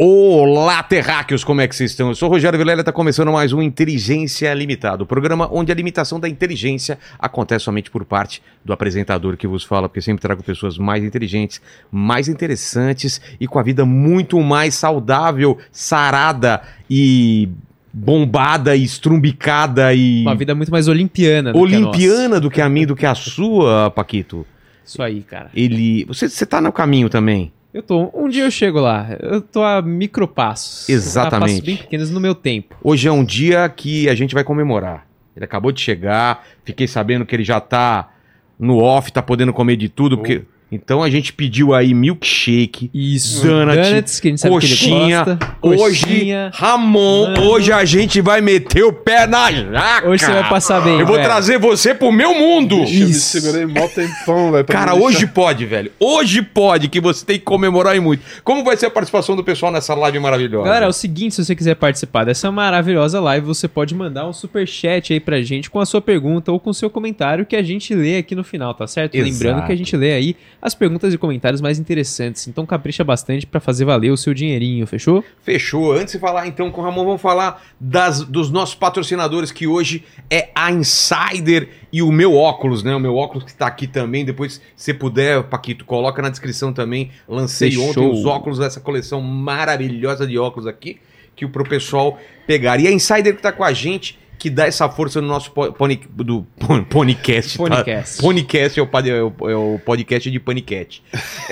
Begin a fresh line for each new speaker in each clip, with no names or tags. Olá, terráqueos, como é que vocês estão? Eu sou o Rogério Vilela e está começando mais um Inteligência Limitada, o programa onde a limitação da inteligência acontece somente por parte do apresentador que vos fala, porque eu sempre trago pessoas mais inteligentes, mais interessantes e com a vida muito mais saudável, sarada e bombada e estrumbicada e
Uma vida muito mais olimpiana. do que a nossa.
olimpiana do que a minha, do que a sua, Paquito.
Isso aí, cara.
Ele, você, você tá no caminho também.
Eu tô. Um dia eu chego lá. Eu tô a micropassos.
Exatamente.
A passos bem pequenos no meu tempo.
Hoje é um dia que a gente vai comemorar. Ele acabou de chegar, fiquei sabendo que ele já tá no off, tá podendo comer de tudo,
Oh.
porque então a gente pediu aí milkshake.
Isso.
Donut,
Donuts, que a gente sabe
coxinha,
que ele gosta.
Hoje, Ramon,
Mano.
hoje a gente vai meter o pé na jaca.
Hoje você vai passar bem.
Eu vou
velho.
trazer você pro meu mundo.
Deixa, eu me
Isso.
segurei mó tempão, velho. pra
Cara,
não
hoje
deixar-
pode, velho. Hoje pode, que você tem que comemorar e muito. Como vai ser a participação do pessoal nessa live maravilhosa?
Galera, é o seguinte, se você quiser participar dessa maravilhosa live, você pode mandar um superchat aí pra gente com a sua pergunta ou com o seu comentário que a gente lê aqui no final, tá certo?
Exato.
Lembrando que a gente lê aí as perguntas e comentários mais interessantes, então capricha bastante pra fazer valer o seu dinheirinho, fechou?
Fechou. Antes de falar então com o Ramon, vamos falar das, dos nossos patrocinadores, que hoje é a Insider e o meu óculos, né? O meu óculos que tá aqui também. Depois, se puder, Paquito, coloca na descrição também. Lancei
Fechou.
ontem os óculos dessa coleção maravilhosa de óculos aqui, que o pro pessoal pegar. E a Insider que tá com a gente, que dá essa força no nosso po- poni, do, pon- Ponicast. tá?
Podcast.
Ponicast é o, pad- é o- é o podcast de Paniquete.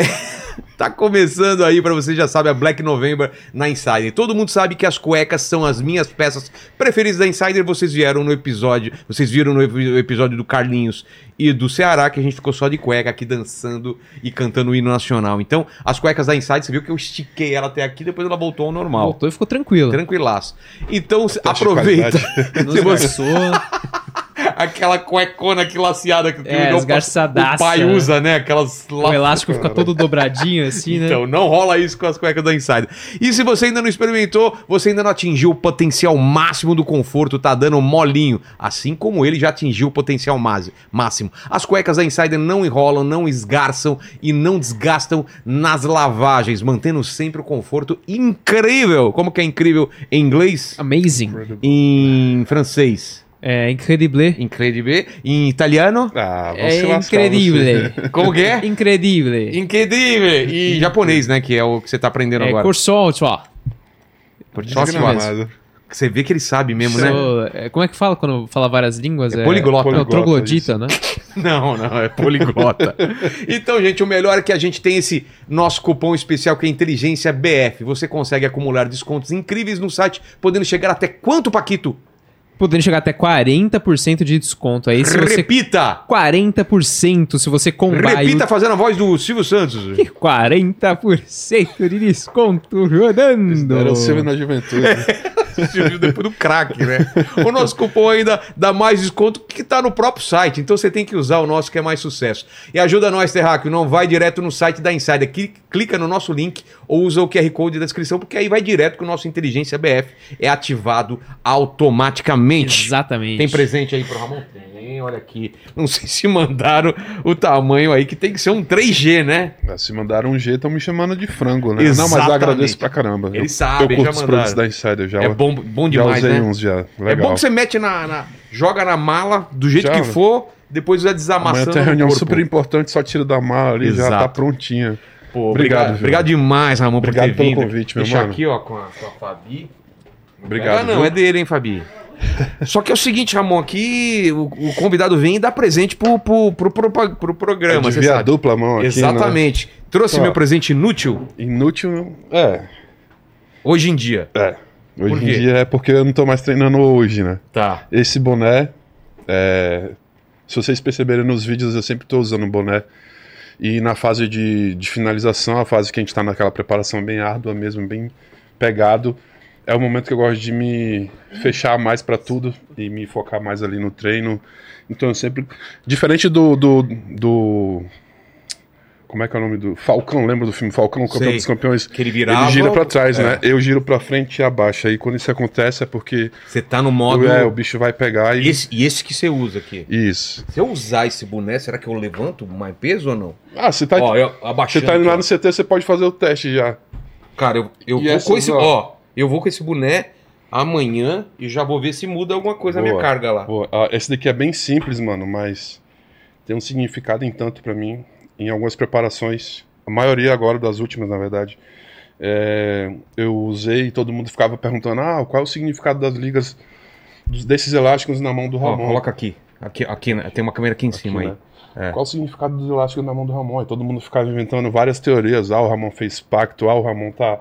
tá começando aí, pra você já sabe, a Black November na Insider. Todo mundo sabe que as cuecas são as minhas peças preferidas da Insider. Vocês vieram no episódio, vocês viram no epi- episódio do Carlinhos e do Ceará, que a gente ficou só de cueca aqui dançando e cantando o hino nacional. Então, as cuecas da Insider, você viu que eu estiquei ela até aqui, depois ela voltou ao normal.
Voltou e ficou tranquilo.
Tranquilaço. Então, se-
Tá de
aproveita
Não
Se você-
esgarçou.
aquela cuecona aqui laceada que
É,
o-
esgarçadaça,
o pai
né?
usa, né? Aquelas
o elástico fica todo dobradinho assim, né?
Então, não rola isso com as cuecas da Insider. E se você ainda não experimentou, você ainda não atingiu o potencial máximo do conforto, tá dando molinho. Assim como ele já atingiu o potencial mase- máximo. As cuecas da Insider não enrolam, não esgarçam e não desgastam nas lavagens, mantendo sempre o conforto incrível. Como que é incrível em inglês?
Amazing.
Em francês.
É
Então,
incredible.
Incredibile. Em italiano?
Ah, vão
É
se lascar,
incredível.
Como que é?
Incredível.
Incredível! E japonês, né? Que é o que você tá aprendendo
É
agora.
cursou, ó.
você.
Só se
Desgramado.
lasca. Você vê que ele sabe mesmo, né?
Sou- é, Como é que fala quando fala várias línguas?
É poliglota.
É o troglodita,
isso.
né?
Não, não, é poliglota. então, gente, o melhor é que a gente tem esse nosso cupom especial que é Inteligência BF. Você consegue acumular descontos incríveis no site, podendo chegar até quanto, Paquito?
Podendo chegar até 40% de desconto. Aí se você.
Repita!
40% se você combar. aí o-
Repita fazendo a voz do Silvio Santos.
Que 40% de desconto
Era o
um
rodando.
Silvio na juventude. né?
Surgiu depois do crack, né? O nosso cupom ainda dá mais desconto que tá no próprio site. Então você tem que usar o nosso que é mais sucesso. E ajuda nós, Terráqueo. Não vai direto no site da Insider. Cli- Clica no nosso link ou usa o QR Code da descrição, porque aí vai direto que o nosso Inteligência BF é ativado automaticamente.
Exatamente.
Tem presente aí pro Ramon? Tem, olha aqui. Não sei se mandaram o tamanho aí, que tem que ser um 3G, né?
Ah, se mandaram um G, estão me chamando de frango, né? Não, mas
Exatamente.
eu agradeço pra caramba.
Eles
Eu-
sabem,
Eu
já
curto os produtos
mandaram.
da Insider, já,
É bom, bom
já
demais,
usei
né?
uns já. Legal.
É bom que você mete na, na- joga na mala do jeito
Já,
que
né?
for, depois vai
Amanhã
desamassando.
tem
no
reunião
corpo.
super importante, só tira da mala ali, já
Exato.
tá prontinha.
Pô,
Obrigado,
obrigado,
viu?
obrigado demais, Ramon, por
Obrigado
ter
pelo
vindo.
convite, meu
Deixa
mano.
aqui, ó, com a, com a Fabi.
Obrigado.
Ah, não,
viu?
é dele, hein, Fabi. Só que é o seguinte, Ramon, aqui o, o convidado vem e dá presente pro, pro, pro, pro, pro
É
programa,
de
você
via
sabe.
dupla mão aqui, né?
Exatamente. Trouxe
Ó.
meu presente inútil
Inútil, não- é.
hoje em dia.
É. Hoje
Por
em
quê?
dia é porque eu não tô mais treinando hoje, né?
Tá.
Esse boné, é, se vocês perceberem nos vídeos, eu sempre estou usando um boné. E na fase de, de finalização, a fase que a gente está naquela preparação bem árdua mesmo, bem pegado, é o momento que eu gosto de me fechar mais para tudo e me focar mais ali no treino. Então eu sempre. Diferente do. do, do- como é que é o nome do. Falcão, lembra do filme Falcão, o campeão
Sei.
dos campeões?
Que ele virava.
Ele gira para trás,
É.
né? Eu giro para frente e abaixo. Aí quando isso acontece é porque
Você tá no modo.
é, o bicho vai pegar e.
esse, e esse que você usa aqui.
Isso.
Se eu usar esse boné, será que eu levanto mais peso ou não?
Ah, você tá,
Ó, eu abaixando.
você tá indo lá
aqui,
no CT, você pode fazer o teste já.
ó. Cara, eu, eu
E
vou
essas,
com esse.
ó?
Ó, eu vou com esse boné amanhã e já vou ver se muda alguma coisa na minha
Boa.
carga lá.
Pô, ah, esse daqui é bem simples, mano, mas tem um significado em tanto pra mim. Em algumas preparações, a maioria agora das últimas, na verdade, é, eu usei e todo mundo ficava perguntando: ah, qual é o significado das ligas dos- desses elásticos na mão do
Ó,
Ramon?
coloca aqui. Aqui, aqui, né? Tem uma câmera aqui em cima aí. É.
né? Qual o significado dos elásticos na mão do Ramon? E todo mundo ficava inventando várias teorias. Ah, o Ramon fez pacto, ah, o Ramon tá,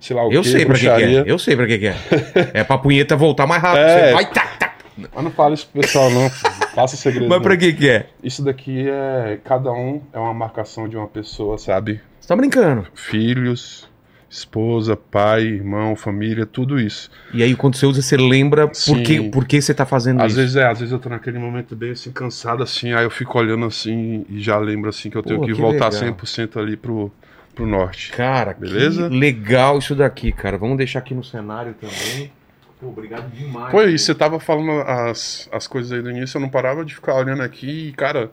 sei lá o
Eu
quê,
sei pra que, que
bruxaria.
é. Eu sei pra que, que é. É pra punheta voltar mais rápido.
É.
Você vai, tá, tá.
Mas não fala isso pro pessoal, não. Faça segredo.
Mas
não.
pra que, que é?
Isso daqui é. Cada um é uma marcação de uma pessoa, sabe?
Você tá brincando.
filhos, esposa, pai, irmão, família, tudo isso.
E aí, quando você usa, você lembra por
Sim.
que, por que você tá fazendo
Às
isso.
vezes é, às vezes eu tô naquele momento bem assim, cansado assim, aí eu fico olhando assim e já lembro assim que eu tenho
Pô,
que,
que
voltar
legal.
100% ali pro, pro norte.
Cara,
Beleza?
que legal isso daqui, cara. Vamos deixar aqui no cenário também. Pô, obrigado demais.
Pô, e
velho.
você tava falando as, as coisas aí do início, eu não parava de ficar olhando aqui e, cara,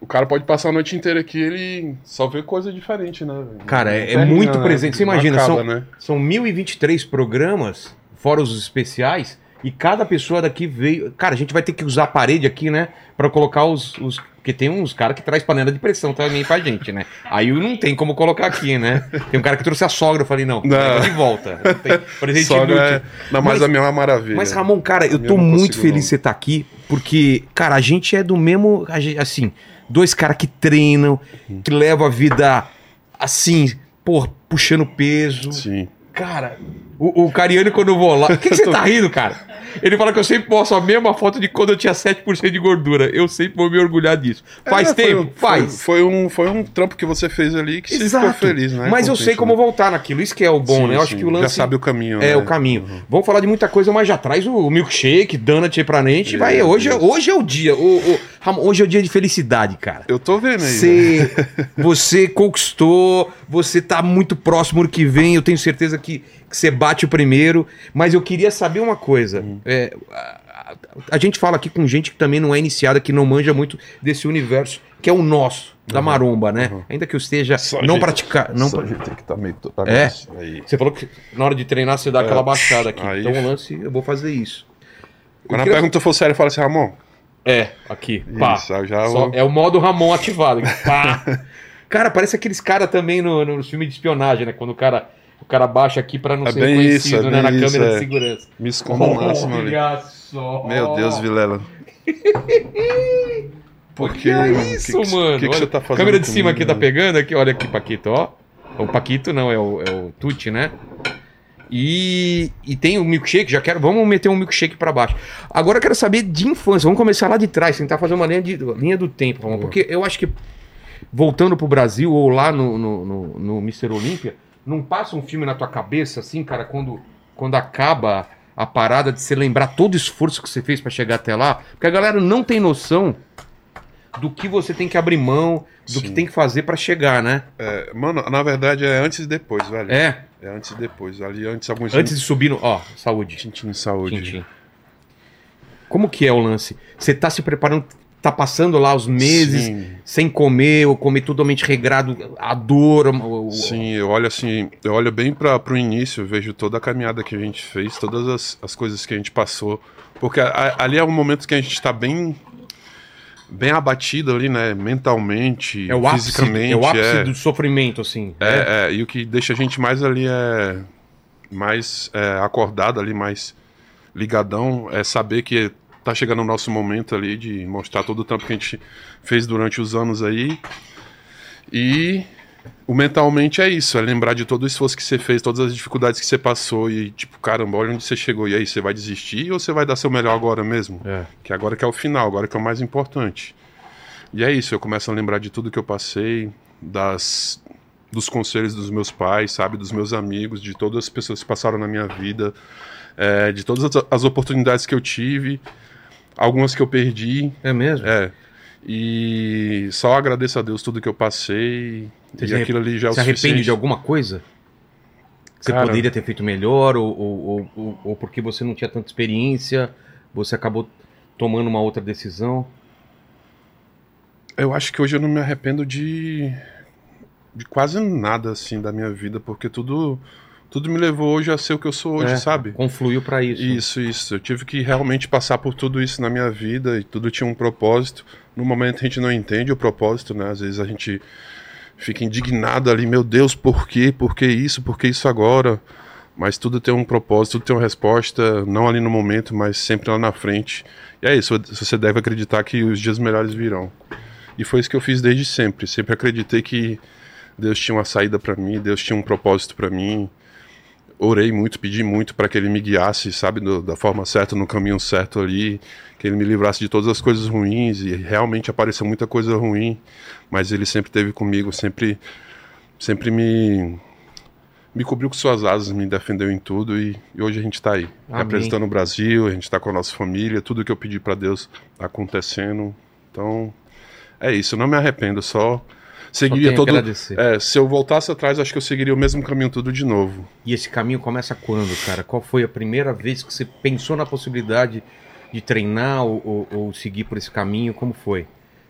o cara pode passar a noite inteira aqui ele só vê coisa diferente, né? velho?
Cara, é-
Não
é
termina,
muito
né?
presente. Você
Não
imagina,
acaba,
são-
né?
São 1023 programas, fora os especiais, e cada pessoa daqui veio. Cara, a gente vai ter que usar a parede aqui, né? Pra colocar os. os... Porque tem uns caras que traz panela de pressão também pra gente, né? Aí não tem como colocar aqui, né? Tem um cara que trouxe a sogra, eu falei, não, leva de volta. Não tem presente
Sogra
inútil.
é... Não, mas,
Mas-
a minha é uma maravilha.
Mas, Ramon, cara, eu
Eu
tô
não
muito
consigo,
feliz
não.
de você estar aqui, porque, cara, a gente é do mesmo. a gente- Assim, dois caras que treinam, que levam a vida assim, pô, puxando peso.
Sim.
Cara, o, o Cariani, quando eu vou lá. Por que, que você tá rindo, cara? Ele fala que eu sempre posto a mesma foto de quando eu tinha 7% de gordura. Eu sempre vou me orgulhar disso. Faz
É, foi
tempo?
um-
Faz.
Foi, foi um, foi um trampo que você fez ali que você ficou feliz, né?
Mas eu
Contente,
sei como
né?
voltar naquilo. Isso que é o bom,
Sim,
né? Eu acho
sim.
que o lance.
Já sabe o caminho,
É,
né?
o caminho. Vamos falar de muita coisa, mas já traz o milkshake, donut aí pra gente.
Meu
Vai, hoje, é-
Deus.
hoje é o dia. O, o- Ramon, hoje é o dia de felicidade, cara.
Eu tô vendo aí. né?
Você, você conquistou, você tá muito próximo ano que vem, eu tenho certeza que, que você bate o primeiro. Mas eu queria saber uma coisa.
Hum.
É, a, a- a gente fala aqui com gente que também não é iniciada, que não manja muito desse universo, que é o nosso, da maromba, né? Ainda que eu esteja
Só
não
gente-
praticar. Não,
Só
pra-
a gente tem que tá meio toda
É.
grossa aí.
Você falou que na hora de treinar você dá
É,
aquela baixada aqui.
aí-
Então o lance, eu vou fazer isso.
Quando a
queria-
pergunta for séria, fala assim, Ramon.
É, aqui. Pá.
Isso, eu já
Só-
vou-
é o modo Ramon ativado. Pá. cara, parece aqueles caras também no, no filme de espionagem, né? Quando o cara, o cara baixa aqui pra não
É
ser
bem
reconhecido,
isso, é
né? Na
bem isso,
câmera de
é.
segurança.
Me escondo o máximo ali.
Olha só.
Meu Deus, Vilela. Por
Que é isso,
que,
mano?
O que, que
Olha,
você tá fazendo?
câmera de cima aqui
comigo,
tá
né?
pegando aqui, olha aqui, Paquito, ó. O Paquito não, é o, é o Tuti, né? E, e tem o milkshake, já quero. Vamos meter um milkshake pra baixo. Agora eu quero saber de infância, vamos começar lá de trás, tentar fazer uma linha, de, linha do tempo, Ramon, porque eu acho que voltando pro Brasil ou lá no, no, no, no Mr. Olímpia, não passa um filme na tua cabeça assim, cara, quando, quando acaba a parada de você lembrar todo o esforço que você fez pra chegar até lá, porque a galera não tem noção do que você tem que abrir mão, do
Sim.
que tem que fazer pra chegar, né?
É, Mano, na verdade é antes e depois, velho. É,
É,
antes e depois. Ali antes alguns
antes de subir no, ó, saúde.
Tintim saúde.
Quintim. Como que é o lance? Você tá se preparando, tá passando lá os meses
Sim.
sem comer, ou comer totalmente regrado, a dor, o- o-
Sim, eu olho assim, eu olho bem para o início, eu vejo toda a caminhada que a gente fez, todas as, as coisas que a gente passou, porque a- a- ali é um momento que a gente está bem bem abatido ali, né, mentalmente,
É o ápice,
fisicamente,
é o ápice
é,
do sofrimento, assim. né?
é, é, e o que deixa a gente mais ali é mais é, acordado ali, mais ligadão, é saber que tá chegando o nosso momento ali de mostrar todo o trampo que a gente fez durante os anos aí. E o mentalmente é isso, é lembrar de todo o esforço que você fez, todas as dificuldades que você passou e tipo, caramba, olha onde você chegou e aí você vai desistir ou você vai dar seu melhor agora mesmo?
É.
Que agora que é o final, agora que é o mais importante. E é isso, eu começo a lembrar de tudo que eu passei, das dos conselhos dos meus pais, sabe, dos meus amigos, de todas as pessoas que passaram na minha vida, é, de todas as- as oportunidades que eu tive, algumas que eu perdi,
É, mesmo?
é. E só agradeço a Deus tudo que eu passei.
Você se
e aquilo ali já é o
Se arrepende
suficiente.
de alguma coisa? Que Você
Cara-
poderia ter feito melhor, ou, ou, ou- ou- ou porque você não tinha tanta experiência, você acabou tomando uma outra decisão.
Eu acho que hoje eu não me arrependo de. de quase nada, assim, da minha vida, porque tudo, tudo me levou hoje a ser o que eu sou hoje,
É,
sabe?
Confluiu pra isso. né?
Isso, isso. Eu tive que realmente passar por tudo isso na minha vida e tudo tinha um propósito. No momento a gente não entende o propósito, né? Às vezes a gente fica indignado ali, meu Deus, por quê? Por que isso? Por que isso agora? Mas tudo tem um propósito, tudo tem uma resposta, não ali no momento, mas sempre lá na frente. E é isso, você deve acreditar que os dias melhores virão. E foi isso que eu fiz desde sempre. Sempre acreditei que Deus tinha uma saída para mim, Deus tinha um propósito para mim orei muito, pedi muito para que ele me guiasse, sabe, do- da forma certa, no caminho certo ali, que ele me livrasse de todas as coisas ruins e realmente apareceu muita coisa ruim, mas ele sempre esteve comigo, sempre sempre me me cobriu com suas asas, me defendeu em tudo e, e hoje a gente tá aí,
Amém.
representando o Brasil, a gente tá com a nossa família, tudo que eu pedi para Deus tá acontecendo. Então, é isso, eu não me arrependo, só
Só
seguiria
tenho que
todo
agradecer.
é, se eu voltasse atrás, acho que eu seguiria o mesmo caminho tudo de novo.
E esse caminho começa quando, cara? Qual foi a primeira vez que você pensou na possibilidade de treinar ou, ou- ou seguir por esse caminho? Como foi?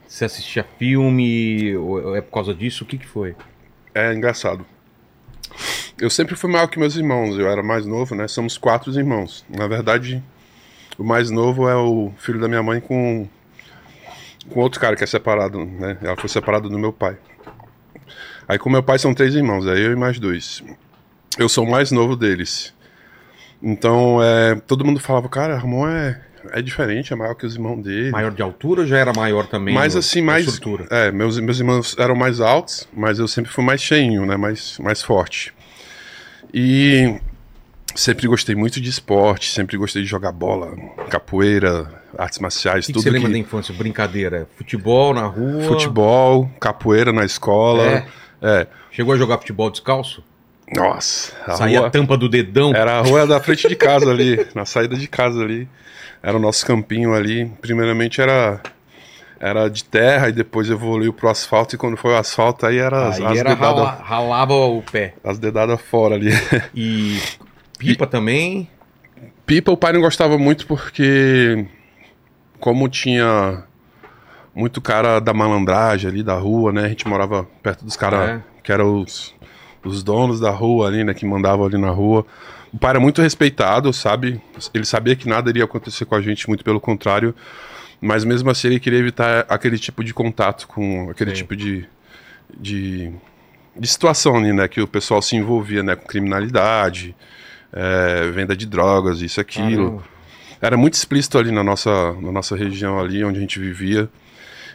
Você assistia filme? Ou ou é por causa disso? O que, que foi?
É engraçado. Eu sempre fui maior que meus irmãos, eu era mais novo, né? Somos quatro irmãos. Na verdade, o mais novo é o filho da minha mãe com, com outro cara que é separado, né? Ela foi separada do meu pai. Aí com meu pai são três irmãos, aí eu e mais dois. Eu sou o mais novo deles. Então, é, todo mundo falava, cara, Ramon é, é diferente, é maior que os irmãos dele.
Maior de altura ou já era maior também?
mais
no-
assim,
na
mais.
Estrutura?
É, meus, meus irmãos eram mais altos, mas eu sempre fui mais cheinho, né? Mais, mais forte. E sempre gostei muito de esporte, sempre gostei de jogar bola, capoeira, artes
O
marciais,
que, que
tudo
você
que.
lembra da infância? Brincadeira? Futebol na rua?
Futebol, capoeira na escola.
É.
É.
Chegou a jogar futebol descalço?
Nossa, a
Saía
rua-
a tampa do dedão?
Era a rua da frente de casa ali, na saída de casa ali. Era o nosso campinho ali. Primeiramente era era de terra e depois evoluiu pro asfalto e quando foi o asfalto aí era as,
Aí
as
era
dedadas
rala- ralava o pé.
as dedadas fora ali.
E pipa também?
Pipa o pai não gostava muito porque como tinha muito cara da malandragem ali da rua, né? A gente morava perto dos caras
É.
que eram os, os donos da rua ali, né? Que mandavam ali na rua. O pai era muito respeitado, sabe? Ele sabia que nada iria acontecer com a gente, muito pelo contrário. Mas mesmo assim ele queria evitar aquele tipo de contato com aquele
Sim.
tipo de, de, de situação ali, né? Que o pessoal se envolvia, né? Com criminalidade, eh, venda de drogas, isso, aquilo
Caramba.
era muito explícito ali na nossa, na nossa região ali onde a gente vivia.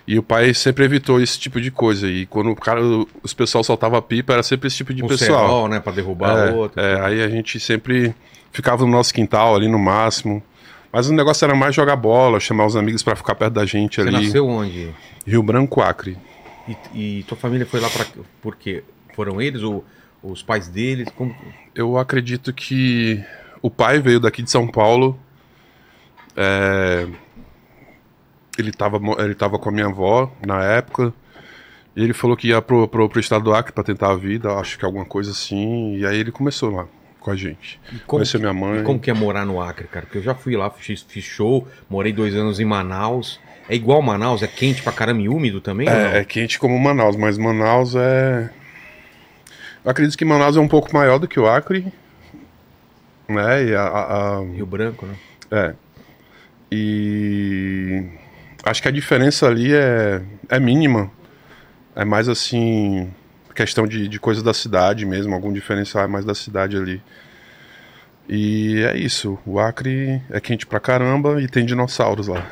E o pai sempre evitou esse tipo de coisa. E quando o cara, os pessoal soltava pipa, era sempre esse tipo de
Com
pessoal.
cerol, né? Pra derrubar
É,
outro.
é, aí a gente sempre ficava no nosso quintal ali no máximo. Mas o negócio era mais jogar bola, chamar os amigos pra ficar perto da gente
Você
ali.
nasceu onde?
Rio Branco Acre.
E, e tua família foi lá pra, por quê? Foram eles ou os pais deles? Como-
Eu acredito que o pai veio daqui de São Paulo. é, Ele, estava ele tava com a minha avó na época. E ele falou que ia pro, pro, pro estado do Acre para tentar a vida, acho que alguma coisa assim. E aí ele começou lá com a gente.
e como,
Conheceu minha mãe.
e como que é morar no Acre, cara? Porque eu já fui lá, fiz, fiz show, morei dois anos em Manaus. É igual Manaus? É quente pra caramba e úmido também? ou não?
É, é quente como Manaus, mas Manaus é. Eu acredito que Manaus é um pouco maior do que o Acre. Né? E a- a- a...
Rio Branco, né?
É. E acho que a diferença ali é, é mínima. É mais assim, questão de, de coisa da cidade mesmo, algum diferencial é mais da cidade ali. E é isso, o Acre é quente pra caramba e tem dinossauros lá.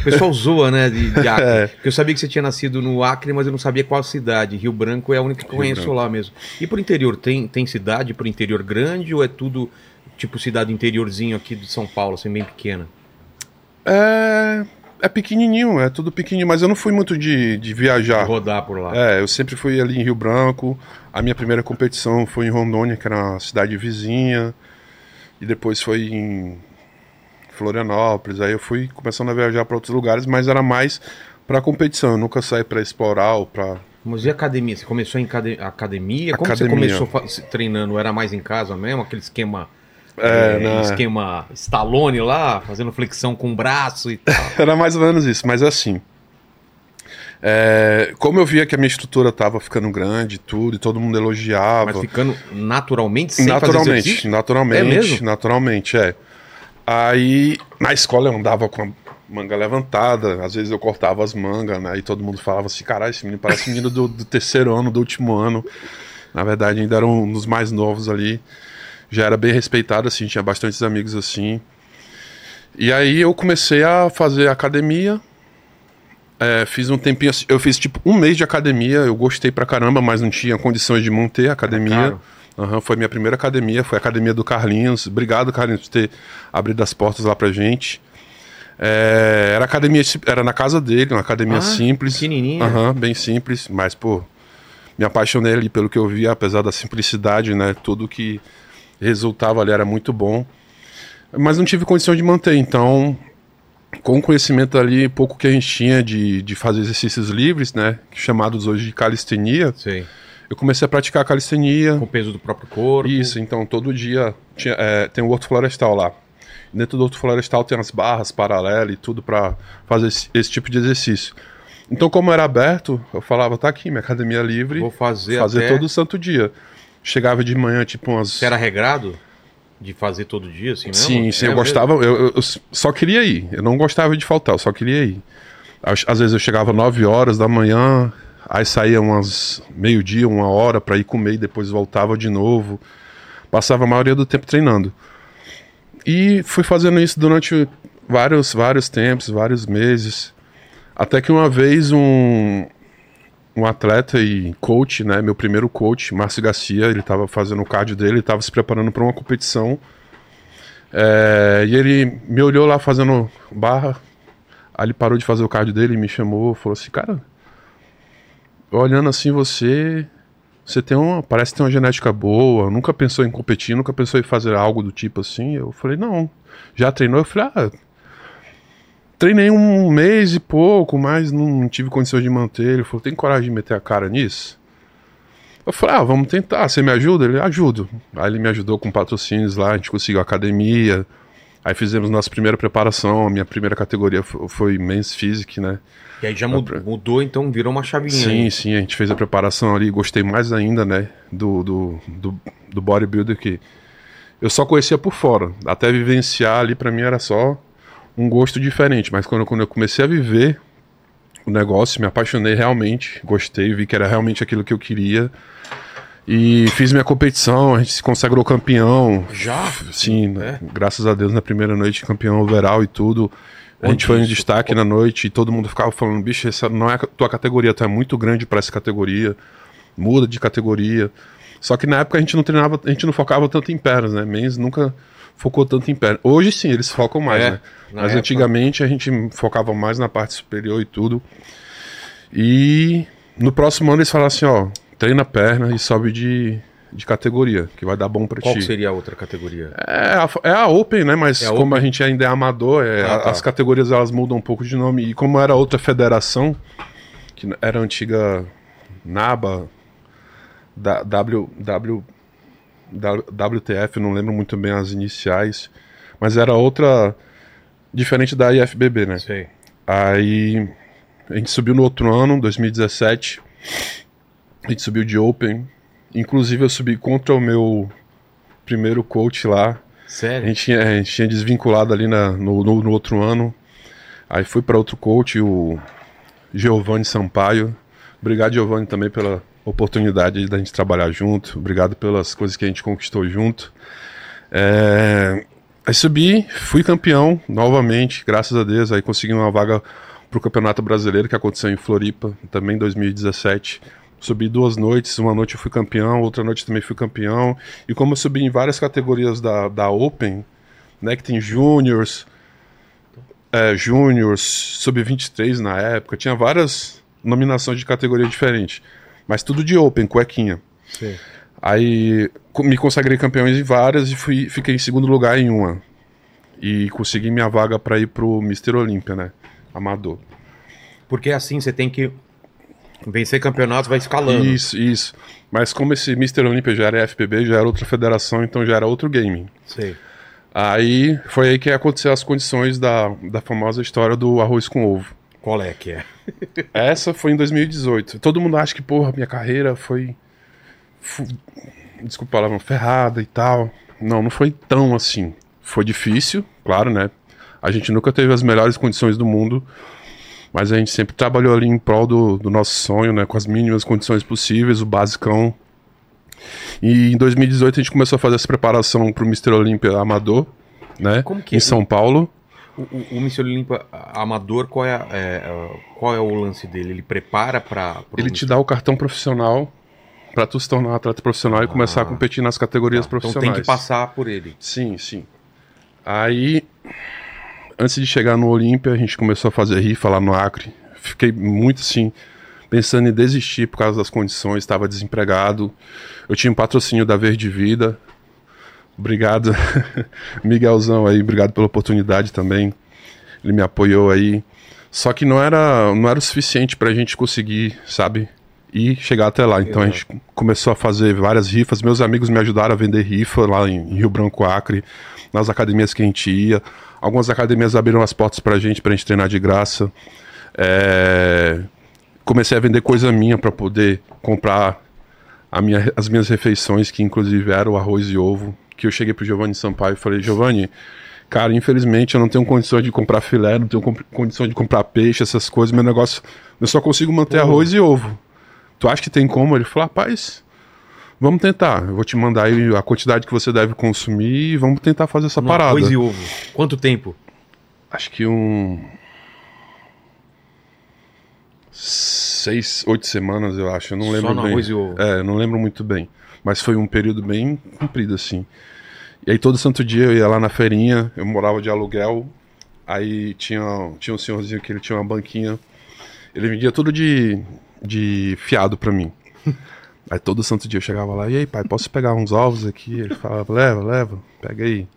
O pessoal zoa, né? De, de Acre.
É.
Porque eu sabia que você tinha nascido no Acre, mas eu não sabia qual cidade. Rio Branco é a única que eu
Rio
conheço
Branco.
lá mesmo. E pro interior, tem, tem cidade pro interior grande ou é tudo tipo cidade interiorzinho aqui de São Paulo, assim, bem pequena?
É, é pequenininho, é tudo pequenininho, mas eu não fui muito de, de viajar.
Rodar por lá.
Ah. É, eu sempre fui ali em Rio Branco. A minha primeira competição foi em Rondônia, que era uma cidade vizinha. E depois foi em Florianópolis. Aí eu fui começando a viajar para outros lugares, mas era mais para competição. Eu nunca saí para explorar ou para
Mas e academia? Você começou em cade- academia? Como você
Academia.
começou fa- se treinando? Era mais em casa mesmo? Aquele esquema.
É,
eh,
né?
Esquema Stallone lá, fazendo flexão com o braço e tal.
Era mais ou menos isso, mas assim. É, como eu via que a minha estrutura tava ficando grande e tudo, e todo mundo elogiava.
Mas ficando naturalmente sem fazer
naturalmente,
exercício?
naturalmente,
É mesmo?
naturalmente, é. Aí na escola eu andava com a manga levantada, às vezes eu cortava as mangas, né? E todo mundo falava assim: caralho, esse menino parece menino do, do terceiro ano, do último ano. Na verdade, ainda era um dos mais novos ali. Já era bem respeitado, assim, tinha bastantes amigos assim. E aí eu comecei a fazer academia. É, fiz um tempinho, assim, eu fiz tipo um mês de academia, eu gostei pra caramba, mas não tinha condições de manter a academia.
caro.
Aham, foi minha primeira academia, foi a academia do Carlinhos. Obrigado, Carlinhos, por ter abrido as portas lá pra gente. É, era academia, sim- era na casa dele, uma academia
Ah,
simples.
pequenininha.
Aham, bem simples, mas pô, me apaixonei ali pelo que eu via, apesar da simplicidade, né? Tudo que resultava ali era muito bom. Mas não tive condição de manter, então com o conhecimento ali, pouco que a gente tinha de, de fazer exercícios livres, né? Chamados hoje de calistenia,
Sei.
eu comecei a praticar calistenia.
Com o peso do próprio corpo.
Isso, então todo dia tinha- é, tem o Horto Florestal lá. Dentro do Horto Florestal tem as barras paralelas e tudo pra fazer esse, esse tipo de exercício. Então, como era aberto, eu falava, tá aqui, minha academia é livre,
Vou fazer,
fazer
até...
todo santo dia. Chegava de manhã, tipo umas.
Você era regrado? De fazer todo dia, assim mesmo?
Sim, sim,
É
eu
mesmo?
gostava, eu, eu- eu só queria ir, eu não gostava de faltar, eu só queria ir. Às, às vezes eu chegava 9 horas da manhã, aí saía umas meio-dia, uma hora pra ir comer e depois voltava de novo. Passava a maioria do tempo treinando. E fui fazendo isso durante vários, vários tempos, vários meses. Até que uma vez um, um atleta e coach, né, meu primeiro coach, Márcio Garcia, ele estava fazendo o cardio dele, ele estava se preparando para uma competição é, e ele me olhou lá fazendo barra. Aí ele parou de fazer o cardio dele, me chamou, falou assim, cara, olhando assim você, você tem uma, parece que tem uma genética boa, nunca pensou em competir, nunca pensou em fazer algo do tipo assim. Eu falei, não. Já treinou? Eu falei, ah, treinei um mês e pouco, mas não tive condições de manter. Ele falou, tem coragem de meter a cara nisso? Eu falei, ah, vamos tentar, você me ajuda? Ele, ajudo. Aí ele me ajudou com patrocínios lá, a gente conseguiu academia, aí fizemos nossa primeira preparação, a minha primeira categoria fo- foi Men's Physique, né?
E aí já mudou, mudou, então virou uma chavinha.
Sim, sim, a gente fez a preparação ali, gostei mais ainda, né, do, do, do, do bodybuilder que eu só conhecia por fora. Até vivenciar ali pra mim era só um gosto diferente, mas quando, quando eu comecei a viver o negócio, me apaixonei realmente, gostei, vi que era realmente aquilo que eu queria. E fiz minha competição, a gente se consagrou campeão,
Já?
Sim,
É?
graças a Deus na primeira noite campeão overall e tudo. A
Onde
gente foi um
isso?
destaque na noite e todo mundo ficava falando: bicho, essa não é a tua categoria, tu é muito grande pra essa categoria, muda de categoria. Só que na época a gente não treinava, a gente não focava tanto em pernas, né? Men's nunca focou tanto em pernas. Hoje sim, eles focam mais,
É,
né?
na
Mas
época.
antigamente a gente focava mais na parte superior e tudo. E no próximo ano eles falaram assim: ó, treina a perna e sobe de, de categoria, que vai dar bom pra
Qual
ti.
que seria a outra categoria?
É a, é a Open, né? Mas
É a
como a gente ainda é amador, é,
Ah,
a-
tá.
as categorias elas mudam um pouco de nome. E como era outra federação, que era a antiga NABA, da, w, w, da- WTF, não lembro muito bem as iniciais, mas era outra, diferente da IFBB, né?
Sei.
Aí a gente subiu no outro ano, 2017. A gente subiu de Open. Inclusive eu subi contra o meu primeiro coach lá. A
Sério?
gente tinha, a gente tinha desvinculado ali na- no, no- no outro ano. Aí fui para outro coach, o Giovanni Sampaio. Obrigado, Giovanni, também pela oportunidade da gente trabalhar junto. Obrigado pelas coisas que a gente conquistou junto. É, Aí subi, fui campeão novamente, graças a Deus. Aí consegui uma vaga pro Campeonato Brasileiro que aconteceu em Floripa, também em 2017. Subi duas noites, uma noite eu fui campeão, outra noite também fui campeão. E como eu subi em várias categorias da, da Open, né, que tem júniors, é, júniors, sub-23 na época, tinha várias nominações de categoria diferente, mas tudo de Open, cuequinha.
Sei.
Aí co- me consagrei campeão em várias e fui, fiquei em segundo lugar em uma. E consegui minha vaga para ir pro Mister Olímpia, né? Amador.
Porque assim, você tem que vencer campeonatos, vai escalando.
Isso, isso. Mas como esse Mister Olímpia já era FPB, já era outra federação, então já era outro game.
Sei.
Aí foi aí que aconteceu as condições da, da famosa história do arroz com ovo.
Qual é que é?
Essa foi em 2018. Todo mundo acha que, porra, minha carreira foi. fu- Desculpa a palavra, ferrada e tal. Não, não foi tão assim. Foi difícil, claro, né? A gente nunca teve as melhores condições do mundo, mas a gente sempre trabalhou ali em prol do, do nosso sonho, né? Com as mínimas condições possíveis, o basicão. E em 2018 a gente começou a fazer essa preparação pro Mr. Olímpia Amador, né?
Como que é?
Em São Paulo.
O, o, o Mr. Limpa amador, qual é, a- é, qual é o lance dele? Ele prepara pra. pro
Ele te dá o cartão profissional pra tu se tornar um atleta profissional e começar
Ah.
a competir nas categorias
Então
profissionais.
tem que passar por ele.
Sim, sim. Aí, antes de chegar no Olímpia, a gente começou a fazer rifa lá no Acre. Fiquei muito assim, pensando em desistir por causa das condições, estava desempregado. Eu tinha um patrocínio da Verde Vida. Obrigado, Miguelzão aí, obrigado pela oportunidade também. Ele me apoiou aí. Só que não era, não era o suficiente pra gente conseguir, sabe? E chegar até lá. Então a gente começou a fazer várias rifas. Meus amigos me ajudaram a vender rifa lá em Rio Branco Acre, nas academias que a gente ia. Algumas academias abriram as portas pra gente, pra gente treinar de graça. É, Comecei a vender coisa minha pra poder comprar a minha- as minhas refeições, que inclusive eram arroz e ovo. Que eu cheguei pro Giovanni Sampaio e falei: Giovanni, cara, infelizmente eu não tenho condições de comprar filé, não tenho comp- condição de comprar peixe, essas coisas. Meu negócio, eu só consigo manter arroz e ovo. Tu acha que tem como? Ele falou, rapaz, vamos tentar. Eu vou te mandar aí a quantidade que você deve consumir e vamos tentar fazer essa
No
parada.
Um Arroz e ovo. Quanto tempo?
Acho que um... Seis, oito semanas, eu acho. Eu não lembro
Só no
bem.
arroz e ovo.
É, eu não lembro muito bem. Mas foi um período bem comprido, assim. E aí todo santo dia eu ia lá na feirinha, eu morava de aluguel. Aí tinha, tinha um senhorzinho que ele tinha uma banquinha. Ele vendia tudo de, de fiado pra mim. Aí todo santo dia eu chegava lá, e aí pai, posso pegar uns ovos aqui? Ele falava, leva, leva, pega aí.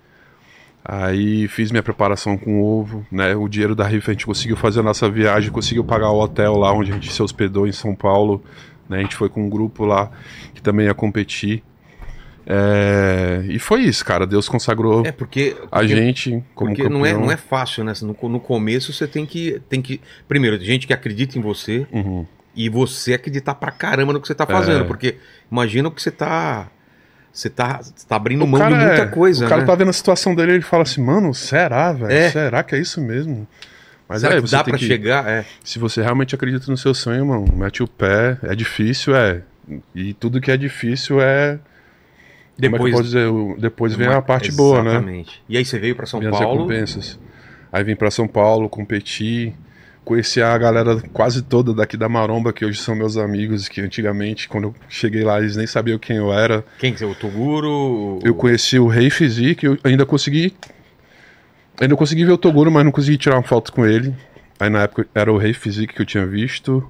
Aí fiz minha preparação com ovo, né? O dinheiro da rifa a gente conseguiu fazer a nossa viagem, conseguiu pagar o hotel lá onde a gente se hospedou em São Paulo. Né? A gente foi com um grupo lá que também ia competir. É, E foi isso, cara. Deus consagrou
É porque.
a
porque-
gente como
Porque não é,
campeão.
não é fácil, né? No, co- no começo você tem que, tem que. Primeiro, tem gente que acredita em você
Uhum.
e você acreditar pra caramba no que você
É.
tá fazendo. Porque imagina o que você tá. Você tá, você tá abrindo
O
mão de
cara
muita
é-
coisa,
O cara
né?
tá vendo a situação dele ele fala assim, mano, será, velho?
É.
Será que é isso mesmo? Mas
Será
é,
que
você
dá
tem
pra
que...
chegar? É.
Se você realmente acredita no seu sonho, mano, mete o pé, é difícil, é. E tudo que é difícil é. Como é que eu
Depois,
posso dizer? O- Depois vem a parte boa, né?
Exatamente. E aí você veio pra São
Vem as
Paulo.
recompensas. Aí vim pra São Paulo, competi, conheci a galera quase toda daqui da Maromba, que hoje são meus amigos, que antigamente, quando eu cheguei lá, eles nem sabiam quem eu era.
Quem que é? O Toguro?
Eu conheci o Rei Fizik, eu ainda consegui. Ainda consegui ver o Toguro, mas não consegui tirar uma foto com ele. Aí na época era o Rei Fizik que eu tinha visto.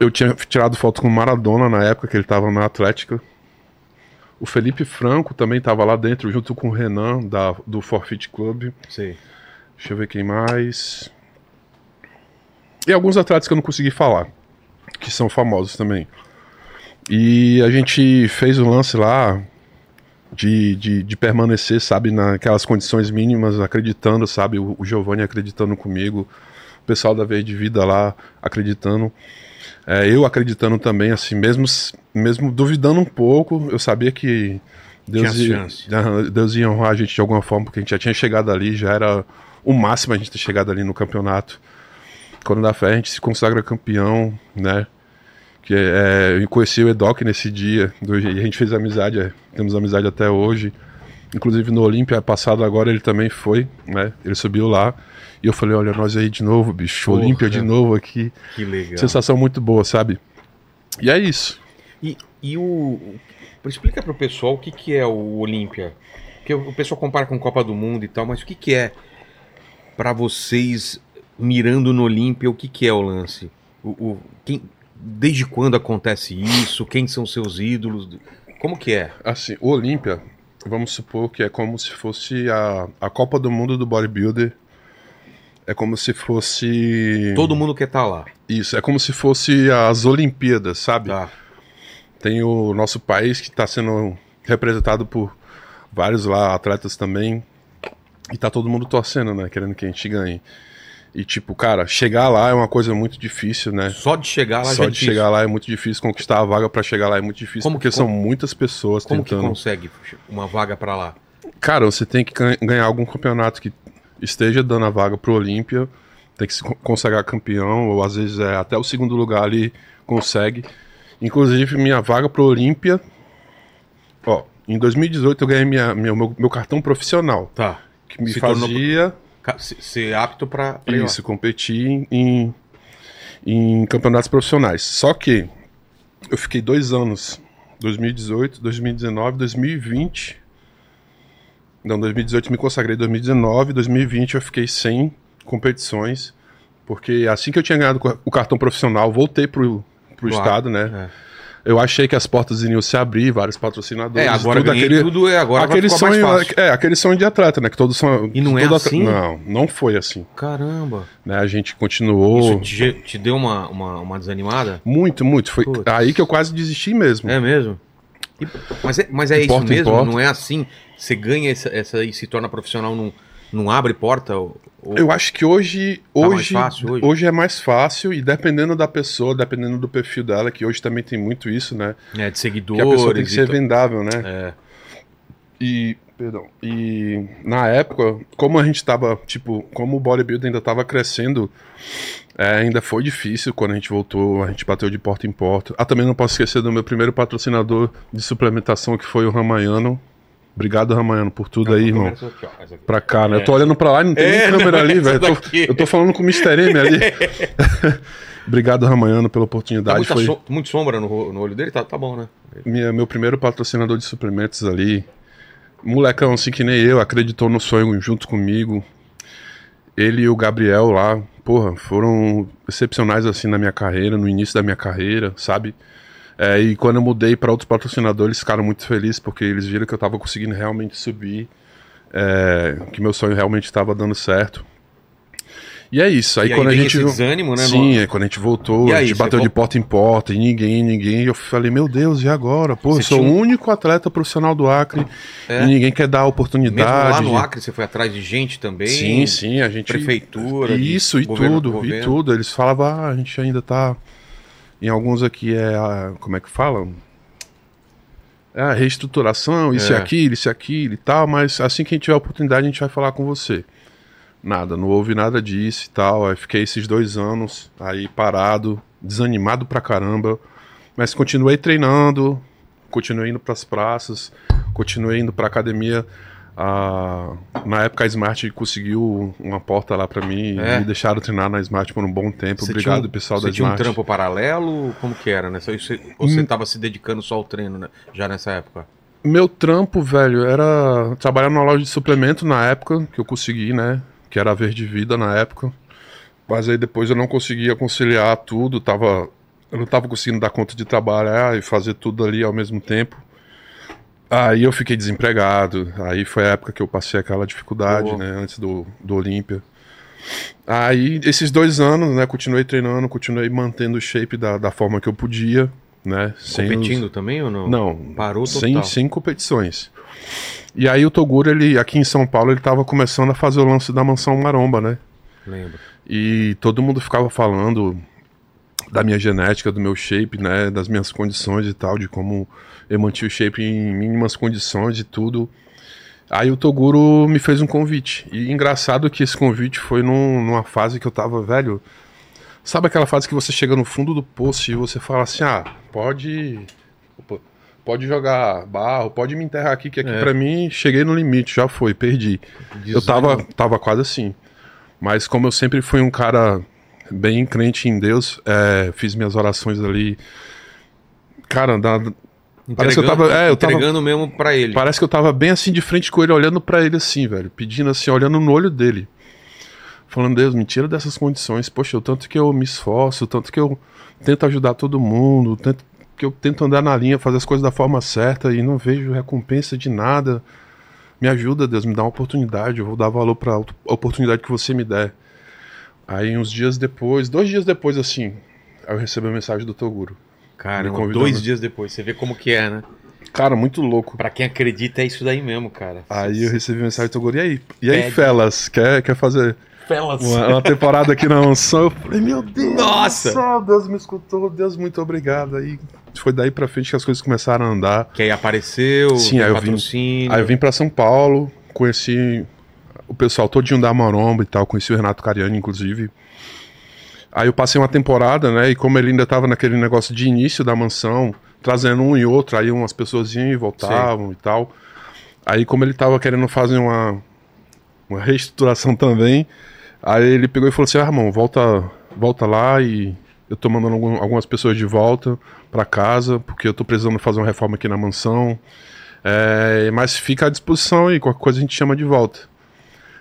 Eu tinha tirado foto com o Maradona na época que ele tava na Atlética. O Felipe Franco também tava lá dentro, junto com o Renan da, do Forfeit Club.
Sei.
Deixa eu ver quem mais. E alguns atletas que eu não consegui falar, que são famosos também. E a gente fez o lance lá de, de, de permanecer, sabe, naquelas condições mínimas, acreditando, sabe, o, o Giovanni acreditando comigo, o pessoal da Verde Vida lá acreditando. É, eu acreditando também, assim, mesmo, s- mesmo duvidando um pouco, eu sabia que Deus,
Tinha
ia,
chance.
Aham, Deus ia honrar a gente de alguma forma, porque a gente já tinha chegado ali, já era o máximo a gente ter chegado ali no campeonato. Quando dá fé, a gente se consagra campeão, né? Que é, eu conheci o Edoc nesse dia, do- e a gente fez amizade, é, temos amizade até hoje. Inclusive no Olímpia passado agora ele também foi, né? Ele subiu lá. E eu falei, olha, nós aí de novo, bicho,
Porra.
Olímpia de novo aqui.
Que legal.
Sensação muito boa, sabe? E é isso.
E, e o. o- Explica pro pessoal o que, que é o Olímpia. Porque o o pessoal compara com Copa do Mundo e tal, mas o que, que é pra vocês mirando no Olímpia, o que, que é o lance? O, o- quem, desde quando acontece isso? Quem são seus ídolos? Como que é?
Assim, o Olímpia, vamos supor que é como se fosse a, a Copa do Mundo do bodybuilder. É como se fosse.
Todo mundo quer estar lá.
Isso, é como se fosse as Olimpíadas, sabe?
Tá.
Tem o nosso país que está sendo representado por vários lá atletas também. E tá todo mundo torcendo, né? Querendo que a gente ganhe. E, tipo, cara, chegar lá é uma coisa muito difícil, né?
Só de chegar lá já
Só
é
de
difícil.
chegar lá é muito difícil, conquistar a vaga pra chegar lá é muito difícil,
Como
porque
que-
são muitas pessoas
Como que
tentando.
consegue uma vaga pra lá?
Cara, você tem que gan- ganhar algum campeonato que esteja dando a vaga pro Olímpia, tem que se con- consagrar campeão, ou às vezes é, até o segundo lugar ali consegue. Inclusive, minha vaga pro Olímpia, ó, em 2018 eu ganhei minha, minha- meu, meu cartão profissional,
Tá.
que me
Se tornou-
fazia
Ca- se- Ser apto pra. pra ir lá.
isso, competir em- em, em campeonatos profissionais. Só que eu fiquei dois anos, 2018, 2019, 2020. Não, 2018 me consagrei, 2019, 2020 eu fiquei sem competições, porque assim que eu tinha ganhado o cartão profissional, voltei pro, pro
Claro,
estado, né? Eu achei que as portas iriam se abrir, vários patrocinadores,
É, agora
tudo
ganhei
aquele-
tudo, é agora
aquele
vai ficar
sonho,
mais fácil.
é, aquele sonho de atleta, né? Que todos são.
E não é
todo
assim?
Não, não foi assim
Caramba.
né? A gente continuou
Isso te, ge- te deu uma, uma, uma desanimada?
muito, muito. Foi
Putz.
aí que eu quase desisti mesmo.
É mesmo? E- mas é, mas é isso
Importa,
mesmo?
importa.
Não é assim? Você ganha essa, essa e se torna profissional, não, não abre porta? Ou, ou-
Eu acho que hoje,
Tá mais
hoje,
fácil hoje?
hoje, é mais fácil e dependendo da pessoa, dependendo do perfil dela, que hoje também tem muito isso, né?
né, de
Que
seguidores?
a pessoa tem que
e
ser
tal.
vendável, né?
É.
E, perdão, e na época, como a gente tava, tipo, como o bodybuilding ainda tava crescendo, é, ainda foi difícil quando a gente voltou, a gente bateu de porta em porta. Ah, também não posso esquecer do meu primeiro patrocinador de suplementação, que foi o Ramayano. Obrigado, Ramayano, por tudo aí, irmão.
Essa aqui, ó, essa aqui.
Pra cá, né? Eu tô olhando pra lá e não tem
É,
nem câmera
não,
ali,
essa
velho. Eu, tô-
daqui.
eu tô falando com o Mr. M ali. Obrigado, Ramayano, pela
Tá
oportunidade.
muita
Foi
som- muito sombra no, ro- no olho dele? Tá, tá bom, né?
minha- meu primeiro patrocinador de suplementos ali, molecão assim que nem eu, acreditou no sonho junto comigo. Ele e o Gabriel lá, porra, foram excepcionais assim na minha carreira, no início da minha carreira, sabe? É, e quando eu mudei para outros patrocinadores, eles ficaram muito felizes porque eles viram que eu tava conseguindo realmente subir, é, que meu sonho realmente estava dando certo. E é isso. Aí
E
quando
vem
a gente
esse
viu-
desânimo, né?
Sim,
no-
é, quando a gente voltou,
E
a
aí,
gente
você
bateu de
vol-
porta em porta, e ninguém, ninguém. Eu falei, meu Deus, e agora? Pô,
Você
eu sou
tinha um
o único atleta profissional do Acre
É.
e ninguém quer dar a
Mesmo lá
oportunidade.
no
de-
Acre, você foi atrás de gente também.
Sim, sim, a gente.
Prefeitura, de
Isso, e
governo-
tudo,
governo.
e tudo. Eles falavam, ah, a gente ainda tá. Em alguns aqui é. a- Como é que falam? É a reestruturação, isso
É.
e aquilo, isso e aquilo e tal, mas assim que a gente tiver a oportunidade, a gente vai falar com você. Nada, não houve nada disso e tal. Aí fiquei esses dois anos aí parado, desanimado pra caramba. Mas continuei treinando, continuei indo pras praças, continuei indo pra academia. Ah, na época a Smart conseguiu uma porta lá pra mim
É.
e me deixaram treinar na Smart por um bom tempo.
Você
Obrigado,
tinha um-
pessoal da
Você tinha um
Smart.
trampo paralelo? Como que era, né? Você- Você, ou
Hum.
você tava se dedicando só ao treino né? já nessa época?
Meu trampo, velho, era trabalhar numa loja de suplemento na época, que eu consegui, né? Que era a Verde Vida na época. Mas aí depois eu não conseguia conciliar tudo, tava, eu não tava conseguindo dar conta de trabalhar e fazer tudo ali ao mesmo tempo. Aí eu fiquei desempregado, aí foi a época que eu passei aquela dificuldade,
Boa.
né? Antes do, do Olímpia. Aí, esses dois anos, né? Continuei treinando, continuei mantendo o shape da, da forma que eu podia, né? sem os-
Competindo também ou não?
não,
Parou
sem,
total.
sem competições. E aí o Toguro, ele, aqui em São Paulo, ele tava começando a fazer o lance da mansão maromba, né?
Lembro.
E todo mundo ficava falando da minha genética, do meu shape, né? Das minhas condições e tal, de como eu mantive o shape em mínimas condições e tudo. Aí o Toguro me fez um convite. E engraçado que esse convite foi num- numa fase que eu tava, velho. Sabe aquela fase que você chega no fundo do poço e você fala assim: ah, pode. opa, pode jogar barro, pode me enterrar aqui, que aqui
É.
pra mim cheguei no limite, já foi, perdi. Eu tava, tava quase assim. Mas como eu sempre fui um cara bem crente em Deus, é, fiz minhas orações ali. Cara, da- parece que eu tava- é, eu tava-
entregando mesmo pra ele.
parece que eu tava bem assim de frente com ele, olhando pra ele assim, velho. Pedindo assim, olhando no olho dele. Falando, Deus, me tira dessas condições. Poxa, o tanto que eu me esforço, o tanto que eu tento ajudar todo mundo, o tanto que eu tento andar na linha, fazer as coisas da forma certa e não vejo recompensa de nada. Me ajuda, Deus, me dá uma oportunidade, eu vou dar valor pra op- oportunidade que você me der. Aí, uns dias depois, dois dias depois, assim, eu recebi a mensagem do Toguro.
Cara, um
me convidando.
dois dias depois, você vê como que é, né?
Cara, muito louco.
Pra quem acredita, é isso daí mesmo, cara.
Aí eu recebi mensagem do Toguro, e aí? E aí,
Pede.
Felas, quer, quer fazer?
Pelas.
Uma, uma temporada aqui na mansão, eu falei, meu Deus,
Nossa!
do céu, Deus me escutou, Deus, muito obrigado. Aí foi daí pra frente que as coisas começaram a andar.
Que aí apareceu,
Sim,
tem
aí eu vim-
patrocínio.
Aí eu vim pra São Paulo, conheci o pessoal todinho da Maromba e tal, conheci o Renato Cariani, inclusive. Aí eu passei uma temporada, né? E como ele ainda tava naquele negócio de início da mansão, trazendo um e outro, aí umas pessoas iam e voltavam e tal. Aí como ele tava querendo fazer uma, uma reestruturação também, aí ele pegou e falou assim, ah, irmão, volta, volta lá e eu tô mandando algum- algumas pessoas de volta pra casa, porque eu tô precisando fazer uma reforma aqui na mansão. É, mas fica à disposição aí, qualquer coisa a gente chama de volta.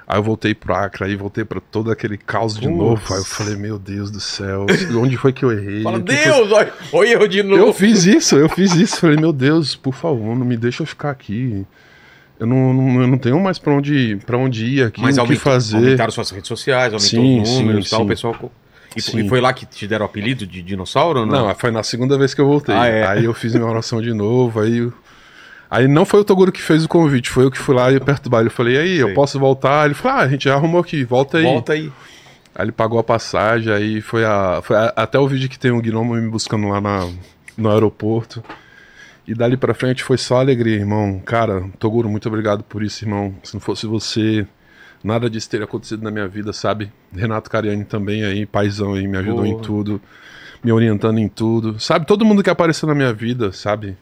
Aí eu voltei pro Acre, aí voltei pra todo aquele caos de
Putz.
novo. Aí eu falei, meu Deus do céu, onde foi que eu errei?
Fala,
O que foi
Deus, olha, olha eu de novo.
eu fiz isso, eu fiz isso. Falei, meu Deus, por favor, não me deixa eu ficar aqui. Eu não, não- eu não tenho mais pra onde, pra onde ir aqui, o que
aumentou-
fazer.
aumentaram suas redes sociais, aumentou
Sim,
os números e
sim,
tal, o
sim.
pessoal... co- E,
Sim.
e foi lá que te deram o apelido de dinossauro ou não?
Não, é foi na segunda vez que eu voltei.
né? Ah, é.
Aí eu fiz minha oração de novo, aí... eu- Aí não foi o Toguro que fez o convite, foi eu que fui lá e perturbar. Eu falei, e aí, eu
Sei.
posso voltar? Ele falou, ah, a gente já arrumou aqui, volta aí.
Volta aí.
Aí ele pagou a passagem, aí foi, a, foi a- até o vídeo que tem o Gnomo me buscando lá na, no aeroporto. E dali pra frente foi só alegria, irmão. Cara, Toguro, muito obrigado por isso, irmão. Se não fosse você, nada disso teria acontecido na minha vida, sabe? Renato Cariani também aí, paizão aí, me ajudou em
Porra.
tudo, me orientando em tudo. Sabe, todo mundo que apareceu na minha vida, sabe?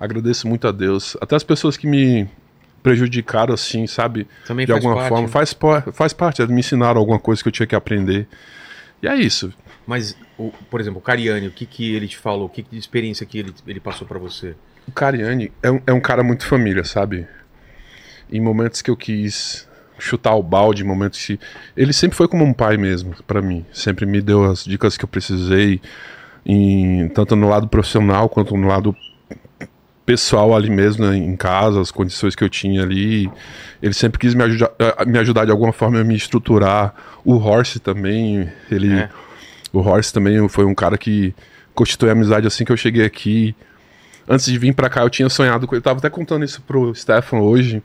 Agradeço muito a Deus. Até as pessoas que me prejudicaram assim, sabe?
Também
de
faz
alguma
parte,
forma.
né?
Faz, po- faz parte, eles me ensinaram alguma coisa que eu tinha que aprender. E é isso.
Mas, o- por exemplo, o Cariani, o que, que ele te falou? O que, que de experiência que ele, ele passou pra você?
O Cariani é um, é um cara muito família, sabe? Em momentos que eu quis chutar o balde, em momentos que. Ele sempre foi como um pai mesmo pra mim. Sempre me deu as dicas que eu precisei, em- tanto no lado profissional quanto no lado pessoal ali mesmo, né, em casa, as condições que eu tinha ali. Ele sempre quis me ajudar, eh, me ajudar de alguma forma a me estruturar. O Horse também, ele.
É.
O Horse também foi um cara que constitui amizade assim que eu cheguei aqui. Antes de vir pra cá, eu tinha sonhado com. Eu tava até contando isso pro Stefan hoje.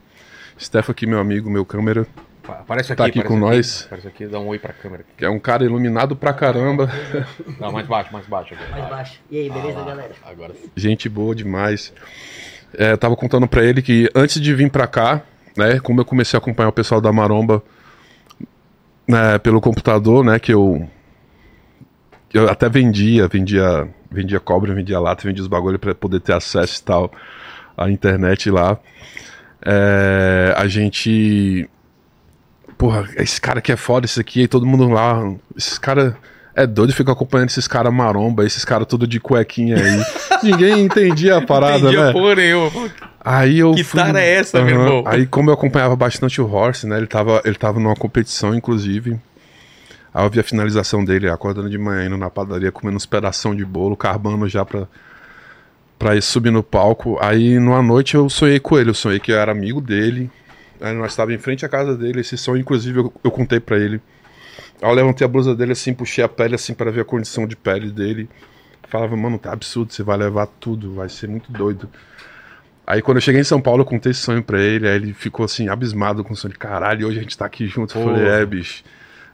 Stefan aqui, meu amigo, meu câmera,
Pa- Aparece aqui,
Tá aqui
aparece
com nós.
Aparece aqui, dá um oi pra câmera.
que é um cara iluminado pra caramba.
Não, mais baixo, mais baixo. Agora.
Mais baixo. E aí, beleza,
Ah, lá.
galera?
Agora sim.
Gente boa demais. É, eu tava contando pra ele que antes de vir pra cá, né, como eu comecei a acompanhar o pessoal da Maromba né, pelo computador, né, que eu eu até vendia, vendia, vendia cobre, vendia lata, vendia os bagulho pra poder ter acesso e tal à internet lá. É, a gente porra, esse cara que é foda, esse aqui, e todo mundo lá, esses cara é doido, fica acompanhando esses cara maromba, esses cara tudo de cuequinha aí. Ninguém entendia a parada,
Entendi,
né?
porra nenhuma.
Aí eu
Que tara é essa, meu
Aham.
irmão?
Aí como eu acompanhava bastante o Horse, né? Ele tava, ele tava numa competição, inclusive. Aí eu vi a finalização dele, acordando de manhã, indo na padaria, comendo uns pedação de bolo, carbando já pra, pra ir subir no palco. Aí numa noite eu sonhei com ele, eu sonhei que eu era amigo dele. Aí nós estávamos em frente à casa dele, esse sonho, inclusive, eu, eu contei pra ele. Aí eu levantei a blusa dele assim, puxei a pele assim pra ver a condição de pele dele. Falava, mano, tá absurdo, você vai levar tudo, vai ser muito doido. Aí quando eu cheguei em São Paulo, eu contei esse sonho pra ele, aí ele ficou assim, abismado com o sonho. Caralho, hoje a gente tá aqui junto. Eu
Pô.
falei, é, bicho.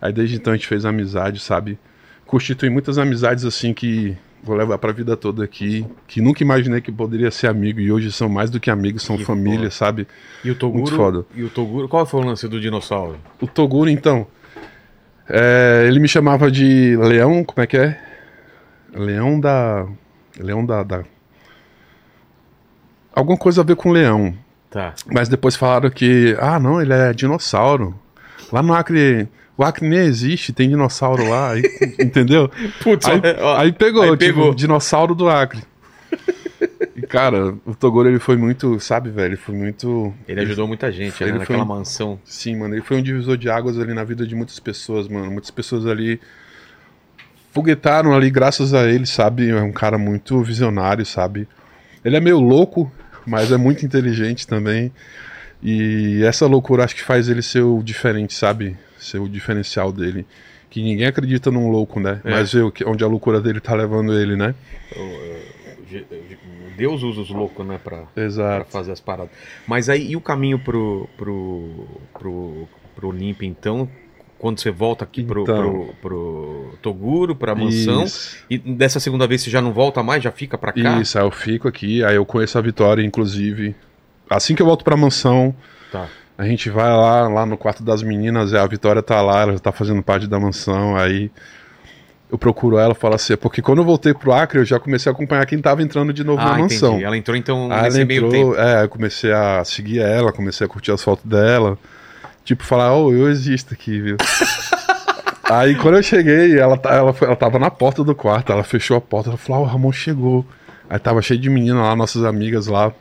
Aí desde então a gente fez amizade, sabe? Constitui muitas amizades assim que vou levar pra vida toda aqui, que nunca imaginei que poderia ser amigo e hoje são mais do que amigos, são
Que
família,
foda.
sabe?
E o Toguro.
Muito foda.
E o Toguro. Qual foi o lance do dinossauro?
O Toguro, então, é, ele me chamava de Leão, como é que é? Leão da. Leão da. da- Alguma coisa a ver com leão.
Tá.
Mas depois falaram que, ah, não, ele é dinossauro. Lá no Acre. O Acre nem existe, tem dinossauro lá, aí- entendeu?
Putz,
Aí,
é, ó,
aí pegou,
aí
tipo,
pegou.
dinossauro do Acre. E, cara, o Toguro, ele foi muito, sabe, velho? Ele foi muito.
Ele ajudou muita gente né,
Ele foi
naquela
um-
mansão.
Sim, mano, ele foi um divisor de águas ali na vida de muitas pessoas, mano. Muitas pessoas ali foguetaram ali graças a ele, sabe? É um cara muito visionário, sabe? Ele é meio louco, mas é muito inteligente também. E essa loucura acho que faz ele ser o diferente, sabe? Ser o diferencial dele. Que ninguém acredita num louco, né?
É.
Mas vê o que- onde a loucura dele tá levando ele, né?
Ge- ge- Deus usa os loucos, né, pra, pra
Exato.
fazer as paradas. Mas aí, e o caminho pro, pro, pro, pro Olimpo, então? quando você volta aqui pro,
Então.
pro, pro Toguro, pra mansão.
Isso.
E dessa segunda vez você já não volta mais, já fica pra cá?
Isso, aí eu fico aqui, aí eu conheço a Vitória, inclusive. Assim que eu volto pra mansão,
Tá.
a gente vai lá, lá no quarto das meninas, a Vitória tá lá, ela já tá fazendo parte da mansão, aí eu procuro ela, falo assim, porque quando eu voltei pro Acre, eu já comecei a acompanhar quem tava entrando de novo
Ah,
na
entendi.
mansão.
Ela entrou então
Aí
nesse
ela
meio tempo.
entrou, Ah, é, eu comecei a seguir ela, comecei a curtir as fotos dela. Tipo, falar, ô, eu existo aqui, viu? Aí quando eu cheguei, ela, ta- ela, foi- ela tava na porta do quarto, ela fechou a porta, ela falou, ah, o Ramon chegou. Aí tava cheio de menina lá, nossas amigas lá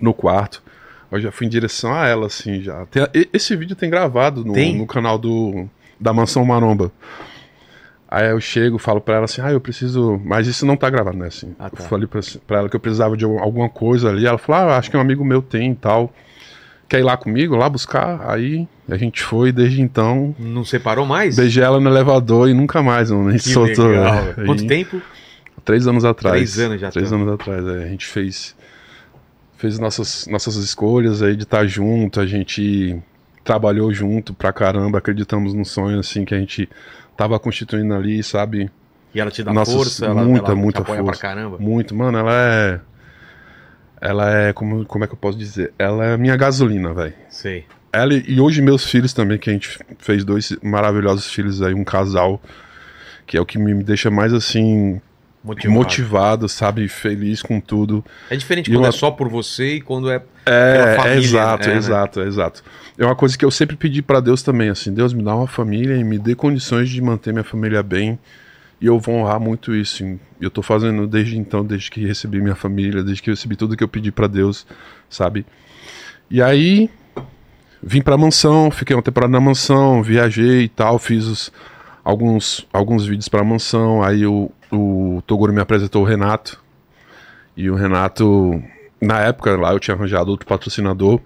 no quarto. Eu já fui em direção a ela, assim, já. Tem- e- esse vídeo tem gravado no,
Tem?
no canal do da Mansão Maromba. Aí eu chego, falo pra ela assim, ah, eu preciso... Mas isso não tá gravado, né, assim.
Ah, tá.
Eu falei pra, pra ela que eu precisava de alguma coisa ali. Ela falou, ah, acho que um amigo meu tem e tal. Quer ir lá comigo, lá buscar? Aí a gente foi, desde então...
Não separou mais?
Beijei ela no elevador e nunca mais, não, nem
Que
soltou.
legal.
né? Aí,
Quanto tempo?
Três anos atrás.
Três anos já
Três
tá.
anos atrás, é. A gente fez, fez nossas, nossas escolhas aí de estar junto, a gente trabalhou junto pra caramba, acreditamos num sonho assim que a gente tava constituindo ali, sabe?
E ela te dá
Nossa,
força? Ela,
muita,
ela te
muita
apoia
força.
pra caramba?
Muito, mano, ela é. Ela é. Como, como é que eu posso dizer? Ela é a minha gasolina, velho.
Sei.
Ela e e hoje meus filhos também, que a gente fez dois maravilhosos filhos aí, um casal, que é o que me deixa mais assim,
Motivado.
motivado, sabe? Feliz com tudo.
É diferente
E
quando
uma-
é só por você e quando é
É,
pela família,
é exato,
né,
é
né?
exato, é exato. É uma coisa que eu sempre pedi pra Deus também, assim, Deus me dá uma família e me dê condições de manter minha família bem. E eu vou honrar muito isso. E Eu tô fazendo desde então, desde que recebi minha família, desde que eu recebi tudo que eu pedi pra Deus, sabe? E aí vim pra mansão, fiquei uma temporada na mansão, viajei e tal, fiz os- alguns alguns vídeos pra mansão. Aí o, o Toguro me apresentou o Renato. E o Renato na época lá eu tinha arranjado outro patrocinador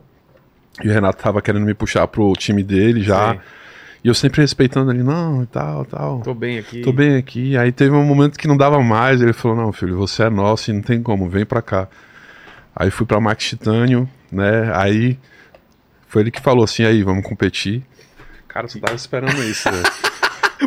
e o Renato tava querendo me puxar pro time dele já.
Sei.
E eu sempre respeitando ele, não, e tal, tal. Tô,
tô bem aqui.
bem aqui. Aí teve um momento que não dava mais, ele falou: "Não, filho, você é nosso e não tem como, vem pra cá". Aí fui pra Max Titânio, né? Aí foi ele que falou assim: "Aí, vamos competir". Cara, você tava esperando isso, né?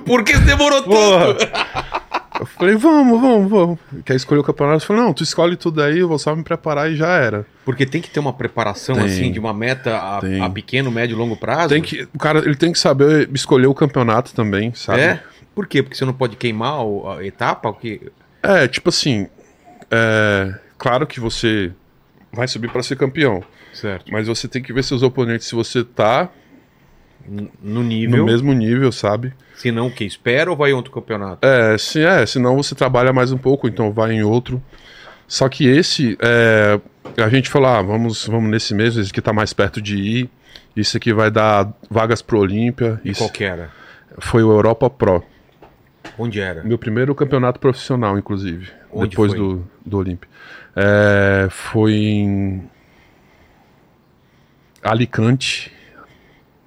Por que demorou
Porra!
tanto?
Eu falei, vamos, vamos, vamos. Quer escolher o campeonato? Eu falei, não, tu escolhe tudo aí, eu vou só me preparar e já era.
Porque tem que ter uma preparação,
Tem.
assim, de uma meta a,
Tem.
a pequeno, médio e longo prazo.
Tem que, o cara, ele tem que saber escolher o campeonato também, sabe?
É? Por quê? Porque você não pode queimar o- a etapa? O que...
É, tipo assim, é, claro que você vai subir pra ser campeão,
Certo.
mas você tem que ver seus oponentes se você tá
N- No nível.
no mesmo nível, sabe?
Se não, o que? Espera ou vai em outro campeonato?
É, se é, senão você trabalha mais um pouco, então vai em outro. Só que esse, é, a gente falou, ah, vamos, vamos nesse mesmo, esse aqui tá mais perto de ir, isso aqui vai dar vagas pro Olímpia,
E
isso
qual que é? era?
foi o Europa Pro.
Onde era?
Meu primeiro campeonato profissional, inclusive.
Onde
depois
foi?
do, do Olímpio. É, foi em. Alicante.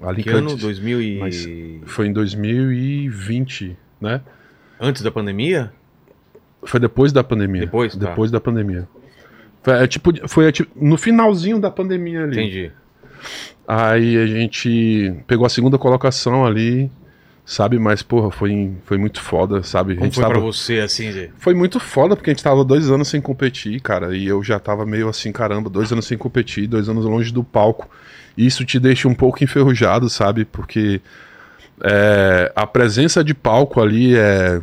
Que
Alicante.
ano? 2000 e...
Foi em 2020, né?
Antes da pandemia?
Foi depois da pandemia.
Depois, tá.
Depois da pandemia. Foi, é, tipo, foi é, tipo, no finalzinho da pandemia ali.
Entendi.
Aí a gente pegou a segunda colocação ali, sabe? Mas, porra, foi, em- foi muito foda, sabe? a
Como
gente
foi pra
tava-
você, assim, Zé?
Foi muito foda, porque a gente tava dois anos sem competir, cara. E eu já tava meio assim, caramba, dois anos sem competir, dois anos longe do palco. E isso te deixa um pouco enferrujado, sabe? Porque é, a presença de palco ali é.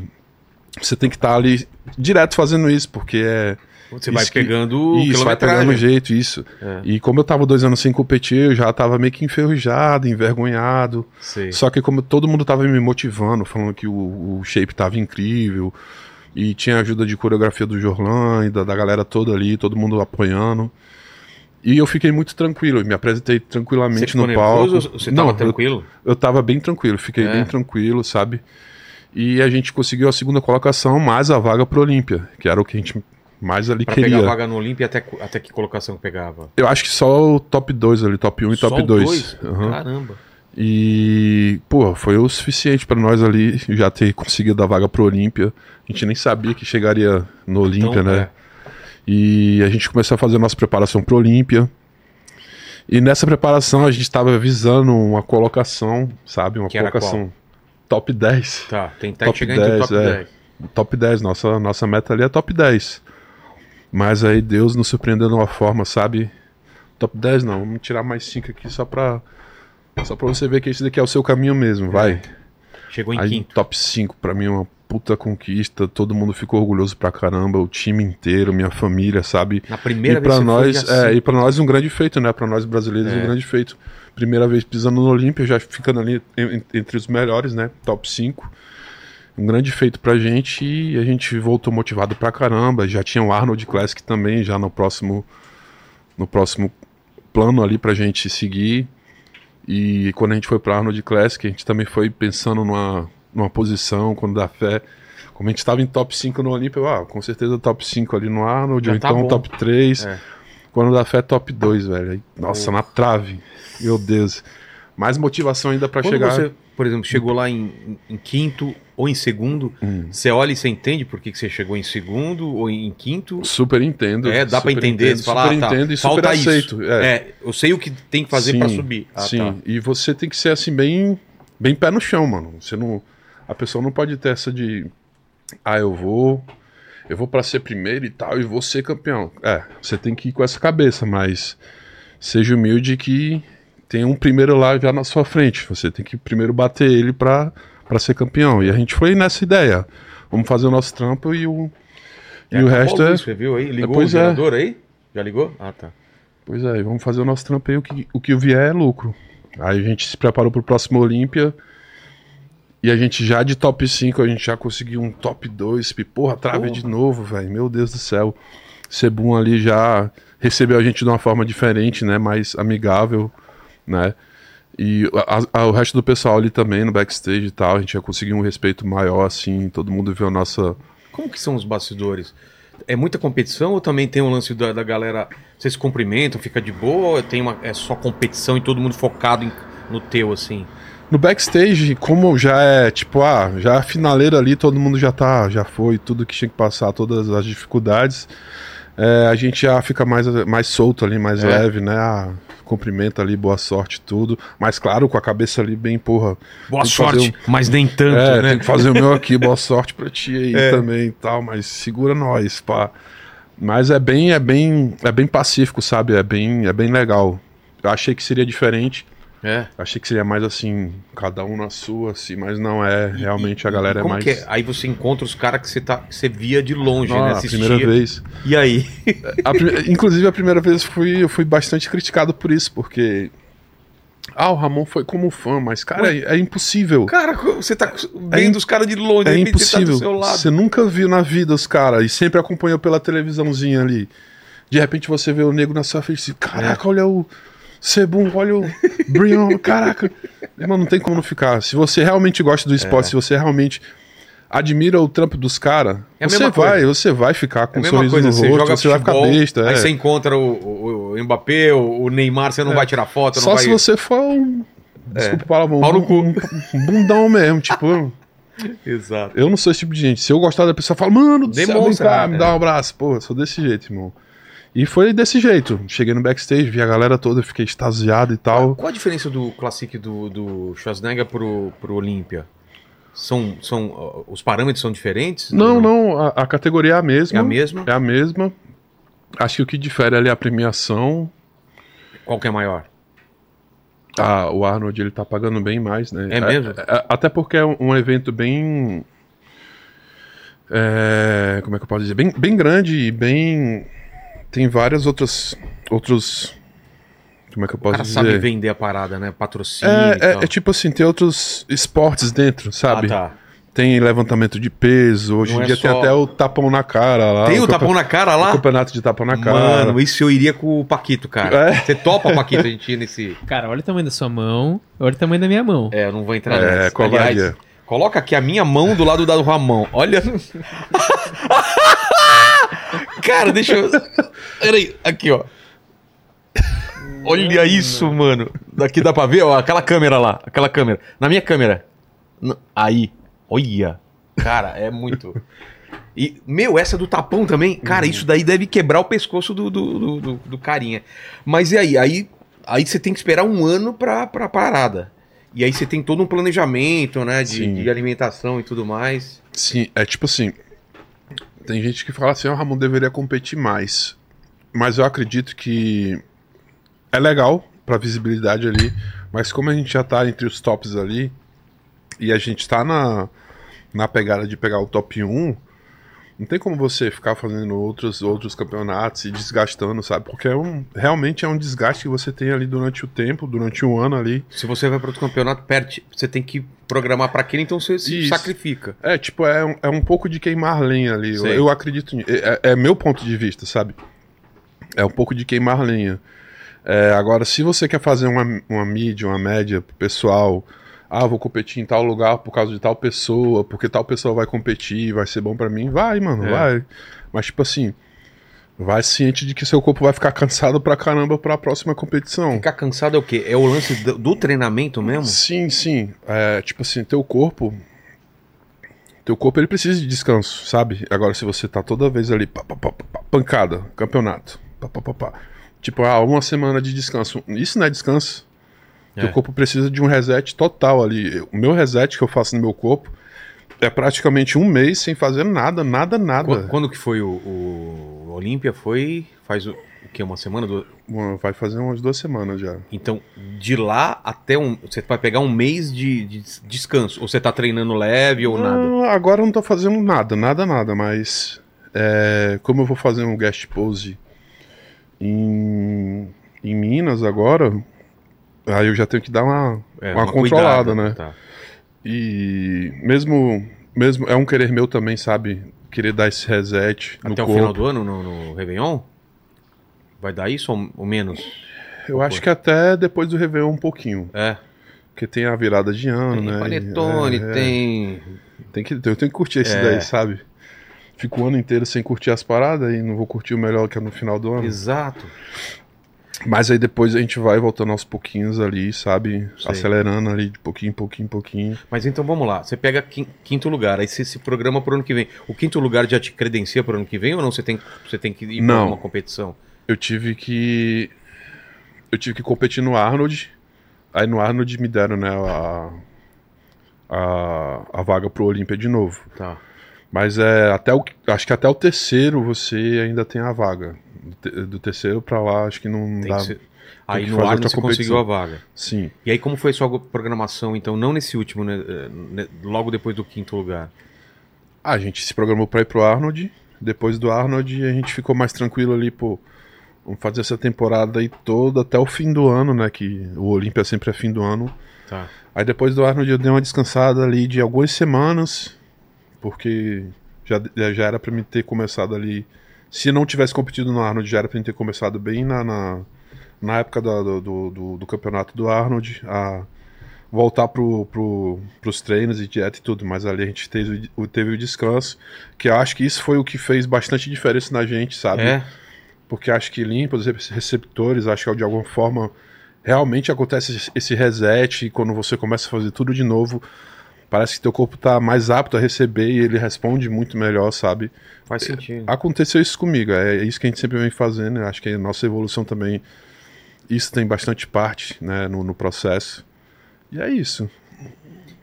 Você tem que estar ali direto fazendo isso, porque é.
Você
Isso
vai
que-
pegando
isso, vai pegando
quilometragem.
jeito, isso.
É.
E como eu tava dois anos sem competir, eu já tava meio que enferrujado, envergonhado.
Sei.
Só que como todo mundo tava me motivando, falando que o, o shape tava incrível, e tinha ajuda de coreografia do Jorlan e da, da galera toda ali, todo mundo apoiando. E eu fiquei muito tranquilo, me apresentei
Você
tranquilamente
ficou
no palco.
nervoso? Você tava
Não, eu-
tranquilo?
eu, tava bem tranquilo, fiquei
É.
bem tranquilo, sabe? E a gente conseguiu a segunda colocação, mais a vaga pro Olímpia, que era o que a gente mais ali
Pra
queria.
pegar vaga no Olímpia, até, cu- até que colocação que pegava?
Eu acho que só o top 2 ali, top 1 e
Só
top
o
2.
Caramba.
E, pô, foi o suficiente pra nós ali já ter conseguido a vaga pro Olímpia. A gente nem sabia que chegaria no Olímpia,
Então,
né? E a gente começou a fazer a nossa preparação pro Olímpia. E nessa preparação a gente estava visando uma colocação, sabe? Uma
Que era
colocação top 10.
Tá, tentar
Top
chegar entre o
10,
top
é.
10.
Top 10, nossa, nossa meta ali é top 10. Mas aí Deus nos surpreendeu de uma forma, sabe? Top 10 não, vamos tirar mais 5 aqui só pra, só pra você ver que esse daqui é o seu caminho mesmo, vai.
Chegou em
Aí,
quinto.
top 5 pra mim é uma puta conquista, todo mundo ficou orgulhoso pra caramba, o time inteiro, minha família, sabe?
Na primeira
e pra
vez que
nós,
foi já
é,
cinco.
e para nós um grande feito, né? Pra nós brasileiros
É.
um grande feito. Primeira vez pisando no Olímpia, já ficando ali en- entre os melhores, né? Top 5. Um grande feito pra gente e a gente voltou motivado pra caramba. Já tinha o Arnold Classic também, já no próximo no próximo plano ali pra gente seguir. E quando a gente foi pra Arnold Classic, a gente também foi pensando numa, numa posição, quando dá fé. Como a gente estava em top 5 no Olímpia, eu, ah, com certeza top 5 ali no Arnold,
Já
ou
tá
então
bom.
top 3.
É.
Quando dá fé, top 2, velho. Aí, Nossa, na trave. Meu Deus. Mais motivação ainda pra
Quando
chegar.
você, por exemplo, chegou lá em, em quinto ou em segundo,
Hum.
você olha e você entende por que, que você chegou em segundo ou em quinto?
Super entendo.
É, dá pra
super
entender,
entendo,
você fala,
super
ah, tá,
entendo e super
falta isso.
aceito. É,
É, eu sei o que tem que fazer
Sim,
pra subir. Ah,
sim.
tá.
E você tem que ser assim, bem, bem pé no chão, mano. Você não. A pessoa não pode ter essa de. Ah, eu vou. Eu vou pra ser primeiro e tal, e vou ser campeão. É, você tem que ir com essa cabeça, mas seja humilde que tem um primeiro lá já na sua frente. Você tem que primeiro bater ele pra, pra ser campeão. E a gente foi nessa ideia. Vamos fazer o nosso trampo e o. E o
acabou
resto é.
isso, Você viu aí? Ligou
Pois
o
é.
gerador aí? Já ligou? Ah, tá.
Pois é, e vamos fazer o nosso trampo aí, o que, o que vier é lucro. Aí a gente se preparou pro próximo Olímpia. E a gente já de top 5, a gente já conseguiu um top 2. e, Porra, trave
Porra.
de novo, velho. Meu Deus do céu. Sebum ali já recebeu a gente de uma forma diferente, né? Mais amigável, né? E a- a- o resto do pessoal ali também, no backstage e tal, a gente já conseguiu um respeito maior, assim. Todo mundo viu a nossa.
Como que são os bastidores? É muita competição ou também tem um lance da, da galera? Vocês se cumprimentam, fica de boa? ou Tem uma, é só competição e todo mundo focado em- no teu, assim?
No backstage, como já é tipo, ah, já é a finaleira ali, todo mundo já tá, já foi, tudo que tinha que passar, todas as dificuldades, é, a gente já fica mais, mais solto ali, mais
É.
leve, né? Ah, cumprimenta ali, boa sorte, tudo. Mas claro, com a cabeça ali bem, porra,
Boa
Tem que
sorte, mas nem tanto,
é,
né? É.
tem que fazer o meu aqui, boa sorte pra ti aí também e tal, mas segura nós, pá. Mas é bem, é bem, é bem pacífico, sabe? É bem, é bem legal. Eu achei que seria diferente.
É.
Achei que seria mais assim, cada um na sua, assim, mas não é. Realmente a
E
galera é
como
mais.
que é? Aí você encontra os caras que você, tá, que você via de longe,
Ah,
né?
a
Assistia.
primeira vez.
E aí?
A prime- Inclusive, a primeira vez fui, eu fui bastante criticado por isso, porque. Ah, o Ramon foi como fã, mas, cara, é, é impossível.
Cara, você tá
É
vendo os caras de longe,
É
de repente você tá
impossível.
do seu lado.
Você nunca viu na vida os caras e sempre acompanhou pela televisãozinha ali. De repente você vê o nego na sua frente e diz,
É.
caraca, olha o Sebum, olha o Brion, caraca. Irmão, não tem como não ficar. Se você realmente gosta do esporte, se você realmente admira o trampo dos caras,
É a
você
mesma
vai,
coisa.
você vai ficar com
É a
um
mesma
sorriso
coisa,
no
você
rosto,
joga
você vai ficar
futebol,
besta.
aí
é.
você encontra o, o- o Mbappé, o, o Neymar, você não vai tirar foto,
Só
não
se
vai... É.
você for um. Desculpa o palavrão.
Pau no
um- um- um bundão mesmo, tipo.
Exato.
Eu não sou esse tipo de gente. Se eu gostar da pessoa, eu falo, mano, do céu, vem
Demonstra,
cá,
é.
me dá um abraço. Pô, eu sou desse jeito, irmão. E foi desse jeito. Cheguei no backstage, vi a galera toda, fiquei extasiado e tal.
Qual a diferença do Classic do, do Schwarzenegger pro, pro Olímpia? São, são, ó, os parâmetros são diferentes?
Não, não, a, a categoria é a mesma.
É a mesma?
É a mesma. Acho que o que difere ali é a premiação.
Qual que é maior?
Ah, o Arnold, ele tá pagando bem mais, né?
É mesmo?
é- até porque é um, um evento bem... é, como é que eu posso dizer? Bem, bem grande e bem... Tem várias outras... Outros... Como é que eu
O
posso
cara
dizer?
sabe vender a parada, né? Patrocínio e
É,
tal.
é, é tipo assim, tem outros esportes dentro, sabe?
Ah, tá.
Tem levantamento de peso, hoje
Não
em
é
dia tem
só-
até o tapão na cara lá.
Tem o
campe-
tapão na cara
o
lá?
campeonato de tapão na cara.
Mano, isso eu iria com o Paquito, cara.
É.
Você topa, Paquito, a gente ir nesse...
Cara, olha o tamanho da sua mão, olha o tamanho da minha mão.
É, eu não vou entrar
é,
nessa.
covardia.
Aliás, Coloca aqui a minha mão do lado da do Ramon. Olha. Cara, deixa eu. Peraí, aqui, ó. Olha isso, mano. Daqui dá pra ver, ó. Aquela câmera lá. Aquela câmera. Na minha câmera. N- Aí. Olha. Cara, é muito. E, meu, essa do tapão também. Cara, isso daí deve quebrar o pescoço do, do, do, do- do carinha. Mas e aí? Aí Aí você tem que esperar um ano pra, pra parada. E aí você tem todo um planejamento, né? De,
Sim.
de alimentação e tudo mais.
Sim, é tipo assim. Tem gente que fala assim, "Ah, o Ramon deveria competir mais. Mas eu acredito que é legal pra visibilidade ali, mas como a gente já tá entre os tops ali, e a gente tá na, na pegada de pegar o top 1, não tem como você ficar fazendo outros, outros campeonatos e desgastando, sabe? Porque é um, realmente é um desgaste que você tem ali durante o tempo, durante um ano ali.
Se você vai para outro campeonato, perde, você tem que programar para aquele, então você se
Isso.
sacrifica.
É, tipo, é um, é um pouco de queimar lenha ali. Eu,
Sei.
eu acredito. ni- É, é meu ponto de vista, sabe? É um pouco de queimar lenha. É, agora, se você quer fazer uma, uma mídia, uma média pro pessoal. Ah, vou competir em tal lugar por causa de tal pessoa, porque tal pessoa vai competir, vai ser bom pra mim. Vai, mano,
É.
vai. Mas, tipo assim, vai ciente de que seu corpo vai ficar cansado pra caramba pra próxima competição.
Ficar cansado é o quê? É o lance do, do treinamento mesmo?
Sim, sim. É, tipo assim, teu corpo. Teu corpo ele precisa de descanso, sabe? Agora, se você tá toda vez ali, pá, pá, pá, pá, pá, pancada, campeonato, pá, pá, pá, pá. Tipo, ah, uma semana de descanso. Isso não é descanso.
É.
Teu corpo precisa de um reset total ali. O meu reset que eu faço no meu corpo é praticamente um mês sem fazer nada, nada, nada.
Qu- Quando que foi o, o Olímpia? Foi faz o, o quê? Uma semana? Du-
Mano, Vai fazer umas duas semanas já.
Então, de lá até um. Você vai pegar um mês de, de des- descanso. Ou você tá treinando leve ou nada.
Não, Ah, agora eu não tô fazendo nada, nada, nada, mas é, como eu vou fazer um guest pose em, em Minas agora, aí eu já tenho que dar uma.
É,
uma controlada,
cuidada,
né?
tá.
E mesmo. mesmo é um querer meu também, sabe? Querer dar esse reset no
Até o
corpo.
final do ano, no, no Réveillon? Vai dar isso ou, ou menos?
Eu acho que até depois do Réveillon um pouquinho.
É.
Porque tem a virada de ano,
Tem
né?
panetone,
É, é.
tem.
Tem que, eu tenho que curtir esse
É.
daí, sabe? Fico o ano inteiro sem curtir as paradas e não vou curtir o melhor que é no final do ano.
Exato.
Mas aí depois a gente vai voltando aos pouquinhos ali, sabe?
Sei.
Acelerando ali de pouquinho, pouquinho, pouquinho.
Mas então vamos lá. Você pega quin- quinto lugar, aí você se programa pro ano que vem. O quinto lugar já te credencia pro ano que vem ou não? Você tem, você tem que ir pra
Não.
alguma competição?
Eu tive que. Eu tive que competir no Arnold. Aí no Arnold me deram, né, a. A, a vaga pro Olímpia de novo.
Tá.
Mas é até o. Acho que até o terceiro você ainda tem a vaga. Do te- Do terceiro pra lá, acho que não
Tem
dá.
que ser- Aí
que
no
fazer
ar
outra
você conseguiu
competição.
a vaga.
Sim.
E aí como foi a sua programação, então? Não nesse último, né? eh, né, Logo depois do quinto lugar.
Ah, a gente se programou pra ir pro Arnold. Depois do Arnold, a gente ficou mais tranquilo ali, pô. Vamos fazer essa temporada aí toda até o fim do ano, né? Que o Olímpia sempre é fim do ano.
Tá.
Aí depois do Arnold eu dei uma descansada ali de algumas semanas, porque já, já era pra mim ter começado ali. Se não tivesse competido no Arnold, já era pra mim ter começado bem na, na, na época da- do, do, do- do campeonato do Arnold, a voltar pro, pro, pros treinos e dieta e tudo. Mas ali a gente teve, o- teve o descanso, que eu acho que isso foi o que fez bastante diferença na gente, sabe?
É?
porque acho que limpa os rece- receptores, acho que de alguma forma realmente acontece esse- esse reset e quando você começa a fazer tudo de novo, parece que teu corpo tá mais apto a receber e ele responde muito melhor, sabe?
Faz sentido.
Aconteceu isso comigo, é isso que a gente sempre vem fazendo, eu acho que a nossa evolução também, isso tem bastante parte né, no, no processo. E é isso.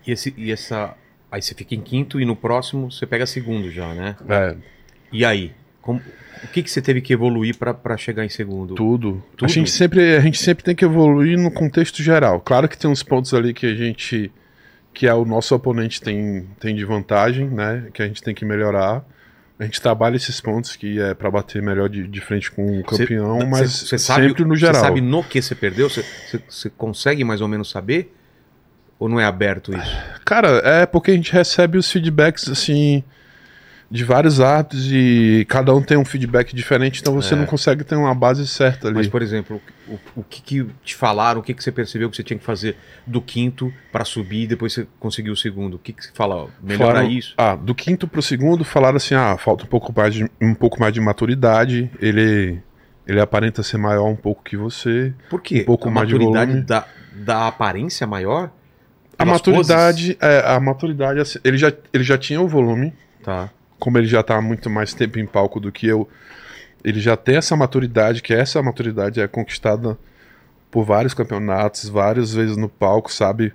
E, esse, e essa... Aí você fica em quinto e no próximo você pega segundo já, né?
É,
E aí? Como- O que, que você teve que evoluir pra- pra chegar em segundo?
Tudo.
Tudo?
A, gente sempre, a gente sempre tem que evoluir no contexto geral. Claro que tem uns pontos ali que a gente. que é o nosso oponente tem, tem de vantagem, né? Que a gente tem que melhorar. A gente trabalha esses pontos que é pra bater melhor de, de frente com o
Cê-
campeão,
cê-
Então, mas
cê
sempre no geral.
Você sabe no que você perdeu? Você- Você você consegue mais ou menos saber? Ou não é aberto isso?
Cara, é porque a gente recebe os feedbacks assim de vários árbitros e cada um tem um feedback diferente, então você
É.
não consegue ter uma base certa ali.
Mas, por exemplo, o, o que, que te falaram, o que, que você percebeu que você tinha que fazer do quinto pra subir e depois você conseguiu o segundo? O que, que você fala? ó, Melhorar
Falaram-
isso?
Ah, do quinto pro segundo falaram assim, ah, falta um pouco mais de, um pouco mais de maturidade, ele ele aparenta ser maior um pouco que você.
Por quê?
um pouco
a
mais de
maturidade
volume.
da, da aparência maior?
A
Pelas
maturidade, é, a maturidade, assim, ele já ele já tinha o volume,
poses? Tá.
como ele já tá há muito mais tempo em palco do que eu, ele já tem essa maturidade, que essa maturidade é conquistada por vários campeonatos, várias vezes no palco, sabe?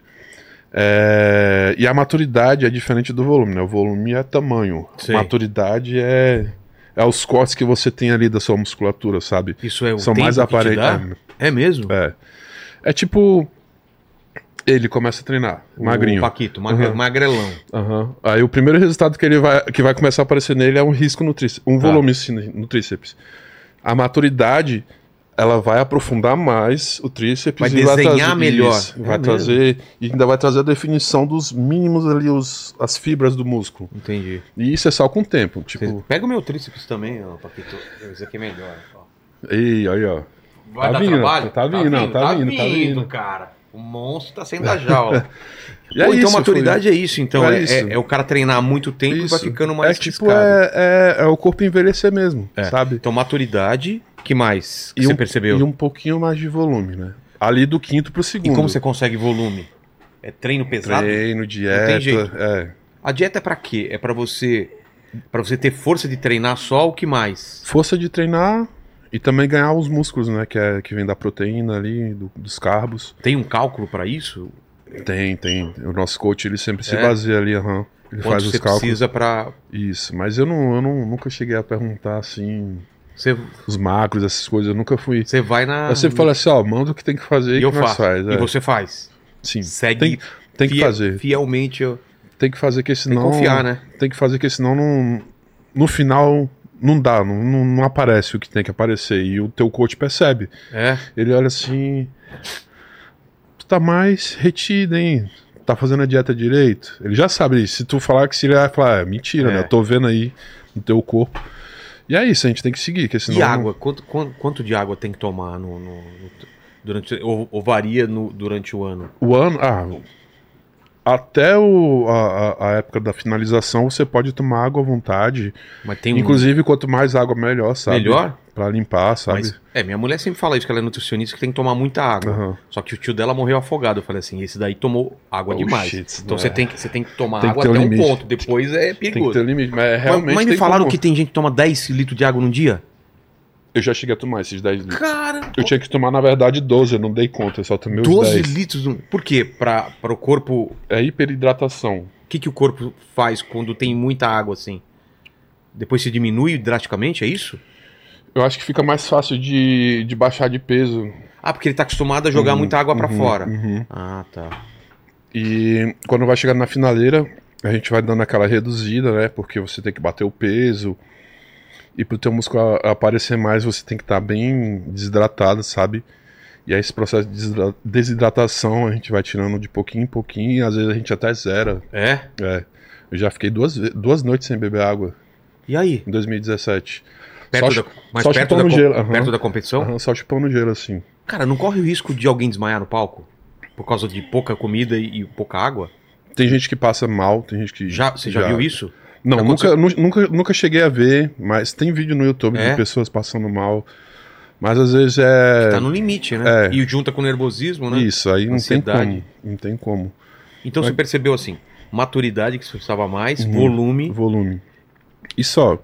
É, E a maturidade é diferente do volume, né? O volume é tamanho.
Sim.
Maturidade é, é os cortes que você tem ali da sua musculatura, sabe?
Isso é o
São
tempo
mais
que te
aparentes.
dá?
É,
É mesmo?
É. É tipo. Ele começa a treinar, magrinho.
O Paquito, magre-
Uhum.
magrelão.
Aham. Aí o primeiro resultado que ele vai, que vai começar a aparecer nele é um risco no tríceps, um
Tá.
volume assim, no tríceps. A maturidade, ela vai aprofundar mais o tríceps
Vai
e vai
desenhar
trazer-
melhor.
isso,
É
vai
mesmo.
trazer e ainda vai trazer a definição dos mínimos ali os, as fibras do músculo.
Entendi.
E isso é só com o tempo, tipo,
Pega o meu tríceps também, ó, Paquito. Esse aqui é melhor. ó.
ei, aí ó.
Vai
Tá
dar
vindo,
trabalho?
tá vindo, não, tá vindo, tá vindo.
cara. O monstro tá saindo da jaula.
E é
Pô, então
isso,
maturidade é isso, então.
É
É,
isso.
é- é o cara treinar há muito
foi
tempo e vai
isso.
ficando mais
é tipo
fiscado.
é, é, é o corpo envelhecer mesmo, sabe?
Então, maturidade, que mais que
E
você
um-
percebeu?
E
E,
um pouquinho mais de volume, né? Ali do quinto pro segundo.
como você consegue volume? É treino pesado?
Treino, dieta.
Não tem jeito.
é.
A dieta é pra quê? É pra você para você ter força de treinar só o que mais?
Força de treinar e também ganhar os músculos, né? Que, é, que vem da proteína ali, do- dos carbos.
Tem um cálculo pra isso?
Tem, tem. O nosso coach, ele sempre se
É?
baseia ali, aham. Ele
Quanto
faz os
você
cálculos.
precisa pra.
Isso, mas eu, não, eu não, nunca cheguei a perguntar, assim,
Você,
os macros, essas coisas. Eu nunca fui.
você vai na.
eu sempre falo assim, ó, manda o que tem que fazer
Ah, e
e
eu
que nós
faço.
faz.
E
é.
você faz.
Sim,
Segue
tem que
fia-
fazer.
fielmente. eu-
Tem que fazer que
Tem que
senão...
confiar, né?
Tem que fazer que senão não, no final não dá, não, não, não aparece o que tem que aparecer. E o teu coach percebe.
É.
Ele olha assim. Tu tá mais retido, hein? Tá fazendo a dieta direito? Ele já sabe isso. Se tu falar que se ele vai falar, é mentira,
É.
né? Eu tô vendo aí no teu corpo. E é isso, a gente tem que seguir, que senão.
E
não-
água? Quanto, quan- quanto, de água tem que tomar no, no- no- durante, ou, ou varia no- durante o ano?
O ano. Ah, até o, a, a- a época da finalização, você pode tomar água à vontade.
Mas tem um
Inclusive, quanto mais água, melhor, sabe?
melhor?
Pra limpar, sabe?
Mas, é, minha mulher sempre fala isso, que ela é nutricionista, que tem que tomar muita água.
Aham.
Só que o tio dela morreu afogado. Eu falei assim, esse daí tomou água
Oh,
demais.
shit,
então
né?
você, tem que, você tem que tomar
Tem que
água
ter um
até um
limite.
ponto, depois é
Tem que
perigoso.
ter limite, mas é,
Mas,
realmente.
mas me
tem
falaram
como.
que tem gente que toma 10 litros de água num dia?
Eu já cheguei a tomar esses 10 litros.
Cara,
Eu tinha que tomar, na verdade, 12, eu não dei conta, eu só tomei os
12
12 10.
litros. num- Por quê? Pra, para o corpo.
É hiperidratação.
O que, que o corpo faz quando tem muita água assim? Depois se diminui drasticamente, é isso?
Eu acho que fica mais fácil de, de baixar de peso.
Ah, porque ele tá acostumado a jogar
Uhum,
muita água pra
uhum,
fora.
uhum.
Ah, tá.
E quando vai chegando na finaleira, a gente vai dando aquela reduzida, né? Porque você tem que bater o peso. E pro teu músculo a- aparecer mais, você tem que estar bem desidratado, sabe? E aí esse processo de desidra- desidratação a gente vai tirando de pouquinho em pouquinho, e às vezes a gente até zera.
É?
É. Eu já fiquei duas, ve- duas noites sem beber água
E aí?
em 2017.
Perto
Só
da, mas
só
perto
chupando
da, com-
gelo, aham.
perto da competição?
Aham, só chupando gelo, assim.
Cara, não corre o risco de alguém desmaiar no palco? Por causa de pouca comida e, e pouca água?
Tem gente que passa mal, tem gente que.
Já, você já, viu isso?
Não,
Já
nunca, nu- nunca, nunca cheguei a ver, mas tem vídeo no YouTube
É?
de pessoas passando mal. Mas às vezes é.
Tá no limite, né?
É.
E junta com o nervosismo, né?
Isso, aí não
Ansiedade.
tem como. Não tem como.
Então você percebeu assim, maturidade que você precisava mais,
Uhum.
volume.
Volume. E só.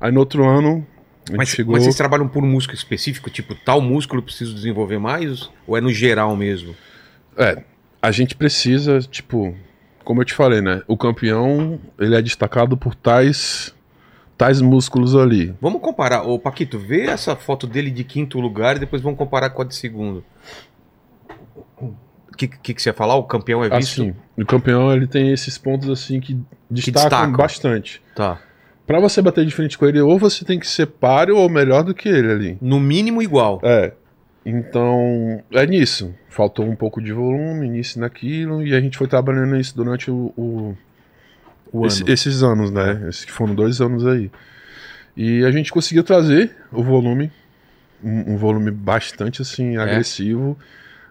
Aí no outro ano, a gente
Mas,
chegou.
mas vocês trabalham por músculo específico? Tipo, tal músculo eu preciso desenvolver mais? Ou é no geral mesmo?
É, a gente precisa, tipo, como eu te falei, né? O campeão, ele é destacado por tais. Tais músculos ali.
Vamos comparar. Ô, Paquito, vê essa foto dele de quinto lugar e depois vamos comparar com a de segundo. O que, que, que você ia falar? O campeão é visto?
Assim, o campeão ele tem esses pontos assim que
destacam.
destacam. bastante.
Tá.
Pra você bater de frente com ele, ou você tem que ser páreo ou melhor do que ele ali.
No mínimo igual.
É. Então, é nisso. Faltou um pouco de volume, nisso e naquilo, e a gente foi trabalhando isso durante o, o-
O
esse-
ano.
esses anos, né? Esses que foram dois anos aí. E a gente conseguiu trazer o volume, um, um volume bastante assim, agressivo,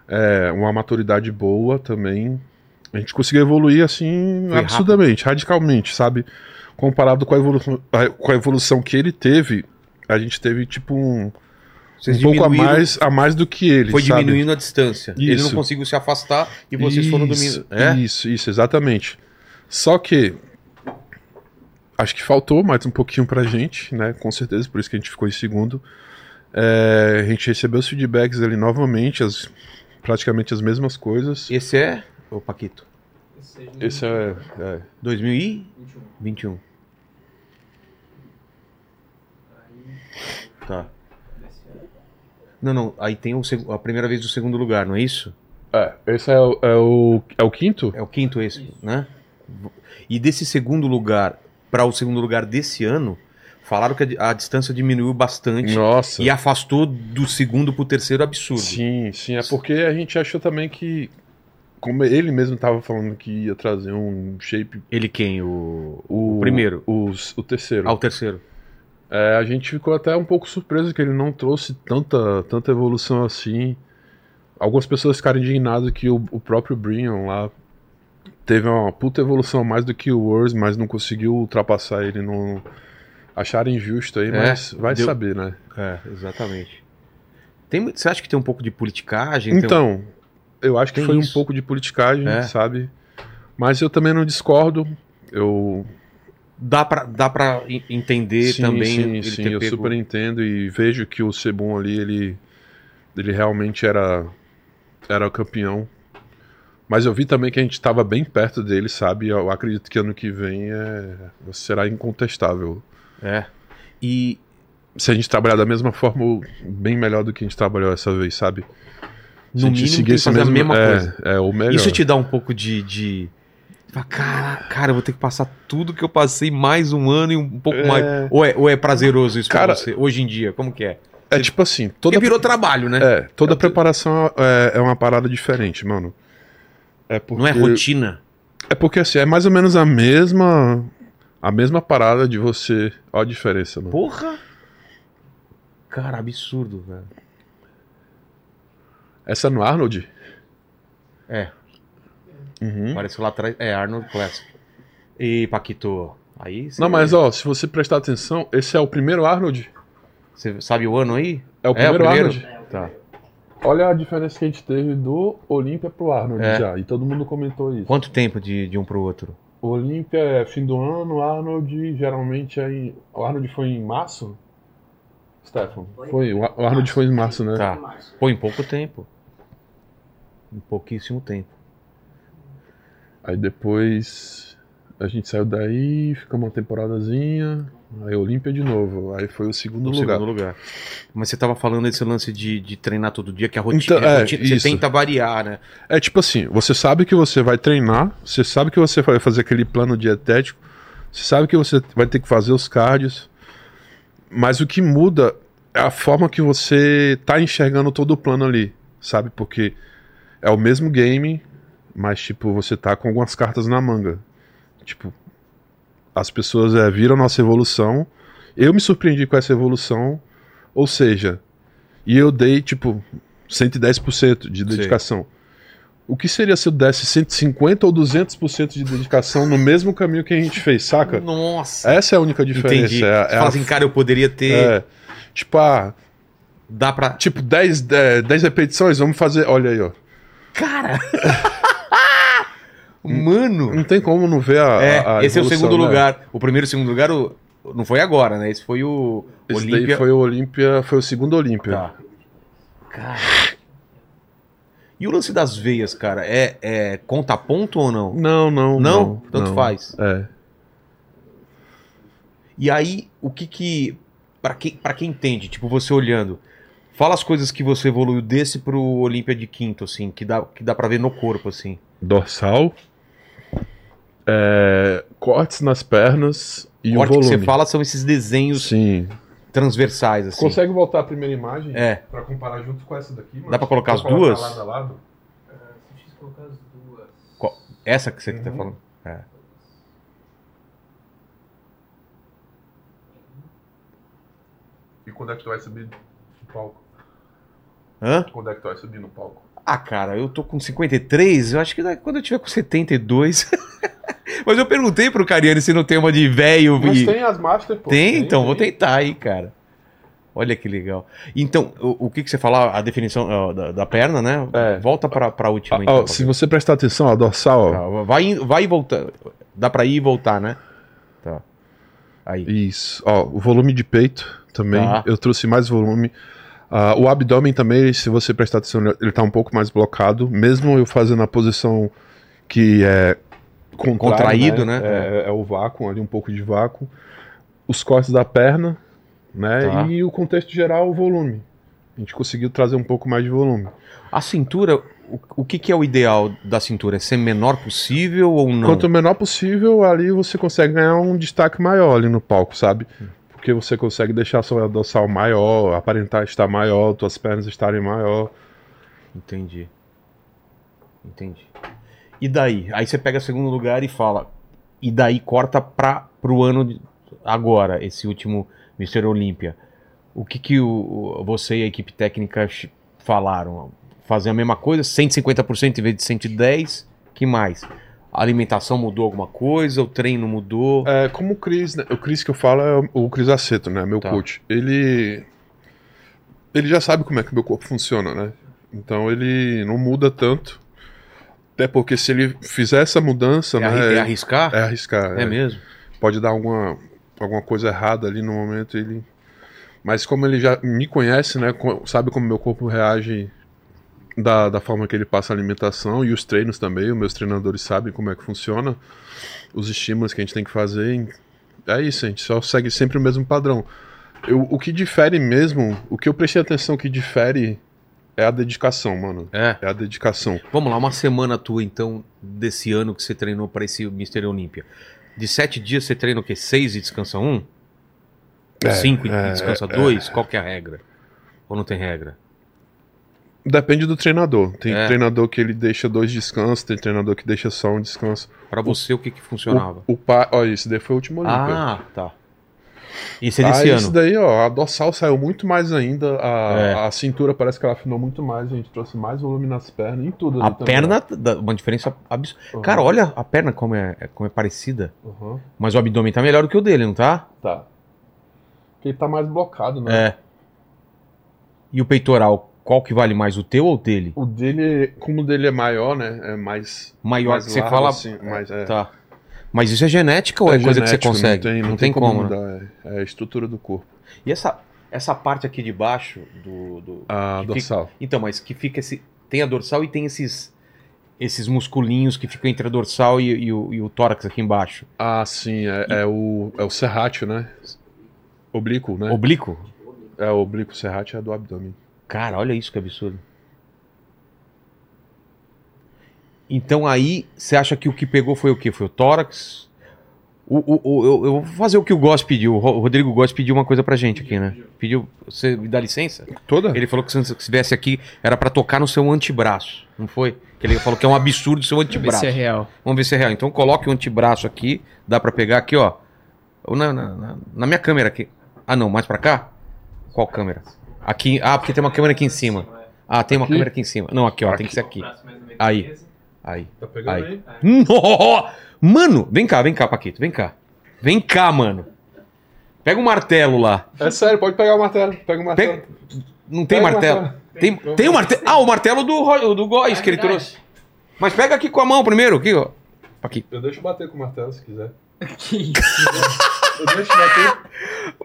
é, uma maturidade boa também. A gente conseguiu evoluir assim
Foi
absurdamente, radicalmente, sabe? Comparado com a, evolução, a- com a evolução que ele teve, a gente teve tipo um,
Vocês
um pouco a
diminuíram-
mais, a mais do que ele.
Foi
sabe?
diminuindo a distância. Ele não
Isso.
conseguiu se afastar e vocês foram dominando.
Isso,
É?
Isso, isso, exatamente. Só que acho que faltou mais um pouquinho pra gente, né? Com certeza, por isso que a gente ficou em segundo. É, a gente recebeu os feedbacks ali novamente, as, praticamente as mesmas coisas.
Esse é, ô Paquito,
Esse é, é
2021. Tá. Não, não, aí tem o seg- a primeira vez do segundo lugar, não é isso?
É, esse é o, é o, é o quinto?
É o quinto esse, né? E desse segundo lugar para o segundo lugar desse ano, falaram que a di- a, distância diminuiu bastante
Nossa.
e afastou do segundo pro terceiro absurdo.
Sim, sim. É porque a gente achou também que. Como ele mesmo estava falando que ia trazer um shape.
Ele quem? O,
O,
primeiro.
os- o terceiro.
Ah, o terceiro.
É, a gente ficou até um pouco surpreso que ele não trouxe tanta, tanta evolução assim. Algumas pessoas ficaram indignadas que o, o próprio Brian lá teve uma puta evolução mais do que o Words, mas não conseguiu ultrapassar ele. Não... Acharam injusto aí,
É,
mas vai
deu-
saber, né?
É, exatamente. Tem, mu- você acha que tem um pouco de politicagem? Tem um-
Então, eu acho que
Tem
foi
isso.
um pouco de politicagem,
É.
sabe? Mas eu também não discordo. Eu
dá pra, dá pra en- entender
sim,
também
sim,
ele
sim,
ter
eu
pego-
super entendo e vejo que o Sebum ali, ele, ele realmente era era o campeão. Mas eu vi também que a gente estava bem perto dele, sabe? Eu acredito que ano que vem é, será incontestável.
É. E
Se a gente trabalhar da mesma forma, bem melhor do que a gente trabalhou essa vez, sabe?
no
se a gente
mínimo tem
seguir
que
esse
fazer a
mesmo-
mesma
é,
coisa.
É, o melhor.
Isso te dá um pouco de. de... Você fala, Cara, cara, eu vou ter que passar tudo que eu passei mais um ano e um pouco
É.
mais. Ou é, ou é prazeroso isso
Cara-
pra você? Hoje em dia, como que é?
É tipo assim,
Porque
toda
virou trabalho, né?
É, toda preparação é, é uma parada diferente, mano. É porque,
Não é rotina.
é porque assim, é mais ou menos a mesma a mesma parada de você. Olha a diferença, mano.
Porra! Cara, absurdo, velho.
Essa é no Arnold?
É.
Uhum.
Apareceu lá atrás. É, Arnold Classic. E Paquito. Aí você
Não, mas ó, se você prestar atenção, esse é o primeiro Arnold.
você sabe o ano aí?
É o primeiro, Arnold.
Tá.
Olha a diferença que a gente teve do Olímpia pro Arnold
É.
já. E todo mundo comentou isso.
Quanto tempo de, de um pro outro?
O Olímpia é fim do ano, o Arnold geralmente é em. O Arnold foi em março? Stefan. Foi, o Ar- o Arnold foi em março, né?
Tá. Pô, em pouco tempo. Em pouquíssimo tempo.
Aí depois a gente saiu daí, ficamos uma temporadazinha, aí Olímpia de novo, aí foi o segundo
No
lugar.
segundo lugar. Mas você tava falando desse lance de, de treinar todo dia, que a rotina,
Então, é,
a rotina- você
isso.
tenta variar, né?
É tipo assim, você sabe que você vai treinar, você sabe que você vai fazer aquele plano dietético, você sabe que você vai ter que fazer os cardios, mas o que muda é a forma que você tá enxergando todo o plano ali, sabe? Porque é o mesmo game, mas tipo, você tá com algumas cartas na manga. Tipo, as pessoas é, viram nossa evolução, eu me surpreendi com essa evolução, ou seja, e eu dei tipo 110% de dedicação. O que seria se eu desse 150 ou 200% de dedicação no mesmo caminho que a gente fez, saca?
Nossa!
Essa é a única diferença.
Entendi.
É,
Você
é
fala
a-
assim, cara, eu poderia ter.
é, tipo, ah,
Dá pra.
tipo 10, 10, repetições, vamos fazer. Olha aí, ó.
Cara! Mano!
Não tem como não ver a.
É,
Hum. a- a
esse é o
evolução,
segundo
né?
lugar. O primeiro e o segundo lugar o- não foi agora, né? Esse foi o
Esse daí
Olímpia.
foi o Olímpia, foi o segundo Olímpia.
Tá. Cara. E o lance das veias, cara, é, é conta ponto ou não?
Não, não.
Não? Tanto
não.
faz.
É.
E aí, o que que. Pra quem, pra quem entende, tipo, você olhando, fala as coisas que você evoluiu desse pro Olímpia de quinto, assim, que dá, que dá pra ver no corpo, assim.
Dorsal. é, cortes nas pernas e
o
o
corte que
volume.
você fala são esses desenhos
Sim.
transversais, assim.
Consegue voltar a primeira imagem?
É.
Pra comparar junto com essa daqui, mano?
Dá pra colocar as
Pra colocar
duas?
lado a lado?
Qual- Essa que você que tá
Uhum.
falando.
E quando é que tu vai subir no palco?
Hã?
Quando é que tu vai subir no palco?
Ah, cara, eu tô com 53, eu acho que da- quando eu tiver com 72. Mas eu perguntei pro Cariani se não tem uma de velho.
Mas
e-
tem as Master, pô.
Tem, então, vou tentar aí, cara. Olha que legal. Então, o, o que, que você fala, a definição ó, da, da perna, né?
É.
Volta pra, pra última,
Ah,
então.
ó, se você prestar atenção, ó, dorsal, ó.
Tá, vai, in- vai e volta. Dá pra ir e voltar, né? Tá. Aí.
Isso. Ó, o volume de peito também.
Tá.
Eu trouxe mais volume. Ah, o abdômen também, se você prestar atenção, ele- ele tá um pouco mais blocado. Mesmo eu fazendo a posição que é contrário,
Contraído, né?
É, é o vácuo ali, um pouco de vácuo. Os cortes da perna, né?
Tá.
E o contexto geral, o volume. A gente conseguiu trazer um pouco mais de volume.
A cintura, o, o que, que é o ideal da cintura? É ser menor possível ou não?
Quanto menor possível, ali você consegue ganhar um destaque maior ali no palco, sabe? Porque você consegue deixar seu dorsal maior, aparentar estar maior, suas pernas estarem maior.
Entendi. Entendi. E daí? Aí você pega segundo lugar e fala. E daí corta pra, pro ano de- agora, esse último Mr. Olímpia. O que, que o, o- você e a equipe técnica ch- falaram? Fazer a mesma coisa, 150% em vez de 110%? que mais? A alimentação mudou alguma coisa? O treino mudou?
É, como o Cris, né? O Cris que eu falo é o- o Cris Aceto, né? Meu
Tá.
coach. Ele. Ele já sabe como é que meu corpo funciona, né? Então ele não muda tanto. Até porque se ele fizer essa mudança,
É, arri- é
né?
arriscar?
é arriscar.
É,
é.
mesmo?
Pode dar alguma, alguma coisa errada ali no momento. Ele... Mas como ele já me conhece, né? co- Sabe como meu corpo reage da, da forma que ele passa a alimentação e os treinos também. Os meus treinadores sabem como é que funciona, os estímulos que a gente tem que fazer. É isso, a gente só segue sempre o mesmo padrão. Eu- o que difere mesmo, o que eu prestei atenção que difere é a dedicação, mano.
É.
É a dedicação.
Vamos lá, uma semana tua, então, desse ano que você treinou para esse Mister Olímpia. De sete dias você treina o quê? Seis e descansa um? Cinco e
é,
descansa dois? Qual que é a regra? Ou não tem regra?
Depende do treinador. Tem
É.
treinador que ele deixa dois descansos, tem treinador que deixa só um descanso.
Para você, o que que funcionava?
O, o pa... Ó, esse daí foi o último Olímpia.
ah, tá. Isso é
Ah,
desse
Esse
ano.
daí, ó, a dorsal saiu muito mais ainda, a,
É.
a cintura parece que ela afinou muito mais, a gente trouxe mais volume nas pernas, em tudo.
A
ali também.
perna, dá uma diferença absurda.
Uhum,
Cara, olha a perna como é, como é parecida.
uhum,
Mas o abdômen tá melhor do que o dele, não tá?
Tá. Porque ele tá mais blocado, né?
É. E o peitoral, qual que vale mais, o teu ou o dele?
O dele, como o dele é maior, né, é mais...
Maior,
mais
que você
largo,
fala
assim, mais- é.
Tá. Mas isso é genética ou é, coisa que você
genético,
consegue?
Não tem, não tem como, mudar, é, é a estrutura do corpo.
né? E essa, essa parte aqui de baixo do. do-
A
Que
dorsal.
Então, mas que fica esse. Tem a dorsal e tem esses. Esses musculinhos que ficam entre a dorsal e, e o, e o tórax aqui embaixo.
Ah, sim, é, é o, é o serrátil, né? Oblíquo, né?
Oblíquo?
É, o oblíquo serrátil é do abdômen.
Cara, olha isso que absurdo. Então aí, você acha que o que pegou foi o quê? Foi o tórax? O, o- o- eu, eu vou fazer o que o Goss pediu. O Ro- o Rodrigo Goss pediu uma coisa pra gente aqui, né? Pediu. Você me dá licença?
Toda?
Ele falou que se você estivesse aqui era pra tocar no seu antebraço, não foi? Que ele falou que é um absurdo o seu
Vamos ver
antebraço.
se é real.
Vamos ver se é real. Então coloque o antebraço aqui, dá pra pegar aqui, ó. Ou na, na- na- na minha câmera aqui. Ah, não, mais pra cá? Qual câmera? Aqui. Ah, porque tem uma câmera aqui em cima. Ah, tem uma
Aqui?
câmera aqui em cima. Não, aqui, ó, tem que ser aqui. Aí. Aí.
Tá
pegando aí? No! Mano, vem cá, vem cá, Paquito, vem cá. Vem cá, mano. Pega um martelo lá.
É sério, pode pegar o martelo. Pega o martelo.
Pega- Não tem
Pega o
martelo.
martelo.
Tem, tem o martelo. Ah, o martelo do, Ro- do
É
Góis que ele trouxe. Mas pega aqui com a mão primeiro, aqui, ó. Aqui.
Eu deixo bater com o martelo se quiser.
Que isso?
Eu deixo bater.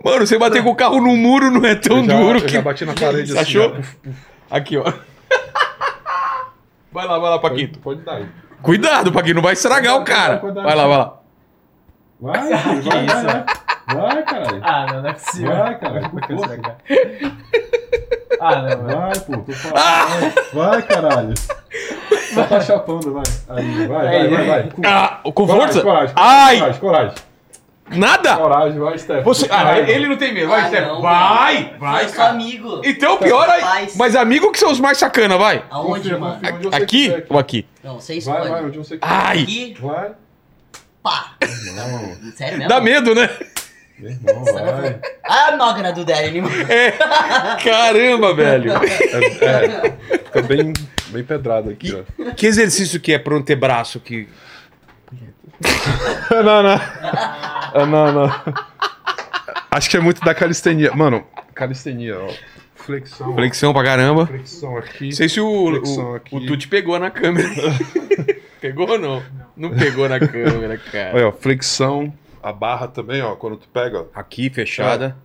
Mano, você bater com o carro no muro não é tão
eu já,
duro
eu
que.
já bati na parede
Você
assim.
achou?
ó.
Aqui, ó. Vai lá, vai lá, Paquito.
Pode, pode dar aí.
Cuidado, Paquito, não vai estragar o cara. Vai lá, vai lá.
Vai, vai,
Que isso?
vai, vai, caralho.
Ah, não, não é possível.
Vai, cara,
Como
por
que eu
força.
sei, cara? Ah, não, mano.
Vai, pô, tô falando. Vai, caralho. Só tá chapando, vai. Aí, vai, vai, vai, vai. Com-
Ah, com
Coragem,
força?
coragem,
Ai,
coragem, coragem,
nada?
coragem, vai, Steph.
Você. Ah,
Coragem.
ele não tem medo. Vai,
Ah,
Stefan.
não,
Vai!
Vai,
Vai,
sou
cara.
amigo.
Então pior aí.
Rapaz.
Mas amigo que são os mais sacana, vai.
Aonde,
Confia,
mano?
confia onde você
Aqui
quiser.
ou aqui?
Não,
Vai,
você escolhe.
vai, onde você quiser.
Ai!
Aqui,
Vai.
pá.
Não,
Sério mesmo?
Dá medo, né?
meu irmão, vai.
Ah, a nógana do Derek, mano.
É. Caramba, velho.
É, é, fica bem, bem pedrado aqui, ó.
Que exercício que é pro antebraço que.
não, não. Ah, não, não. Acho que é muito da calistenia. Mano, calistenia, ó. Flexão.
Flexão pra caramba.
Flexão aqui.
Não sei se o,
Flexão
o,
aqui.
o Tuti pegou na câmera. pegou ou não? Não pegou na câmera, cara.
Olha, ó, flexão. A barra também, ó. Quando tu pega, ó.
Aqui, fechada.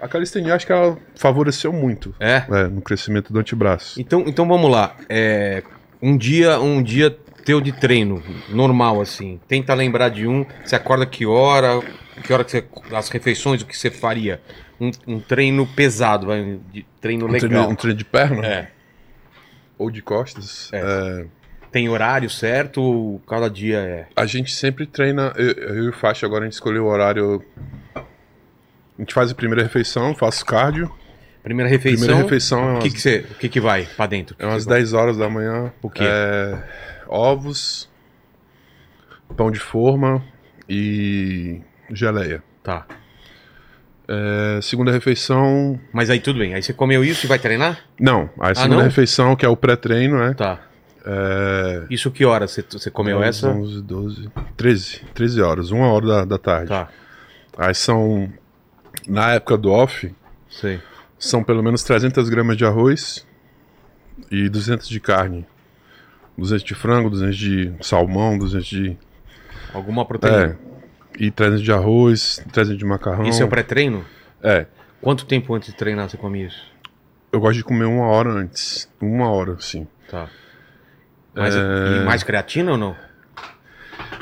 A calistenia acho que ela favoreceu muito
É.
é, no crescimento do antebraço.
Então, então vamos lá. É, um dia, um dia teu de treino, normal assim. Tenta lembrar de um. Você acorda que hora? Que hora que você. As refeições, o que você faria? Um, um treino pesado, vai, um de- treino
Um treino,
legal.
um treino de perna
É.
ou de costas. é,
Tem horário certo ou cada dia é?
a gente sempre treina. Eu, eu e o Faixa agora a gente escolheu o horário. A gente faz a primeira refeição, faço cardio.
Primeira refeição.
Primeira refeição é
O
umas,
que, que você. O que, que vai pra dentro?
é umas 10 horas da manhã.
O quê?
É, ovos, pão de forma e geleia.
Tá.
É, segunda refeição.
Mas aí tudo bem. Aí você comeu isso e vai treinar?
Não, a segunda
Ah, não?
refeição, que é o pré-treino, né?
Tá.
É,
Isso que hora você, você comeu
11,
essa?
11, 12, 13. 13 horas, uma hora da, da tarde.
Tá.
Aí são, na época do off,
Sei.
são pelo menos 300 gramas de arroz e 200 de carne. 200 de frango, 200 de salmão, 200 de...
Alguma proteína.
É, e 300 de arroz, 300 de macarrão.
Isso é o pré-treino?
É,
Quanto tempo antes de treinar você come isso?
eu gosto de comer uma hora antes. Uma hora, assim. sim.
Tá. Mas,
É.
E mais creatina ou não?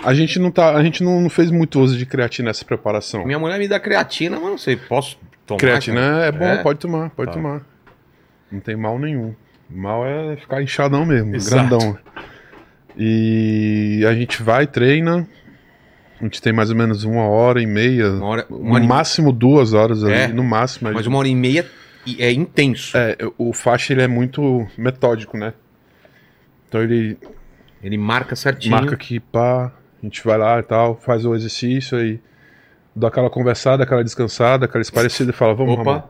A gente não, tá, a gente não, não fez muito uso de creatina nessa preparação.
Minha mulher me dá creatina, mas não sei, posso tomar? cara?
Creatina é bom,
É?
pode tomar, pode
Tá.
tomar. Não tem mal nenhum. Mal é ficar inchadão mesmo,
Exato.
grandão. E a gente vai, treina. A gente tem mais ou menos uma hora e meia.
Uma hora,
no
uma hora e-
máximo duas horas ali.
É?
No máximo.
mas uma hora e meia e- é intenso.
É, o faixa ele é muito metódico, né? Então ele
Ele marca certinho.
marca aqui, pá, a gente vai lá e tal, faz o exercício aí. Dá aquela conversada, aquela descansada, aquela esparecida e fala, vamos,
Opa.
Ramon.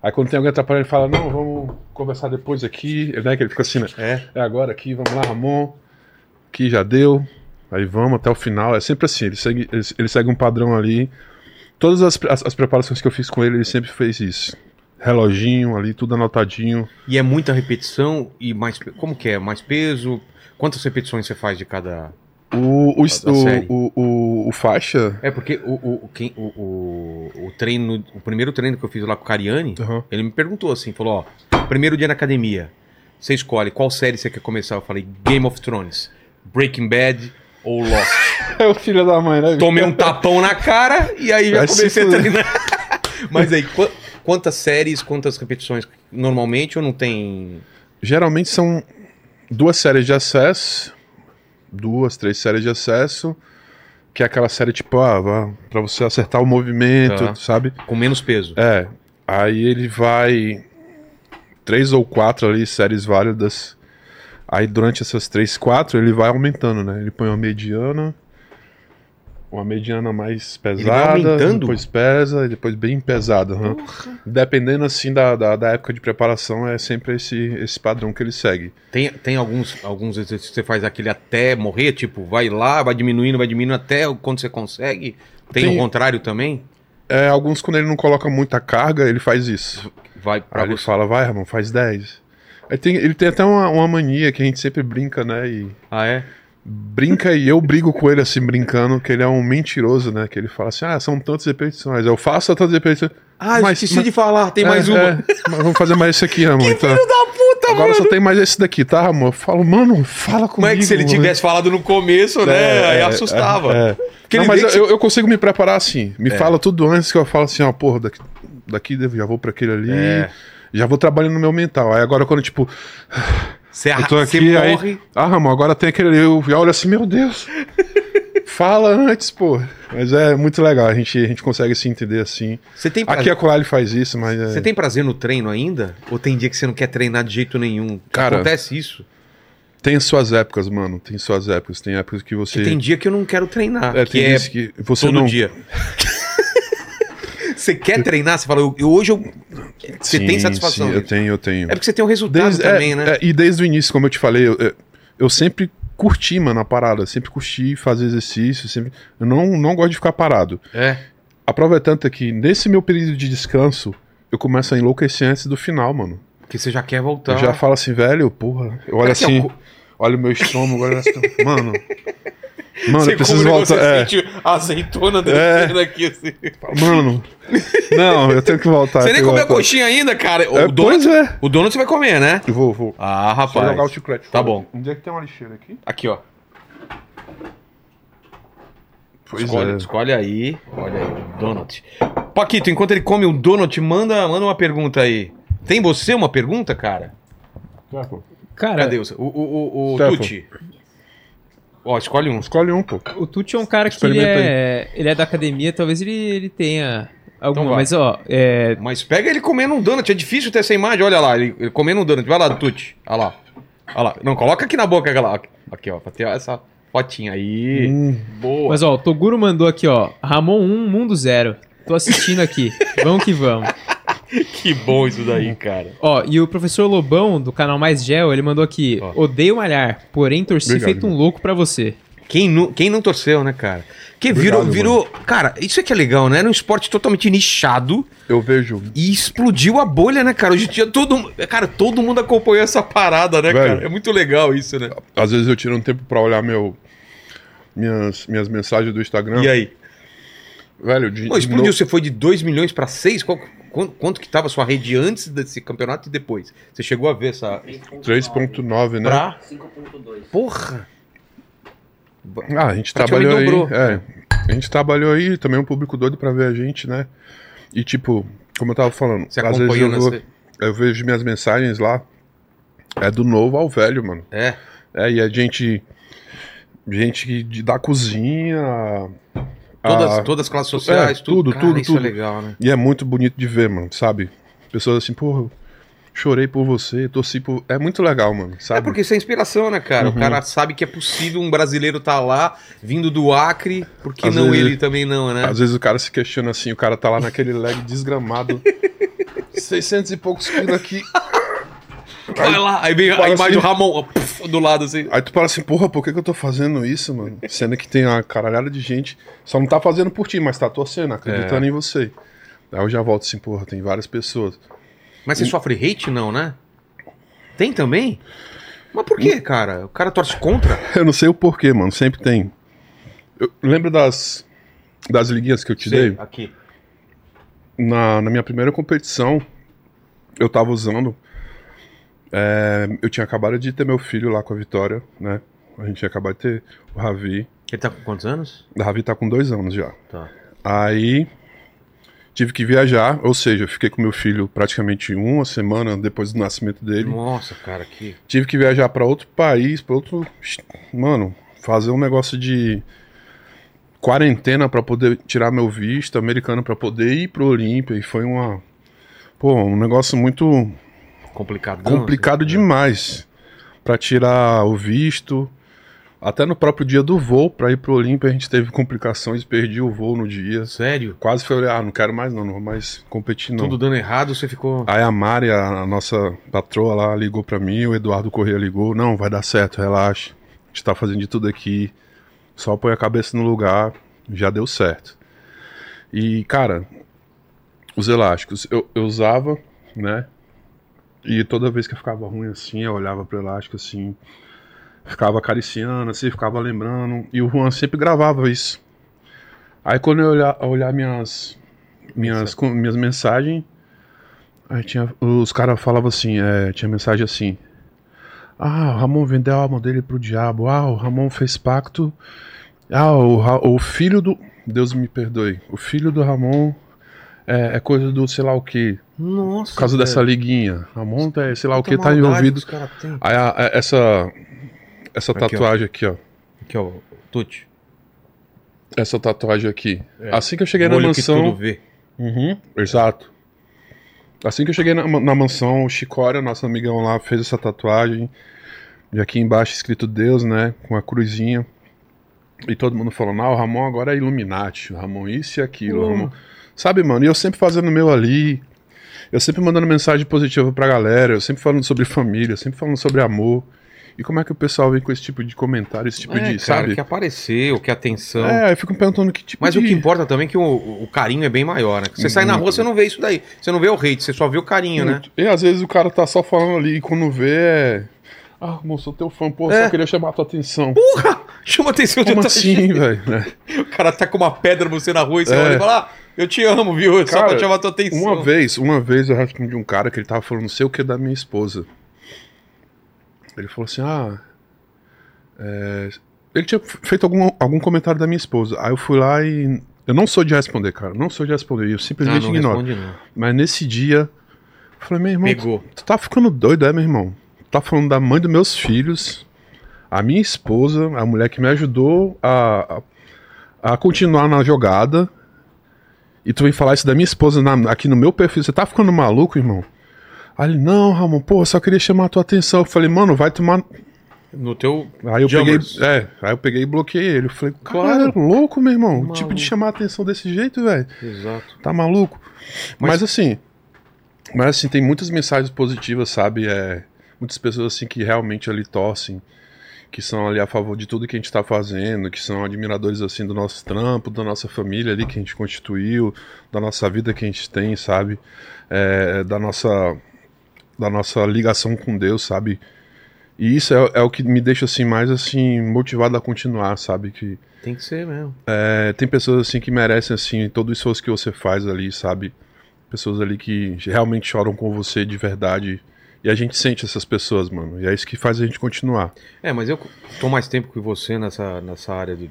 Aí quando tem alguém atrapalhando, ele fala, não, vamos conversar depois aqui, né? Que ele fica assim, né?
É.
É agora aqui, vamos lá, Ramon. Aqui já deu. Aí vamos até o final. É sempre assim, ele segue, ele, ele segue um padrão ali. Todas as, as, as preparações que eu fiz com ele, ele sempre fez isso. Reloginho ali, tudo anotadinho.
E é muita repetição e mais. pe- Como que é? Mais peso? Quantas repetições você faz de cada.
O, o,
Da série.
o, o, o, o faixa.
É porque o, o, o, quem- o, o, o treino. O primeiro treino que eu fiz lá com o Cariani,
Aham.
ele me perguntou assim: falou, ó, primeiro dia na academia, você escolhe qual série você quer começar. Eu falei: Game of Thrones, Breaking Bad ou Lost.
É o filho da mãe, né?
Tomei um tapão na cara e aí já
Vai se
comecei a
fuder.
treinar. Mas aí, qu- quantas séries, quantas repetições normalmente ou não tem?
Geralmente são duas séries de acesso, duas, três séries de acesso, que é aquela série tipo, ah, vá, pra você acertar o movimento,
Tá.
sabe?
Com menos peso.
É, aí ele vai três ou quatro ali séries válidas. Aí durante essas três, quatro, ele vai aumentando, né? Ele põe uma mediana, uma mediana mais
vai
pesada,
aumentando?
depois pesa e depois bem pesada. aham. Dependendo assim da, da, da época de preparação, é sempre esse, esse padrão que ele segue.
Tem, tem alguns, alguns exercícios que você faz aquele até morrer, tipo, vai lá, vai diminuindo, vai diminuindo até o- quando você consegue. Tem,
Tem-
o contrário também?
É, alguns quando ele não coloca muita carga, ele faz isso.
Vai
Aí
pra
ele
você.
fala, vai, Ramon, faz 10. Aí tem- ele tem até uma, uma mania que a gente sempre brinca, né? E
Ah, é?
brinca e eu brigo com ele assim, brincando, que ele é um mentiroso, né? Que ele fala assim, ah, são tantas repetições. Eu faço tantas repetições.
Ah,
Mas-
esqueci
mas-
de falar, tem mais
É,
uma.
é, mas vamos fazer mais esse aqui, Ramon. então.
Puta,
Agora só tem mais esse daqui, tá, Ramon? Eu falo, mano, fala comigo.
Como é que se ele
mano."
tivesse falado no começo, né?
É,
aí
é,
assustava.
é.
Porque
Não,
ele
mas
vê que
eu, eu consigo me preparar assim. Me fala tudo antes que eu falo assim, ó, porra, daqui, daqui eu já vou pra aquele ali.
É.
Já vou trabalhando no meu mental. Aí agora quando, tipo,
Você,
eu
arra-
tô
você
aqui, aí.
morre.
Ah, Ramon, agora tem aquele ali. Eu já olho assim, meu Deus. Fala antes, pô. Mas é muito legal. A gente, a gente consegue se entender assim.
Você tem
Aqui a Colar ele faz isso, mas. é-
Você tem prazer no treino ainda? Ou tem dia que você não quer treinar de jeito nenhum?
Cara,
Acontece isso.
Tem suas épocas, mano. Tem suas épocas. Tem épocas que você.
E tem dia que eu não quero treinar.
É,
que
tem
é
isso que você
todo
não.
dia. você quer treinar? Você fala, eu, eu- hoje eu. Você
Sim,
tem satisfação.
Sim, eu
nisso.
tenho, eu tenho.
É porque você tem um resultado
Desde- é,
também, né?
é, e desde o início, como eu te falei, eu, eu- eu sempre curti, mano, a parada. Sempre curti fazer exercício. Sempre... Eu não, não gosto de ficar parado.
É.
A prova é tanta que nesse meu período de descanso, eu começo a enlouquecer antes do final, mano.
Porque você já quer voltar.
Eu já falo assim, velho, porra. Eu
Cara,
olho
que Tá. é
assim,
o co-
olho meu estômago, olho assim, mano. Mano, eu preciso
come o negócio,
voltar. É, Tá
Você sente a azeitona descendo aqui assim.
mano. Não, eu tenho que voltar.
você
eu
nem
tenho
comeu a
que voltar.
coxinha ainda, cara.
tá. É,
o, dono,
pois é.
o dono você vai comer, né?
Eu vou, vou.
Ah,
Vou jogar o
rapaz.
chiclete.
Tá
fora.
bom.
Onde é que tem uma lixeira aqui?
Aqui, ó.
Pois
escolhe,
é.
escolhe aí. Olha aí, donut. Paquito, enquanto ele come um donut, manda, manda uma pergunta aí. Tem você uma pergunta, cara?
Tá, pô.
Cara,
Cadê você? O, o, o, o
Stefan.
Tucci. Ó, escolhe um.
Escolhe um, pô.
o Tucci é um cara que ele
Experimenta
é, ele é da academia, talvez ele, ele tenha alguma,
Então vai.
mas ó, é,
Mas pega ele comendo um donut. É difícil ter essa imagem. Olha lá, ele, ele comendo um donut. Vai lá, Tuti. Olha lá. Olha lá. Não, coloca aqui na boca. Olha lá. Aqui, ó. Pra ter essa fotinha aí.
Hum,
Boa.
mas ó, o Toguro mandou aqui, ó, Ramon 1, Mundo 0. Tô assistindo aqui. vamos que vamos.
Que bom isso daí, cara.
Ó, e o professor Lobão, do canal Mais Gel, ele mandou aqui:
Ó.
odeio malhar, porém torci
Obrigado,
feito um louco pra você.
Quem, nu, quem não torceu, né, cara? Que virou,
Obrigado,
virou. Cara, isso é que é legal, né? Era um esporte totalmente nichado
Eu vejo.
e explodiu a bolha, né, cara? Hoje tinha todo. mu- Cara, todo mundo acompanhou essa parada, né,
Velho.
cara? É muito legal isso, né?
Às vezes eu tiro um tempo pra olhar meu. Minhas, minhas mensagens do Instagram.
E aí?
Velho, de,
Pô, explodiu, você foi de 2 milhões pra 6? quanto, quanto que tava a sua rede antes desse campeonato e depois? Você chegou a ver essa.
3.9, né?
Pra.
5.2.
Porra!
Ah, a gente
Praticamente
trabalhou aí.
dobrou.
É, a gente trabalhou aí, também um público doido pra ver a gente, né? E tipo, como eu tava falando,
Você
às vezes
acompanhou né?
eu, vou-
nessa.
eu vejo minhas mensagens lá. É do novo ao velho, mano.
É.
É, e a gente. Gente que- de, da cozinha.
Todas,
a-
todas as classes sociais,
Ah.
tudo.
é, tudo,
Cara,
tudo,
isso é
tudo.
legal, né?
E é muito bonito de ver, mano, sabe? Pessoas assim, porra, eu chorei por você, torci por. É muito legal, mano, sabe?
É porque isso é inspiração, né, cara? O
Uhum.
cara sabe que é possível um brasileiro tá lá, vindo do Acre, por que
Às
não
vezes-
ele também não, né?
Às vezes o cara se questiona assim, o cara tá lá naquele lag desgramado. 600 e poucos quilos aqui.
Vai lá, aí vem a
Parece-
imagem do Ramon ó, puf, do lado assim.
Aí tu fala assim, porra, por que, que eu tô fazendo isso, mano? Sendo que tem uma caralhada de gente. Só não tá fazendo por ti, mas tá torcendo, acreditando em você. Aí eu já volto assim, porra, tem várias pessoas.
Mas
Hum.
você sofre hate, não, né? Tem também? Mas por
Hum.
que, cara? O cara torce contra?
Eu não sei o porquê, mano. Sempre tem. Eu lembro das, das liguinhas que eu te dei?
Aqui.
na, na minha primeira competição, eu tava usando. é, eu tinha acabado de ter meu filho lá com a Vitória, né? A gente tinha acabado de ter o Ravi.
Ele tá com quantos anos?
O Ravi tá com dois anos já.
Tá.
Aí tive que viajar, ou seja, eu fiquei com meu filho praticamente uma semana depois do nascimento dele.
Nossa, cara, que.
Tive que viajar pra outro país, pra outro. Mano, fazer um negócio de quarentena pra poder tirar meu visto americano pra poder ir pro Olímpia. E foi uma. Pô, um negócio muito
Complicadão.
complicado
assim.
demais Pra tirar o visto. Até no próprio dia do voo pra ir pro Olímpia a gente teve complicações, perdi o voo no dia.
Sério?
Quase falei, ah, não quero mais não, não vou mais competir não. Ah,
Tudo dando errado, você ficou.
Aí a Mari, a a nossa patroa lá, ligou pra mim, o Eduardo Corrêa ligou, não, vai dar certo, relaxa, a gente tá fazendo de tudo aqui, só põe a cabeça no lugar, já deu certo. E, cara, os elásticos, eu, eu usava, né, e toda vez que eu ficava ruim assim, eu olhava pro elástico assim, ficava acariciando, assim, ficava lembrando, e o Juan sempre gravava isso. Aí quando eu olhar, olhar minhas, minhas, com- minhas mensagens, Aí tinha, os caras falavam assim, é, tinha mensagem assim. Ah, o Ramon vendeu a alma dele pro diabo. Ah, o Ramon fez pacto. Ah, o, Ra- o filho do. Deus me perdoe. O filho do Ramon é, é coisa do sei lá o que.
Nossa.
Por causa
cara.
dessa liguinha. Ramon, é, sei lá o
Quanta
que, tá
maldade
envolvido.
os cara têm.
Aí a- a- essa. Essa
Aqui, ó.
tatuagem aqui, ó.
Aqui, ó, o Tuti.
Essa tatuagem aqui.
É.
Assim que eu cheguei na
Olho que
mansão.
tudo vê.
Uhum, exato. Assim que eu cheguei na, ma- na mansão, o Chicória, nosso amigão lá, fez essa tatuagem. E aqui embaixo escrito Deus, né? Com a cruzinha. E todo mundo falando, ah, o Ramon agora é Illuminati. O Ramon isso e aquilo. o
Uhum.
Ramon... Sabe, mano? E eu sempre fazendo o meu ali. Eu sempre mandando mensagem positiva pra galera. Eu sempre falando sobre família. Sempre falando sobre amor. E como é que o pessoal vem com esse tipo de comentário, esse tipo
É,
de,
cara,
sabe?
que apareceu, que atenção.
É, aí eu fico me perguntando que tipo
Mas
de...
o que importa também é que o, o carinho é bem maior, né? Você sai na rua, você não vê isso daí. Você não vê o hate, você só vê o carinho, né?
E às vezes o cara tá só falando ali e quando vê é. Ah, moço, sou teu fã, porra,
É.
só queria chamar a tua atenção.
Chama atenção
Como
tá
assim, velho? né?
O cara tá com uma pedra pra você na rua e você
É.
olha e fala, ah, eu te amo, viu? É Só
Cara,
pra chamar tua atenção.
Uma vez, uma vez eu respondi um cara que ele tava falando não sei o que da minha esposa. Ele falou assim, ah. é, Ele tinha feito algum, algum comentário da minha esposa. Aí eu fui lá e. Eu não sou de responder, cara. Não sou de responder. Eu simplesmente ignoro.
Ah, não.
Mas nesse dia, eu falei, meu irmão,
Pegou.
Tu tá ficando doido, é, meu irmão? Tu tá falando da mãe dos meus filhos, a minha esposa, a mulher que me ajudou a, a, a continuar na jogada. E tu vem falar isso da minha esposa na- aqui no meu perfil. Você tá ficando maluco, irmão? Aí ele, não, Ramon, pô, eu só queria chamar a tua atenção. Eu falei, mano, vai tomar.
No teu.
Aí eu
Jammers.
peguei. É, aí eu peguei e bloqueei ele. Eu falei,
Claro.
claro, louco, meu irmão. O tipo
Maluco.
de chamar a atenção desse jeito, velho.
Exato.
Tá maluco?
Mas-
Mas, assim. Mas assim, tem muitas mensagens positivas, sabe? É, muitas pessoas assim que realmente ali torcem, que são ali a favor de tudo que a gente tá fazendo, que são admiradores assim do nosso trampo, da nossa família ali que a gente constituiu, da nossa vida que a gente tem, sabe? É, da nossa da nossa ligação com Deus, sabe? E isso é, é o que me deixa assim mais assim motivado a continuar, sabe? Que
Tem que ser mesmo.
é, tem pessoas assim que merecem assim todo o esforço que você faz ali, sabe? Pessoas ali que realmente choram com você de verdade. E a gente sente essas pessoas, mano. E é isso que faz a gente continuar.
É, mas eu tô mais tempo que você nessa, nessa área de,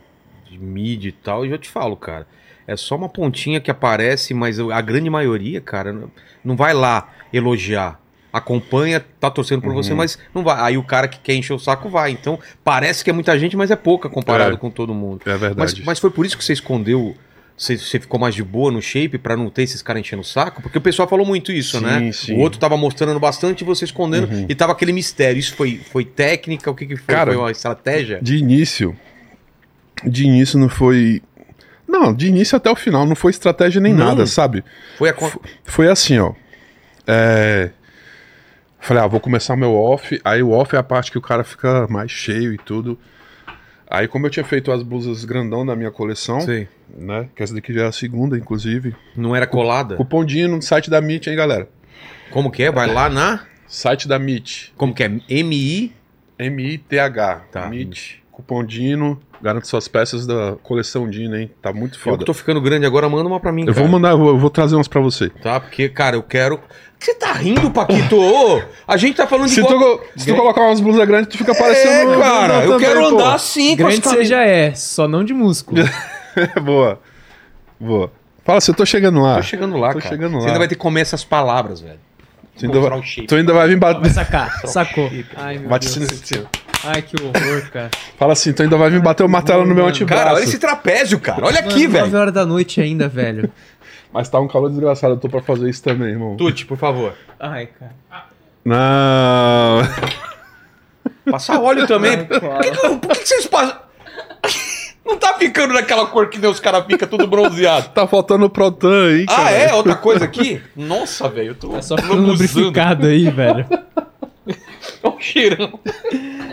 de mídia e tal, e eu te falo, cara. É só uma pontinha que aparece, mas eu- a grande maioria, cara, não- não vai lá elogiar. Acompanha, tá torcendo por você, mas não vai. Aí o cara que quer encher o saco vai. Então, parece que é muita gente, mas é pouca comparado
É.
com todo mundo.
É
Mas,
verdade.
mas foi por isso que você escondeu. Você, você ficou mais de boa no shape pra não ter esses caras enchendo o saco? Porque o pessoal falou muito isso,
Sim,
né?
sim.
O outro tava mostrando bastante e você escondendo.
Uhum.
E tava aquele mistério. Isso foi, foi técnica? O que, que foi?
Cara,
foi uma estratégia?
De início. De início não foi. Não, de início até o final não foi estratégia nem
Não.
nada, sabe?
Foi a. con-
F- Foi assim, ó. É, Falei, ah, vou começar meu off. Aí o off é a parte que o cara fica mais cheio e tudo. Aí, como eu tinha feito as blusas grandão da minha coleção,
Sei.
né? Que essa daqui já é a segunda, inclusive.
Não era colada?
Cupom Dino no site da MIT, hein, galera?
Como que é? Vai lá na.
Site da MIT.
Como que é? MI.
M-I-T-H.
Tá.
MIT. Cupom Dino. Garante suas peças da coleção Dino, hein? Tá muito
Eu
foda.
que tô ficando grande agora, manda uma pra mim.
Eu vou
cara.
mandar, eu vou, eu vou trazer umas pra você.
Tá? Porque, cara, eu quero. Você tá rindo, Paquito? Ô, a gente tá falando de.
Se tu,
igual-
co- se tu colocar umas blusas grandes, tu fica parecendo.
É,
um
cara,
grandão
eu
também,
quero
pô.
andar assim, com as
Grande você
camisas.
já é, só não de músculo.
Boa. Boa. Fala assim, eu tô chegando lá.
Tô chegando lá,
Tô
cara.
chegando
Você
lá.
ainda vai ter que comer essas palavras, velho.
Tu ainda,
Mostrar
vai,
o shape.
tu ainda vai vir
Vai
bater.
sacar, sacou. Ai, meu
Bate
Deus.
assim-
Ai, que horror, cara.
Fala assim, tu ainda vai vir bater o martelo no meu
Mano,
antebraço.
Cara, olha esse trapézio, cara. Olha aqui,
Mano,
velho.
9 horas da noite ainda, velho.
Mas tá um calor desgraçado, eu tô pra fazer isso também, irmão.
Tuti, por favor.
Ai, cara.
Não.
Passar óleo também.
Ai, cara.
Por que que vocês passam. Não tá ficando daquela cor que nem os caras ficam tudo bronzeado.
Tá faltando o Protan aí, cara.
Ah, é? Outra coisa aqui? Nossa, velho, eu tô
Tá só ficando
lambuzando.
lubrificado aí, velho.
Olha o cheirão.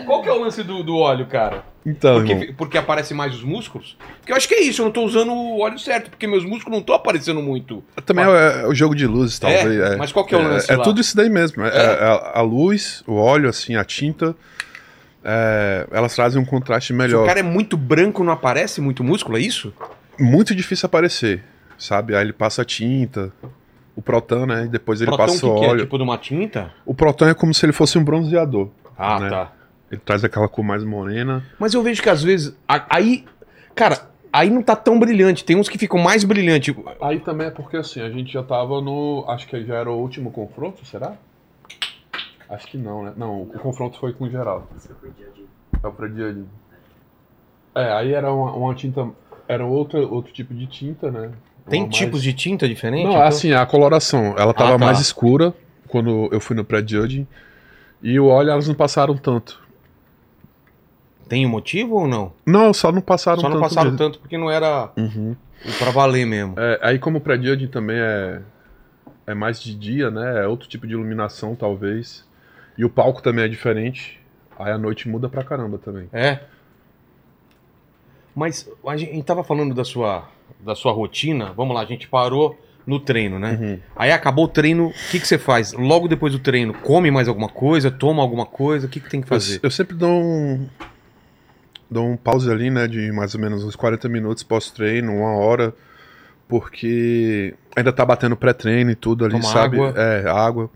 Qual que é o lance do, do óleo, cara?
Então, irmão.
Porque, porque aparecem mais os músculos? Porque eu acho que é isso, eu não tô usando o óleo certo, porque meus músculos não estão aparecendo muito.
Também é, é o jogo de luzes, talvez.
É?
É,
Mas qual que é o lance
É,
lá?
tudo isso daí mesmo. É- é a, a luz, o óleo, assim, a tinta. é, elas trazem um contraste
Se o
melhor.
cara é muito branco, não aparece muito músculo, é isso?
Muito difícil aparecer, sabe? Aí ele passa a tinta, o Protan, né? E depois ele
Protão,
passa o
que que é?
óleo.
Tipo de uma tinta?
O Proton é como se ele fosse um bronzeador.
Ah,
né?
tá.
Ele traz aquela cor mais morena.
Mas eu vejo que às vezes. a- Aí. Cara, aí não tá tão brilhante. Tem uns que ficam mais brilhante.
Aí também é porque assim, a gente já tava no. Acho que já era o último confronto, será? Acho que não, né? Não, o confronto foi com o Geraldo. É o Prediani. É, aí era uma, uma tinta. Era outra, outro tipo de tinta, né?
Tem
Uma mais-
tipos de tinta diferente?
Não,
Então,
assim, a coloração. Ela tava
tá.
mais escura quando eu fui no pré-judging. E o óleo elas não passaram tanto.
Tem um motivo ou não?
Não, só não passaram
Só
tanto.
não passaram
mesmo.
tanto porque não era
Uhum.
o pra valer mesmo.
É, aí como o pré-judging também é, é mais de dia, né? É outro tipo de iluminação, talvez. E o palco também é diferente. Aí a noite muda pra caramba também.
É. Mas a gente, a gente tava falando da sua, da sua rotina. Vamos lá, a gente parou no treino, né?
Uhum.
Aí acabou o treino, o que, que você faz? Logo depois do treino, come mais alguma coisa, toma alguma coisa, o que, que tem que
Eu,
fazer?
eu sempre dou um, dou um pause ali, né, de mais ou menos uns 40 minutos pós-treino, uma hora, porque ainda tá batendo pré-treino e tudo ali,
Toma
sabe?
água.
É, água.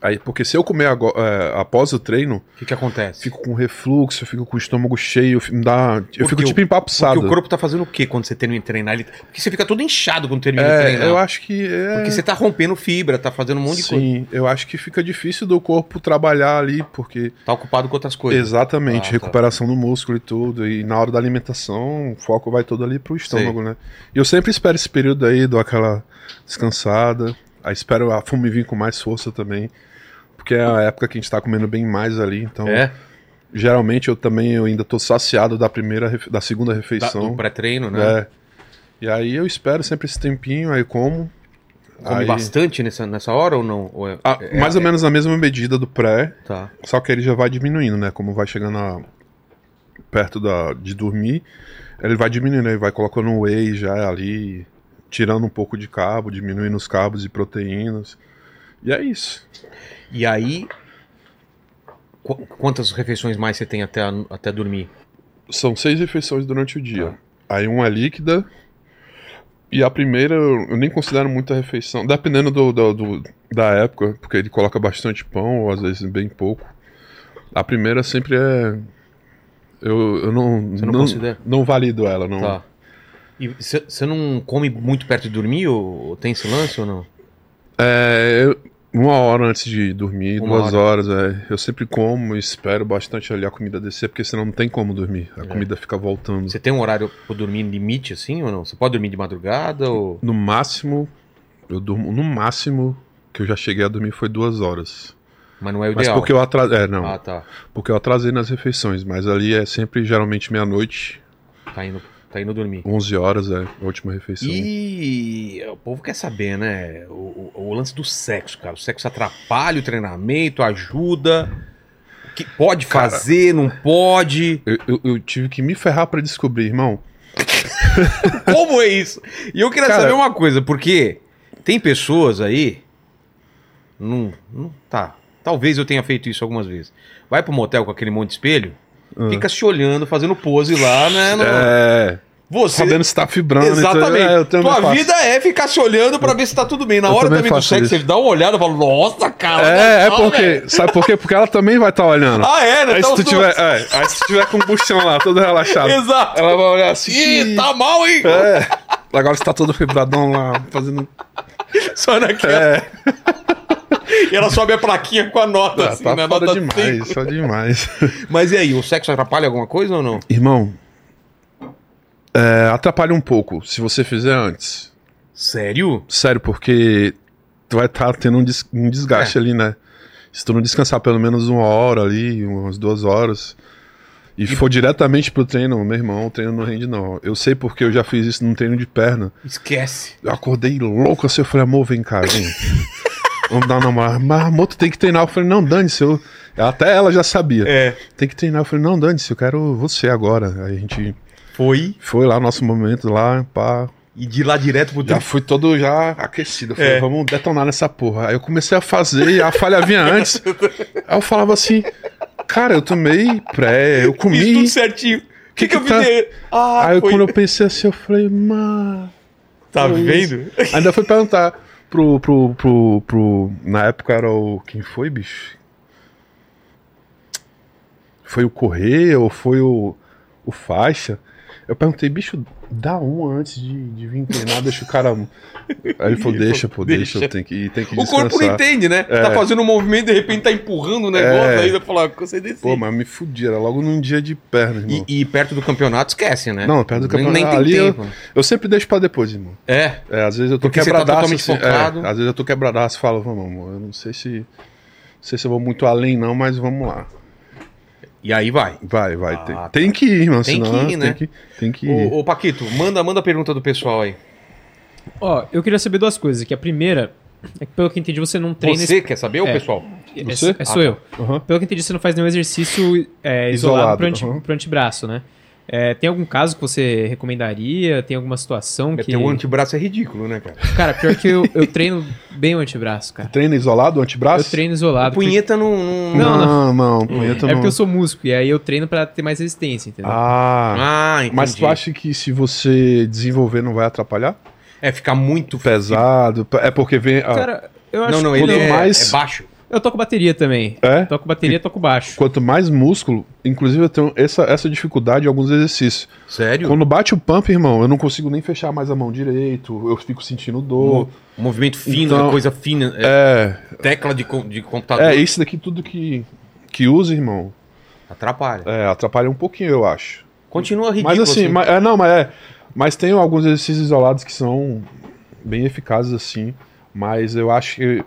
Aí, porque se eu comer ago- é, após o treino,
O que, que acontece?
fico com refluxo, eu fico com o estômago cheio, eu fico- me dá, eu
Porque
fico tipo
Porque
empapuçado.
o corpo tá fazendo o quê quando você termina de treinar? Ele... tá- Porque você fica todo inchado quando termina de
é,
treinar.
eu acho que é...
né? Porque você tá rompendo fibra, tá fazendo um monte de coisa.
Sim, eu acho que fica difícil do corpo trabalhar ali, porque
Tá ocupado com outras coisas.
Exatamente,
Ah, tá.
recuperação do músculo e tudo. E na hora da alimentação, o foco vai todo ali pro estômago, né? E eu sempre espero esse período aí, dou aquela descansada. Aí espero a fome vir com mais força também. Porque é a época que a gente tá comendo bem mais ali. Então,
É,
geralmente eu também eu ainda tô saciado da primeira, refe- da segunda
da, do
refeição.
pré-treino, né?
É. E aí eu espero sempre esse tempinho, aí como.
Come
aí-
bastante nessa, nessa hora ou não? Ou é-
Ah,
é-
mais ou menos na mesma medida do pré,
Tá.
Só que ele já vai diminuindo, né? Como vai chegando a- perto da, de dormir, ele vai diminuindo, ele vai colocando um whey já ali, tirando um pouco de cabo, diminuindo os cabos e proteínas. E é isso.
E aí. qu- quantas refeições mais você tem até, a- até dormir?
São seis refeições durante o dia.
Ah.
Aí uma é líquida. E a primeira eu eu nem considero muita refeição, dependendo do, do- do- da época, porque ele coloca bastante pão, ou às vezes bem pouco. A primeira sempre é. Eu, eu não,
Você não considera?
não valido ela, não.
Tá. E você não come muito perto de dormir? Ou, ou tem esse lance ou não?
É, eu- uma hora antes de dormir,
Uma
duas horas, é. Eu sempre como e espero bastante ali a comida descer, porque senão não tem como dormir.
É.
A comida fica voltando.
Você tem um horário pra dormir limite assim ou não? Você pode dormir de madrugada ou.
No máximo, eu durmo. No máximo que eu já cheguei a dormir foi duas horas.
Mas não é o
Mas
ideal.
porque eu atrasei. É, não.
Ah, tá.
Porque eu atrasei nas refeições, mas ali é sempre geralmente meia-noite,
Tá indo, tá indo dormir.
11 horas é a última refeição.
E o povo quer saber, né? O, o- o lance do sexo, cara. O sexo atrapalha o treinamento, ajuda. O que pode
Cara-
fazer, não pode.
Eu, eu- eu tive que me ferrar pra descobrir, irmão.
Como é isso? E eu queria
Cara-
saber uma coisa, porque tem pessoas aí. Não, não. Tá. Talvez eu tenha feito isso algumas vezes. Vai pro motel com aquele monte de espelho,
Ah.
fica se olhando, fazendo pose lá, né? no-
É,
Você.
sabendo se tá fibrando. então-
Exatamente.
é, eu também
Tua
faço.
vida é ficar se olhando pra ver se tá tudo bem. Na
Eu
hora
também
também do
faço
sexo,
isso.
você dá uma olhada e fala, nossa, cara.
É,
olha
é
tá só, velho."
porque. Sabe por quê? Porque ela também vai estar olhando.
Ah, é, né?
aí,
Tá
se
os
tu
dois-
tiver, é, aí se tu tiver com o buchão lá, todo relaxado.
Exato.
Ela vai olhar assim.
Ih,
"Ih,
tá mal, hein?
É. Agora você tá todo fibradão lá, fazendo.
Só naquela.
É,
E ela sobe a plaquinha com a nota, assim,
tá
né?
foda
Nota
demais,
cinco.
só demais.
Mas e aí, o sexo atrapalha alguma coisa ou não?
Irmão, é, atrapalha um pouco se você fizer antes.
Sério?
Sério, porque tu vai estar tendo um, des- um desgaste
É.
ali, né? Se tu não descansar pelo menos uma hora ali, umas duas horas, e, for diretamente pro treino, meu irmão, o treino não rende não. Eu sei porque eu já fiz isso num treino de perna.
Esquece.
Eu acordei louco assim, eu falei, amor, vem cá, vem. Vamos dar uma namorada. Mas, amor, tu tem que treinar. Eu falei, não, dane-se. Eu... Até ela já sabia.
É.
Tem que treinar. Eu falei, não, dane-se, eu quero você agora. Aí a gente
Foi
foi lá, nosso momento lá, pá,
e de lá direto pro
já
tri-
fui todo já aquecido. Falei,
É.
vamos detonar nessa porra. Aí eu comecei a fazer e a falha vinha antes. Aí eu falava assim, cara, eu tomei pré, eu
Fiz
comi.
tudo certinho. O que, que,
que
eu
que
fiz?
tá-
aí? Ah,
Aí eu-
foi...
quando eu pensei assim, eu falei, mano.
Tá
foi isso.
vendo?
Ainda fui perguntar pro, pro, pro, pro. Na época era o. Quem foi, bicho? Foi o Correia ou foi o. O Faixa? Eu perguntei, bicho, dá um antes de, de vir treinar, deixa o cara. Aí ele falou, deixa, pô, deixa, eu tenho que, tem que
O corpo não
descansar.
entende, né?
É.
Tá fazendo um movimento e de repente tá empurrando o negócio
É.
ainda. Falar, você decide.
Pô, mas me fudi, era logo num dia de perna, irmão.
E, e perto do campeonato esquece, né?
Não, perto do
Nem-
campeonato.
Nem, tem
Ali eu-
tempo.
Eu sempre deixo pra depois, irmão.
É,
É, às vezes eu tô
Porque você tá
quebradaço.
totalmente
assim, é,
focado.
às vezes eu tô quebradaço e falo, vamos, amor, eu não sei se. Não sei se eu vou muito além, não, mas vamos lá.
e aí vai.
Vai, vai.
Ah,
tem,
tá.
tem que ir, mano.
Tem
senão
que ir, né?
Tem que, tem que ir.
Ô, ô, Paquito, manda, manda a pergunta do pessoal aí.
Ó, eu queria saber duas coisas. Que a primeira é que, pelo que eu entendi, você não treina.
Você Ah, tá. quer saber, ô
É.
pessoal?
É,
Você?
é- sou eu.
Aham.
Pelo que eu entendi, você não faz nenhum exercício é, isolado,
Isolado,
pro, anti,
aham.
pro antebraço, né? É, tem algum caso que você recomendaria? Tem alguma situação
É,
que.
Teu antebraço é ridículo, né, cara?
Cara, pior que eu, eu treino bem o antebraço, cara.
Treina isolado o
Eu
antebraço?
treino isolado. porque-
punheta não. não-
Não,
Não, não, não.
Hum.
punheta
É
não.
porque eu sou músico, e aí eu treino pra ter mais resistência, entendeu?
Ah,
Ah, entendi.
mas tu acha que se você desenvolver não vai atrapalhar?
É ficar muito
Pesado, é porque vem... ah,
Cara, eu acho
Não, não,
que
ele
quanto
é,
mais-
é baixo.
Eu toco bateria também.
é?
Toco bateria, toco baixo.
Quanto mais músculo, inclusive eu tenho essa, essa dificuldade em alguns exercícios.
Sério?
Quando bate o pump, irmão, eu não consigo nem fechar mais a mão direito, eu fico sentindo dor.
Movimento fino,
Então-
coisa fina. Hum, é,
É,
Tecla de, com- de computador.
é isso daqui tudo que, que usa, irmão,
Atrapalha.
é, atrapalha um pouquinho, eu acho.
Continua ridículo.
Mas assim, mas- é, não, mas é. Mas tem alguns exercícios isolados que são bem eficazes, assim. Mas eu acho que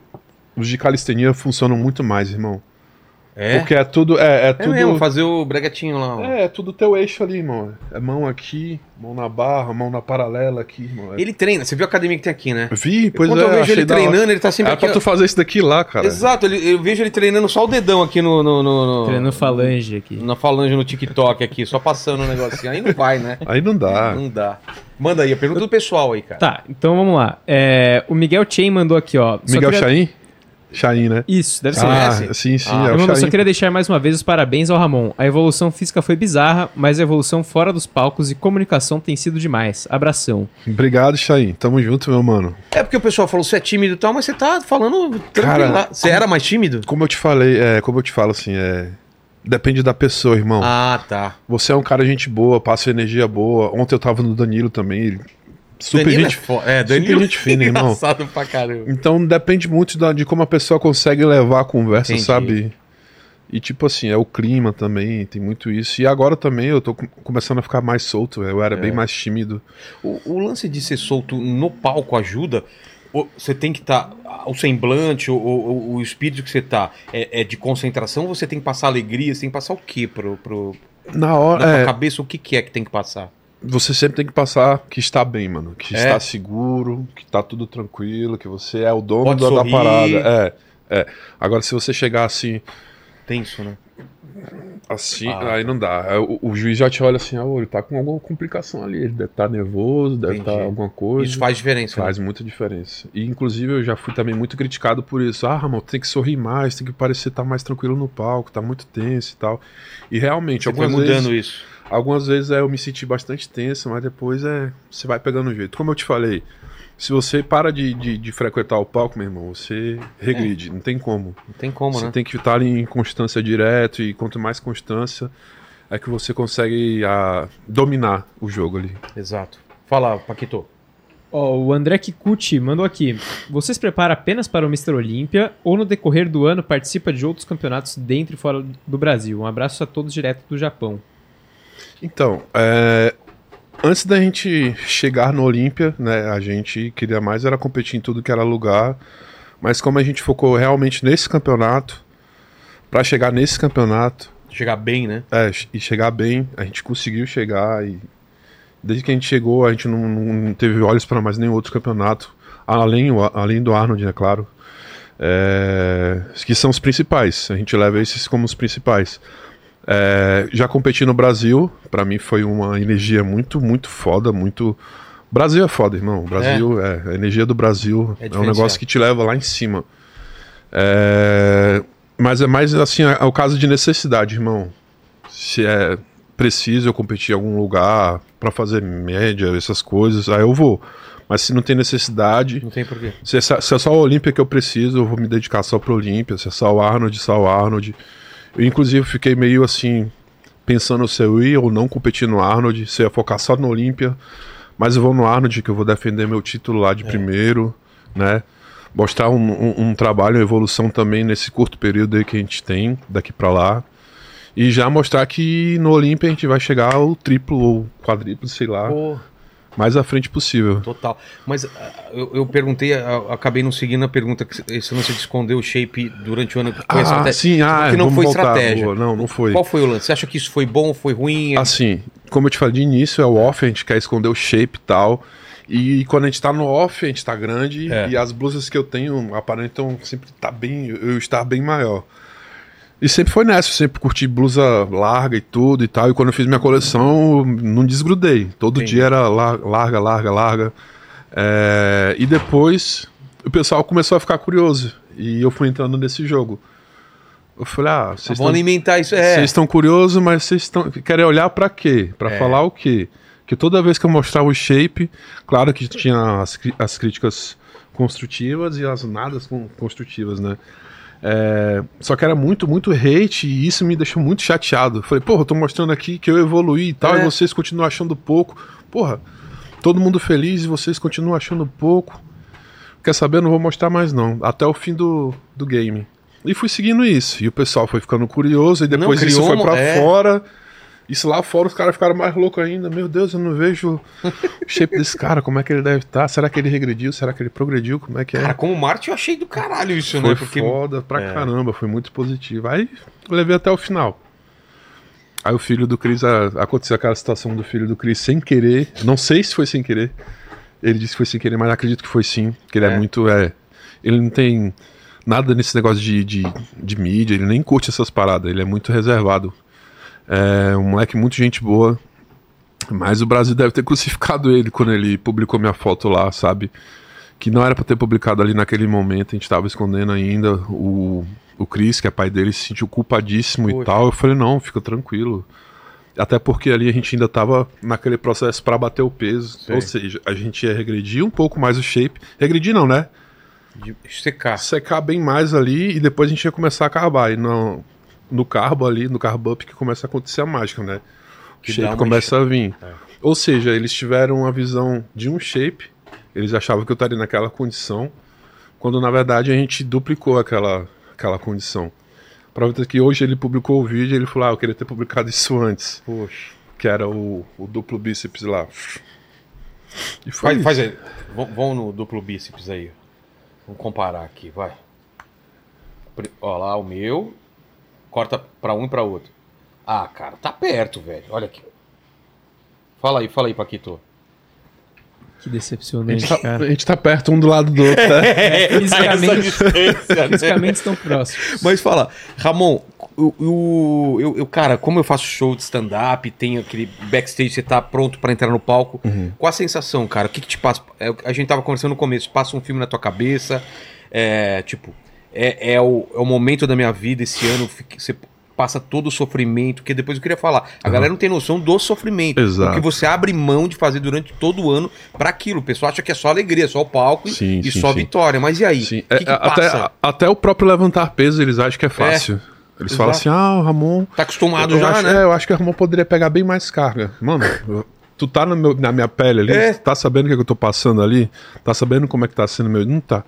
os de calistenia funcionam muito mais, irmão.
é.
Porque é tudo. É, é
É
tudo.
mesmo, fazer o breguetinho lá. ó.
É, é tudo teu eixo ali, irmão. É mão aqui, mão na barra, mão na paralela aqui, irmão. É-
Ele treina, você viu a academia que tem aqui, né?
Vi, pois
Quando
é,
eu vejo
achei
ele
da hora.
treinando, ele tá sempre
Era
aqui.
pra
ó.
tu né? fazer isso daqui lá, cara.
Exato, ele- eu vejo ele treinando só o dedão aqui no. no, no- no-
Treinando falange aqui.
Hum.
Na falange no TikTok aqui, só passando um negocinho. Aí não vai, né?
Aí não dá.
Não dá. Manda aí, a pergunta do pessoal aí, cara.
Tá, então vamos lá. É, o Miguel Chain mandou aqui, ó. Só
Miguel
queria-
Chain? Chain, né?
Isso, deve ser.
ah,
esse?
sim, sim,
Ah,
é
Eu
o
mando, só
Chain.
queria deixar mais uma vez os parabéns ao Ramon. A evolução física foi bizarra, mas a evolução fora dos palcos e comunicação tem sido demais. Abração.
Obrigado, Chain. Tamo junto, meu mano.
É porque o pessoal falou, você é tímido e tal, mas você tá falando
Cara,
tranquilo. lá. Você era mais tímido?
Como eu te falei, é, como eu te falo assim, é. Depende da pessoa, irmão.
Ah, tá.
Você é um cara gente boa, passa energia boa. Ontem eu tava no Danilo também. ele- Super
Danilo
gente.
É, fo... é,
super
Danilo
gente fina, irmão.
Engraçado pra caramba.
Então depende muito da- de como a pessoa consegue levar a conversa,
Entendi.
sabe? E tipo assim, é o clima também, tem muito isso. E agora também eu tô com- começando a ficar mais solto, velho. eu
É.
era bem mais tímido.
O, o lance de ser solto no palco ajuda. O- Você tem que estar. o semblante, o, o, o espírito que você tá é, é de concentração, você tem que passar alegria, você tem que passar o quê pro, pro,
Na
na
hora,
tua
é,
cabeça, o que, que é que tem que passar?
você sempre tem que passar que está bem, mano. Que
É.
está seguro, que tá tudo tranquilo, que você é o dono
Pode
da, da
sorrir.
parada. É, é. Agora, se você chegar assim,
Tenso, né?
assim,
Ah.
aí não dá. O, o juiz já te olha assim, ah, ô, ele tá com alguma complicação ali, ele deve estar nervoso, deve estar
Entendi.
alguma coisa.
Isso faz diferença. né?
Faz muita diferença. E inclusive eu já fui também muito criticado por isso. Ah, Ramon, tem que sorrir mais, tem que parecer estar mais tranquilo no palco, tá muito tenso e tal. E realmente,
Né? Você foi
algumas
mudando
vezes,
isso.
algumas vezes é, eu me senti bastante tenso, mas depois é, você vai pegando o jeito. Como eu te falei, se você para de, de, de frequentar o palco, meu irmão, você regride, não tem como.
Não tem como,
você
né?
tem que estar ali em constância direto e quanto mais constância é que você consegue ah, dominar o jogo ali.
Exato. Fala, Paquito.
Ó, o André Kikuchi mandou aqui. Você se prepara apenas para o Mr. Olímpia ou no decorrer do ano participa de outros campeonatos dentro e fora do Brasil? Um abraço a todos direto do Japão.
Então, é, antes da gente chegar no Olímpia, né, a gente queria mais era competir em tudo que era lugar, mas como a gente focou realmente nesse campeonato, para chegar nesse campeonato
Chegar bem, né?
é, e chegar bem, a gente conseguiu chegar e desde que a gente chegou a gente não, não teve olhos para mais nenhum outro campeonato, além, o- além do Arnold, é claro, é, que são os principais, a gente leva esses como os principais. É, já competi no Brasil, pra mim foi uma energia muito, muito foda, muito. Brasil é foda, irmão. Brasil é, a energia do
É
Brasil é, um
diferenciado.
negócio que te leva lá em cima. É, mas é mais assim, é, o caso de necessidade, irmão. Se é preciso eu competir em algum lugar pra fazer média, essas coisas, aí eu vou. Mas se não tem necessidade,
Não tem porquê.
se é, só- se é só o Olímpia que eu preciso, eu vou me dedicar só pro Olímpia. Se é só o Arnold, só o Arnold. Eu, inclusive, fiquei meio assim, pensando se eu ia ou não competir no Arnold, se eu ia focar só no Olímpia. Mas eu vou no Arnold, que eu vou defender meu título lá de primeiro, né? Mostrar um, um- um trabalho, uma evolução também nesse curto período aí que a gente tem, daqui pra lá. E já mostrar que no Olímpia a gente vai chegar ao triplo ou quadriplo, sei lá,
Pô,
mais à frente possível.
total. Mas ah, eu, eu perguntei, ah, acabei não seguindo a pergunta, que você- esse lance de esconder o shape durante o ano. Foi
Ah,
estratégia.
sim, ah,
Porque tipo, não
vamos
foi
voltar,
estratégia.
boa, Não, não foi.
Qual foi o lance? Você acha que isso foi bom, foi ruim?
Assim, como eu te falei de início, é o off, a gente quer esconder o shape e tal. E quando a gente tá no off, a gente tá grande.
É.
E as blusas que eu tenho aparentam sempre tá bem, eu estar bem maior. E sempre foi nessa, eu sempre curti blusa larga e tudo e tal. E quando eu fiz minha coleção, eu não desgrudei. Todo
Entendi.
dia era lar- larga, larga, larga. É, E depois o pessoal começou a ficar curioso. E eu fui entrando nesse jogo. Eu falei, ah, vocês
Vocês
estão
vão alimentar isso.
vocês
É.
estão curiosos, mas vocês estão querem olhar pra quê? Pra
É.
falar o quê? Que toda vez que eu mostrava o shape, claro que tinha as, cri- as críticas construtivas e as nadas con- construtivas, né? É, só que era muito, muito hate e isso me deixou muito chateado. Falei, porra, eu tô mostrando aqui que eu evoluí e tal,
É.
e vocês continuam achando pouco. Porra, todo mundo feliz e vocês continuam achando pouco. Quer saber? Não vou mostrar mais, não. Até o fim do, do game. E fui seguindo isso. E o pessoal foi ficando curioso, e
Não,
depois isso
criou
foi
uma-
pra
é.
fora. Isso lá fora os caras ficaram mais loucos ainda. Meu Deus, eu não vejo o shape desse cara. Como é que ele deve estar? Será que ele regrediu? Será que ele progrediu? Como é que é?
Cara, como Marte eu achei do caralho isso,
foi
né? Porque
foda pra
É.
caramba, foi muito positivo. Aí eu levei até o final. Aí o filho do Cris, a- aconteceu aquela situação do filho do Cris sem querer. Não sei se foi sem querer. Ele disse que foi sem querer, mas acredito que foi sim. Que ele é,
É.
muito. É, ele não tem nada nesse negócio de, de, de mídia, ele nem curte essas paradas, ele é muito reservado. É um moleque muito gente boa. Mas o Brasil deve ter crucificado ele quando ele publicou minha foto lá, sabe? Que não era pra ter publicado ali naquele momento, a gente tava escondendo ainda. O, o Cris, que é pai dele, se sentiu culpadíssimo e
Poxa.
tal. Eu falei, não, fica tranquilo. Até porque ali a gente ainda tava naquele processo pra bater o peso.
Sei.
Ou seja, a gente ia regredir um pouco mais o shape. Regredir não, né?
de secar.
secar bem mais ali e depois a gente ia começar a carbar. E no, no carbo ali, no carb up, que começa a acontecer a mágica, né? O
Que dá
shape
uma
começa a vir.
É.
Ou seja, eles tiveram uma visão de um shape, eles achavam que eu estaria naquela condição, quando na verdade a gente duplicou aquela, aquela condição. Prova disso é que hoje ele publicou o vídeo e ele falou: Ah, eu queria ter publicado isso antes,
Poxa.
que era o, o duplo bíceps lá. E
Faz,
foi isso.
faz aí. Vão, vão no duplo bíceps aí. Vamos comparar aqui, vai. Pri- Ó lá, o meu. Corta pra um e pra outro. Ah, cara, tá perto, velho. Olha aqui. Fala aí, fala aí, Paquito.
Que
A gente,
decepcionante,
tá,
cara.
a gente tá perto um do lado do outro, né?
É,
tá fisicamente- essa
distância, né?
Fisicamente estão próximos.
Mas fala, Ramon, o, o- eu, eu, cara, como eu faço show de stand-up, tem aquele backstage, você tá pronto pra entrar no palco.
Uhum.
Qual a sensação, cara? O que, que te passa? É, A gente tava conversando no começo, passa um filme na tua cabeça, é, tipo, é, é o, é o momento da minha vida esse ano, fique- você passa todo o sofrimento, que depois eu queria falar, a galera não tem noção do sofrimento,
Uhum. Exato.
o que você abre mão de fazer durante todo o ano pra aquilo. O pessoal acha que é só alegria, só o palco e-
Sim,
e
sim,
só
sim.
vitória. Mas e aí?
Sim,
O
é,
que que
até,
passa?
até o próprio levantar peso eles acham que é fácil. eles falam
exato.
assim: ah, o Ramon.
Tá acostumado
eu
já,
acho,
né?
é, eu acho que o Ramon poderia pegar bem mais carga. Mano, eu- tu tá no meu- na minha pele ali,
É.
tá sabendo o que, é que eu tô passando ali, tá sabendo como é que tá sendo meu. Não tá.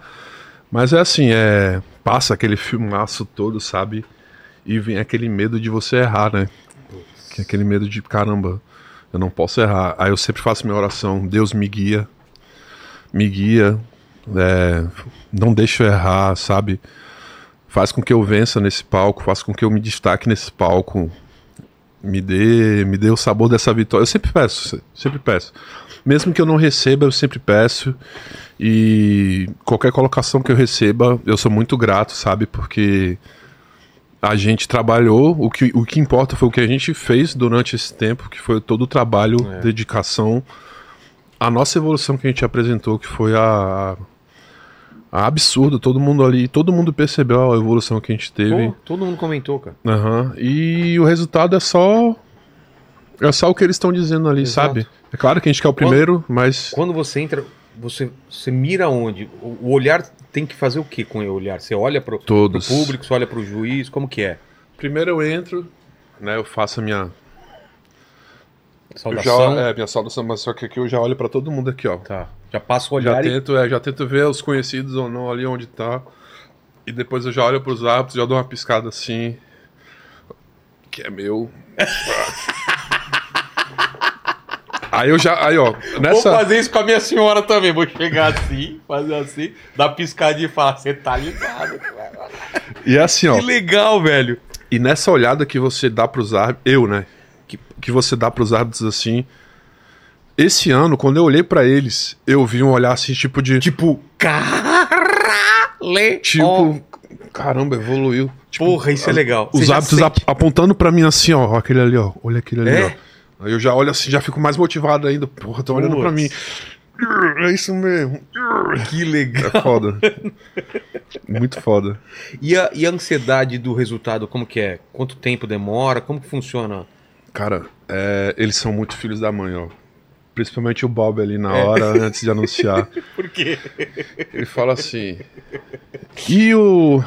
Mas é assim: é, passa aquele filmaço todo, sabe? E vem aquele medo de você errar, né? Que é aquele medo de caramba, eu não posso errar. Aí eu sempre faço minha oração, Deus me guia, me guia, é, não deixa eu errar, sabe? Faz com que eu vença nesse palco, faz com que eu me destaque nesse palco, me dê, me dê o sabor dessa vitória. Eu sempre peço, se- sempre peço. Mesmo que eu não receba, eu sempre peço. E qualquer colocação que eu receba, eu sou muito grato, sabe? Porque a gente trabalhou, o que, o que importa foi o que a gente fez durante esse tempo, que foi todo o trabalho,
É.
dedicação, a nossa evolução que a gente apresentou, que foi a, a absurda, todo mundo ali, todo mundo percebeu a evolução que a gente teve.
Pô, todo mundo comentou, cara.
Aham. E o resultado é só. É só o que eles estão dizendo ali,
Exato.
sabe? É claro que a gente quer o primeiro, mas.
Quando você entra, você, você mira onde? O, o olhar tem que fazer o que com o olhar? Você olha pro, pro
Todos.
público, você olha pro juiz, como que é?
Primeiro eu entro, né? Eu faço a minha. Eu
Saudação?
já, é, minha saudação, mas só que aqui eu já olho pra todo mundo aqui, ó.
Tá. Já passa o
Já
olhar e...
tento, é, já tento ver os conhecidos ou não ali onde tá. E depois eu já olho pros árbitros, já dou uma piscada assim. Que é meu. aí eu já. Aí, ó. Nessa.
Vou fazer isso com a minha senhora também. Vou chegar assim, fazer assim, dar piscadinha e falar, você tá ligado. cara."
E é assim, ó.
Que legal, velho.
E nessa olhada que você dá pros árbitros, eu, né? Que, que você dá pros árbitros assim. Esse ano, quando eu olhei pra eles, eu vi um olhar assim, tipo de.
Tipo, caralho.
Tipo, caramba, evoluiu. Tipo,
Porra, isso é legal.
Os
Você já
hábitos
sente.
ap- apontando pra mim assim, ó, ó, aquele ali, ó, olha aquele ali,
É?
ó. Aí eu já olho assim, já fico mais motivado ainda. Porra, tô olhando pra
Putz.
mim. É isso mesmo.
Que legal.
É foda. Muito foda.
E a, e a ansiedade do resultado, como que é? Quanto tempo demora? Como que funciona?
Cara, é, eles são muito filhos da mãe, ó. Principalmente o Bob ali
É.
na hora, antes de anunciar.
Por quê?
Ele fala assim. E o.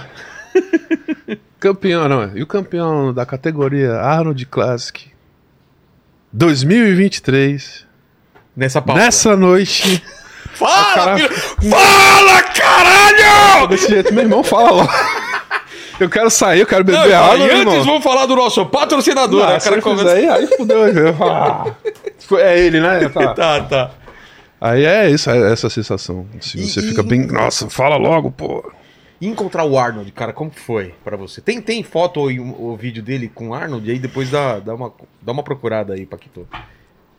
Campeão, não, e o campeão da categoria Arnold Classic 2023,
Nessa pauta.
nessa noite.
Fala,
Cara-
filho! Fala, caralho!
Desse jeito, meu irmão, fala logo. Eu quero sair, eu quero
Não,
beber água,
e
meu
antes
irmão.
vamos falar do nosso patrocinador.
Ah,
né? O
se ele
cara começa-
fizer aí, aí fudeu. eu falo, ah, foi- é ele, né? Tá.
Tá, tá.
Aí é isso, é essa sensação. Se você
E-
fica
e-
bem. Nossa, fala logo, pô.
E encontrar o Arnold, cara, como que foi pra você? Tem, tem foto ou, ou vídeo dele com o Arnold? E aí depois dá, dá, uma, dá uma procurada aí, Paquito.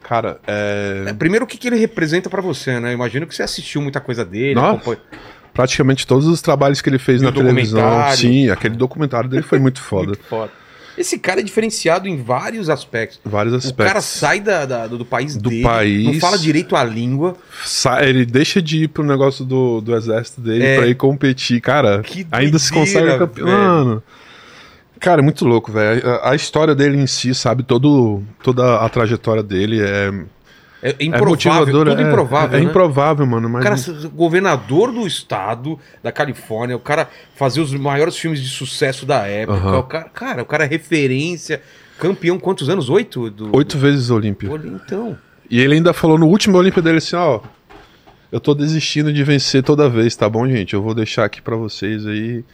Cara, é,
É, primeiro, o que, que ele representa pra você, né? Eu Imagino que você assistiu muita coisa dele.
Nossa.
acompanha-
praticamente todos os trabalhos que ele fez
E o
na televisão.
documentário.
Sim, aquele documentário dele foi muito foda.
Muito foda. Esse cara é diferenciado em vários aspectos.
Vários
O cara
aspectos.
sai da- da- do país
Do
dele, não
país.
fala direito a língua.
Sa- ele deixa de ir pro negócio do, do exército dele
É.
pra ir competir. Cara,
Que
ainda se
doideira,
consegue campeão.
velho.
Mano, Cara, é muito louco, velho. A, a história dele em si, sabe? Todo, toda a trajetória dele é,
É é
é
improvável,
motivadora.
tudo
é-
improvável,
É,
né?
improvável, mano.
O
Mas
cara ser governador do estado da Califórnia, o cara fazer os maiores filmes de sucesso da época.
Aham.
O cara, cara, o cara é referência, campeão quantos anos? Oito? Do,
oito vezes Olímpia.
Olha, então.
E ele ainda falou no último Olímpia dele assim, ó. Eu tô desistindo de vencer toda vez, tá bom, gente? Eu vou deixar aqui pra vocês aí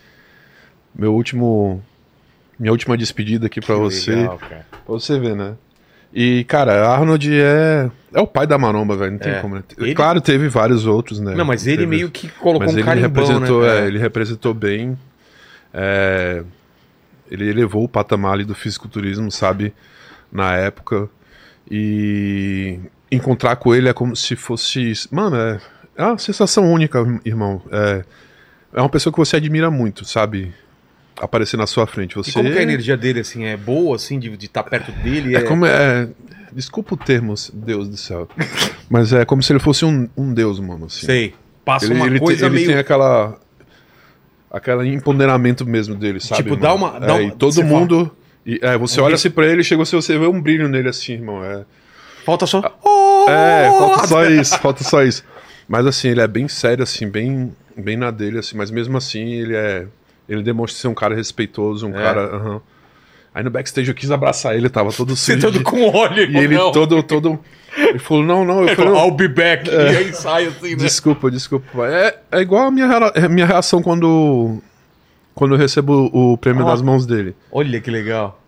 meu último minha última despedida aqui pra
Que
você,
legal, cara.
pra você ver, né? E cara, Arnold é é o pai da maromba, velho, não tem
É.
como. né?
Ele-
Claro, teve vários outros, né?
Não, mas ele
Teve-
meio que colocou
mas
um
ele
carimbão, né?
representou, é,
cara?
ele representou bem. é, ele elevou o patamar ali do fisiculturismo, sabe? Na época. E encontrar com ele é como se fosse. Mano, é, é uma sensação única, irmão. É, é uma pessoa que você admira muito, sabe? Aparecer na sua frente. Você
E como que a energia dele, assim, é boa, assim, de estar perto dele?
é como é. Desculpa o termo, Deus do céu. Mas é como se ele fosse um, um deus, mano. Assim.
Sei. Passa
Ele,
uma
ele,
coisa
tem, ele
meio.
tem aquela. Aquela empoderamento mesmo dele, sabe?
Tipo, dá
irmão?
uma- dá
É,
uma-
e todo
você fala-
mundo. e, é, você
Um
olha
brilho.
assim pra ele, chegou assim, você vê um brilho nele assim, irmão. É,
Falta só.
Ah,
Oh!
é falta só isso, falta só isso. Mas assim, ele é bem sério, assim, bem, bem na dele, assim, mas mesmo assim ele é. Ele demonstra ser um cara respeitoso, um
É.
cara. aham. Aí no backstage eu quis abraçar ele, tava todo
Você é
sujo.
todo com óleo,
E ele
não.
todo, todo. Ele falou, não, não, eu
Ele
falei,
fala,
não,
I'll be back. E
É.
aí sai assim, né?
Desculpa, desculpa. É, é igual a minha, rea- é a minha reação quando, quando eu recebo o prêmio
Ó.
das mãos dele.
Olha que legal.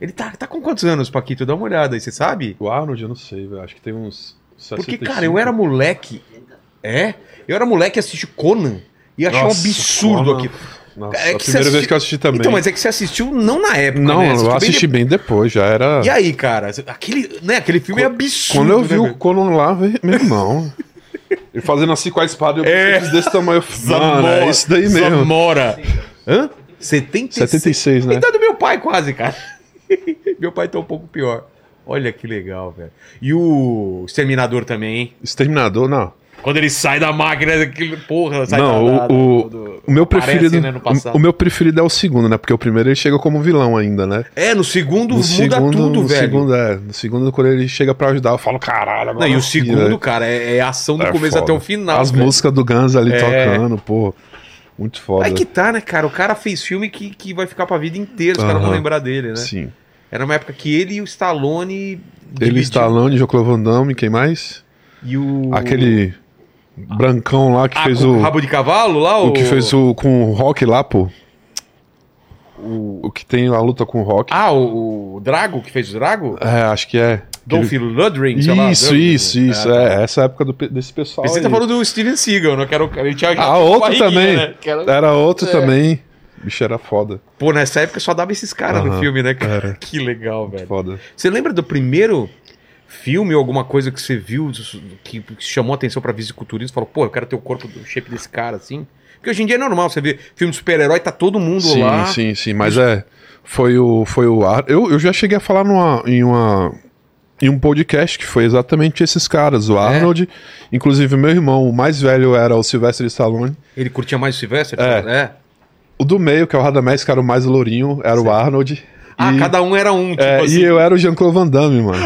Ele tá, tá com quantos anos, Paquito? Dá uma olhada aí, você sabe?
O Arnold, eu não sei, velho. Acho que tem uns. 65.
Porque, cara, eu era um moleque. É? Eu era moleque e assisti Conan. E achei um
Nossa,
absurdo
Conan.
aqui.
Nossa,
É
a
que você
primeira vez
assisti-
que eu assisti também.
Então, mas é que você assistiu não na época,
não,
né?
eu
Assistiu bem
assisti bem depois, já era.
de- E aí, cara? Aquele, né, aquele filme é absurdo.
quando eu
né,
vi o
velho?
Conan lá, velho, meu irmão. Ele fazendo assim com a espada, eu
É.
fiz desse tamanho. eu falei, Mano, é isso daí mesmo.
Zamora. Hã? 76.
76, né?
Então é do meu pai, quase, cara. meu pai tá um pouco pior. Olha que legal, velho. E o Exterminador também, hein?
Exterminador, não.
Quando ele sai da máquina, aquele, porra, sai
Não,
da,
o-
da-
o-
do-
O meu
Parece,
preferido.
né, no passado.
o, o meu preferido é o segundo, né? Porque o primeiro ele chega como vilão ainda, né?
É, no segundo
No
muda tudo,
no
velho.
Segundo, é, no segundo, quando ele chega pra ajudar, eu falo, caralho,
Não,
agora
e o
sim,
segundo,
velho."
cara, é, é ação do
É
começo
foda.
até o final.
As
velho.
músicas do Guns ali
É.
tocando, pô. Muito foda.
Aí que tá, né, cara? O cara fez filme que, que vai ficar pra vida inteira, os caras vão
Aham.
lembrar dele, né?
Sim.
Era uma época que ele e o Stallone.
Ele,
dividiam.
Stallone, Joclo Van Damme, quem mais?
E o.
Aquele brancão lá que
Ah,
fez
com
o.
Rabo de cavalo lá?
O que fez o com o Rock lá, pô. O, que tem a luta com o Rock.
Ah, o o Drago, que fez o Drago?
É, acho que é.
Dolph Lundgren, sei lá.
Isso,
Dolph-
isso, isso.
Ah,
É, essa época do pe- desse pessoal.
Pensei que
aí.
tá falando do Steven Seagal, né? não quero. Ele tinha
Ah, outro
barriguinha,
também.
né? Que era-
Era outro também. Bicho, era foda.
Pô, nessa época só dava esses caras no
Aham,
filme, né, cara?
era.
Que legal, velho.
Foda.
Você lembra do primeiro filme ou alguma coisa que você viu que que chamou atenção pra fisiculturismo? Você Falou, pô, eu quero ter o corpo do shape desse cara, assim. Porque hoje em dia é normal, você vê filme de super-herói, tá todo mundo
Sim,
lá.
sim, sim, mas é. Foi o. Foi o ar. Eu, eu já cheguei a falar numa, em uma. Em um podcast que foi exatamente esses caras, o
É?
Arnold, inclusive meu irmão, o mais velho era o Sylvester Stallone,
Ele curtia mais o Sylvester?
É.
é.
o do meio, que é o Radamés, que era o mais lourinho, era o Arnold.
Ah,
e,
cada um era um, tipo
é,
assim.
e eu era o Jean-Claude Van Damme, mano.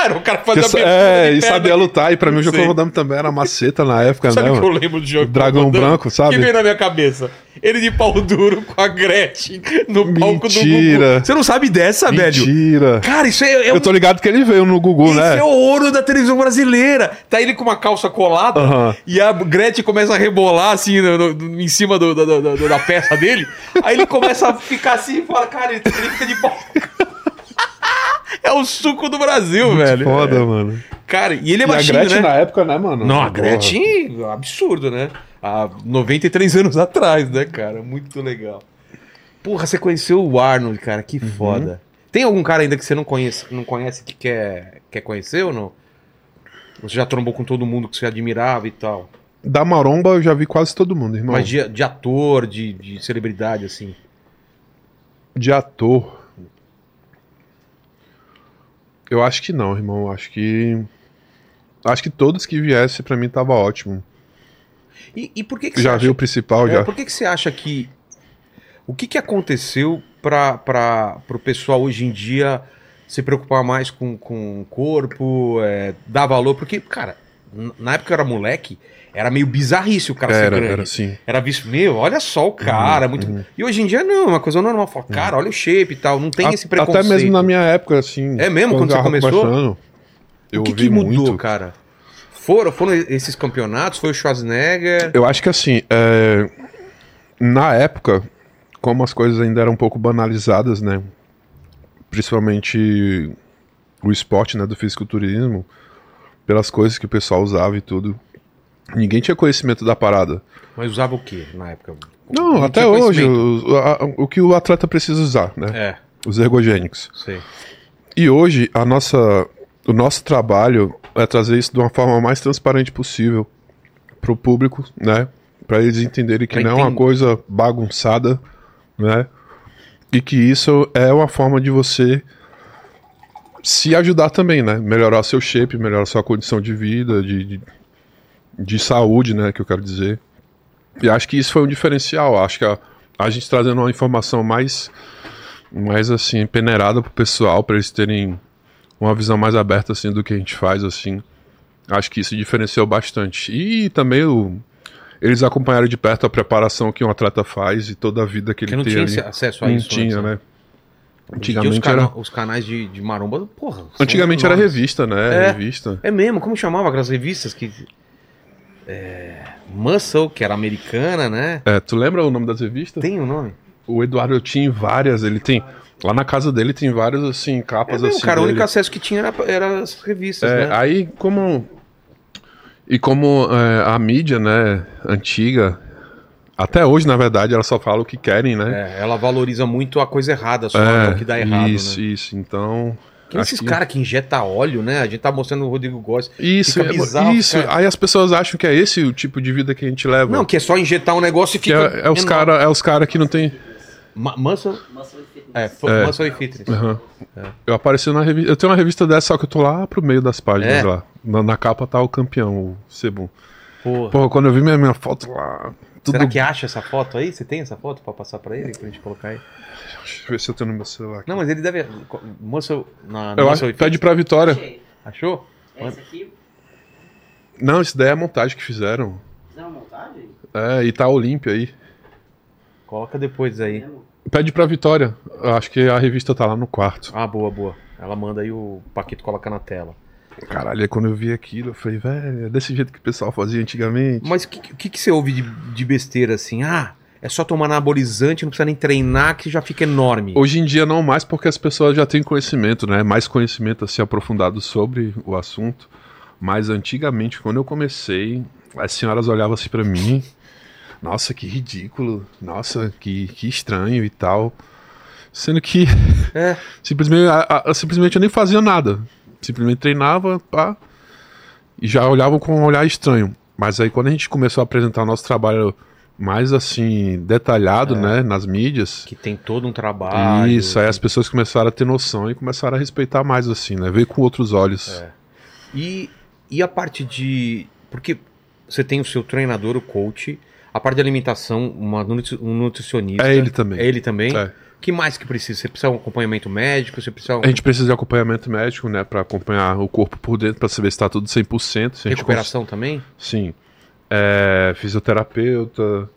Cara, o cara
Porque
fazia abertura
sa- é,
de
e
perna.
sabia lutar, e pra mim o Jean-Claude
Sim.
Van Damme também era maceta na época,
Sabe
né,
o que eu
mano?
lembro do jogo?
Dragão
Van Damme?
branco, sabe?
Que veio na minha cabeça. Ele de pau duro com a Gretchen no palco do
Mentira.
Gugu. Você não sabe dessa, velho?
Mentira.
Cara, isso é, é um
Eu tô ligado que ele veio no Gugu,
Isso
né?
é o ouro da televisão brasileira. Tá ele com uma calça colada
Aham.
e a Gretchen começa a rebolar assim no- no- no- em cima do- do- do- do- da peça dele. Aí ele começa a ficar assim e fala, cara, ele fica de pau. é o suco do Brasil, velho.
Tipo, Foda, mano.
Cara, e ele é
E a
baixinho,
Gretchen
né?
na época, né, mano?
Não, a
Porra.
Gretchen, absurdo, né? Há 93 anos atrás, né, cara? Muito legal. Porra, você conheceu o Arnold, cara, que foda. Tem algum cara ainda que você não conhece, não conhece que quer, quer conhecer ou não? Você já trombou com todo mundo que você admirava e tal.
Da Maromba eu já vi quase todo mundo, irmão.
Mas de, de ator, de, de celebridade, assim.
De ator. Eu acho que não, irmão. Eu Acho que. Acho que todos que viessem pra mim tava ótimo.
E, e por que, que
Já
você
vi o
acha,
principal,
é,
já.
Por que, que você acha que. O que, que aconteceu para o pessoal hoje em dia se preocupar mais com, com o corpo, é, dar valor? Porque, cara, n- na época que eu era moleque, era meio bizarrice o cara ser
Era,
grande.
era Uhum,
Era.
assim.
visto, meu, olha só o cara. muito... E hoje em dia não, é uma coisa normal. Fala, cara, olha o shape e tal. Não tem
Uhum. A-
esse preconceito.
Até mesmo na minha época, assim.
É mesmo? Quando você
eu tava
começou?
começando, Eu
o que,
vi
que mudou,
muito.
cara? Foram, foram esses campeonatos? Foi o Schwarzenegger?
Eu acho que assim, é, na época, como as coisas ainda eram um pouco banalizadas, né? Principalmente o esporte, né, do fisiculturismo, pelas coisas que o pessoal usava e tudo. Ninguém tinha conhecimento da parada.
Mas usava o quê na época?
Não,
tinha
até hoje,
conhecimento.
o, a- o que o atleta precisa usar, né?
É,
Os ergogênicos.
sei.
E hoje a nossa, o nosso trabalho é trazer isso de uma forma mais transparente possível para o público, né? Para eles entenderem que
Pra
não é uma
entender.
coisa bagunçada, né? E que isso é uma forma de você se ajudar também, né? Melhorar seu shape, melhorar sua condição de vida, de, de, de saúde, né? Que eu quero dizer. E acho que isso foi um diferencial. Acho que a, a gente trazendo uma informação mais mais assim, peneirada pro pessoal, pra eles terem uma visão mais aberta assim do que a gente faz assim. Acho que isso diferenciou bastante. E também o eles acompanharam de perto a preparação que um atleta faz e toda a vida que
Porque
ele
não
tem
tinha
ali.
esse acesso a
não
isso
tinha,
antes, Hoje em
né?
dia os,
Antigamente
cana-
era
os canais de, de maromba, porra. são
Antigamente era
enormes.
revista, né?
É.
Revista.
É mesmo, como chamava aquelas revistas que. é, Muscle, que era americana, né?
É, tu lembra o nome das revistas?
Tem o nome?
O Eduardo eu tinha várias, ele tem lá na casa dele tem várias assim
É
capas
mesmo,
assim.
cara, o
dele.
único acesso que tinha era, era as revistas,
É,
né?
Aí, como. E como é, a mídia, né, antiga, até hoje, na verdade, ela só fala o que querem, né? É,
É, ela valoriza muito a coisa errada, só não o que dá errado,
isso,
né?
isso. Então.
Que nem esses
acho que-
caras que injetam óleo, né? A gente tá mostrando o Rodrigo Góes.
Isso,
fica
é,
bizarro,
isso.
cara.
Aí as pessoas acham que é esse o tipo de vida que a gente leva.
Não, que é só injetar um negócio e
que
fica.
é, é os
enorme.
caras é os cara que não tem.
Ma- Muscle?
Muscle Fitness.
É, fu-
É.
Muscle e Fitness.
Aham.
É.
Eu apareci na revista. Eu tenho uma revista dessa, só que eu tô lá pro meio das páginas
É.
lá. Na, na capa tá o campeão, o Sebum.
Porra.
Porra, quando eu vi minha, minha foto lá. Tudo...
Será que acha essa foto aí? Você tem essa foto pra passar pra ele? Pra gente colocar aí?
Deixa eu ver se eu tenho no meu celular.
é?
Aqui.
Não, mas ele deve. co- Moça. Na,
eu
na
acho
sua-
que pede pra vitória.
Achei.
Achou?
Essa aqui
Não, isso daí é a montagem que fizeram.
fizeram uma montagem?
É, e tá a Olímpia aí.
Coloca depois aí.
Fizemos.
Pede pra Vitória. Eu acho que a revista tá lá no quarto.
Ah, boa, boa. Ela manda aí o Paquito coloca na tela.
Caralho, aí quando eu vi aquilo, eu falei, velho, é desse jeito que o pessoal fazia antigamente.
Mas o que, o que, que você ouve de, de besteira assim? Ah, é só tomar anabolizante, não precisa nem treinar, que já fica enorme.
Hoje em dia não mais porque as pessoas já têm conhecimento, né? Mais conhecimento assim aprofundado sobre o assunto. Mas antigamente, quando eu comecei, as senhoras olhavam assim pra mim. Nossa, que ridículo. Nossa, que, que estranho e tal. Sendo que
É.
simplesmente, a- a- simplesmente eu nem fazia nada. simplesmente treinava pá, e já olhavam com um olhar estranho. Mas aí quando a gente começou a apresentar o nosso trabalho mais assim, detalhado, né, nas mídias,
Que tem todo um trabalho.
isso, aí as pessoas começaram a ter noção e começaram a respeitar mais, assim, né? Ver com outros olhos.
É. E, e a parte de. Porque você tem o seu treinador, o coach, a parte de alimentação, uma nutri- um nutricionista.
É, ele também.
É ele também.
É.
O que mais que precisa? Você precisa de um acompanhamento médico? Você precisa de um-
A gente precisa de acompanhamento médico, né, Pra acompanhar o corpo por dentro, pra saber se tá tudo 100%. Se a gente
recuperação também?
cons- Sim. É, fisioterapeuta,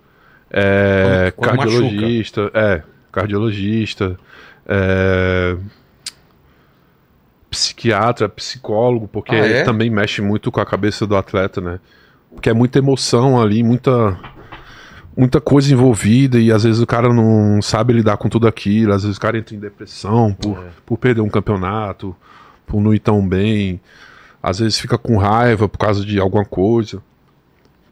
é,
Quando- quando
cardiologista, é, cardiologista, é, psiquiatra, psicólogo, porque
Ah, é?
ele também mexe muito com a cabeça do atleta, né? Porque é muita emoção ali, muita muita coisa envolvida e às vezes o cara não sabe lidar com tudo aquilo, às vezes o cara entra em depressão por,
É.
por perder um campeonato, por não ir tão bem, às vezes fica com raiva por causa de alguma coisa.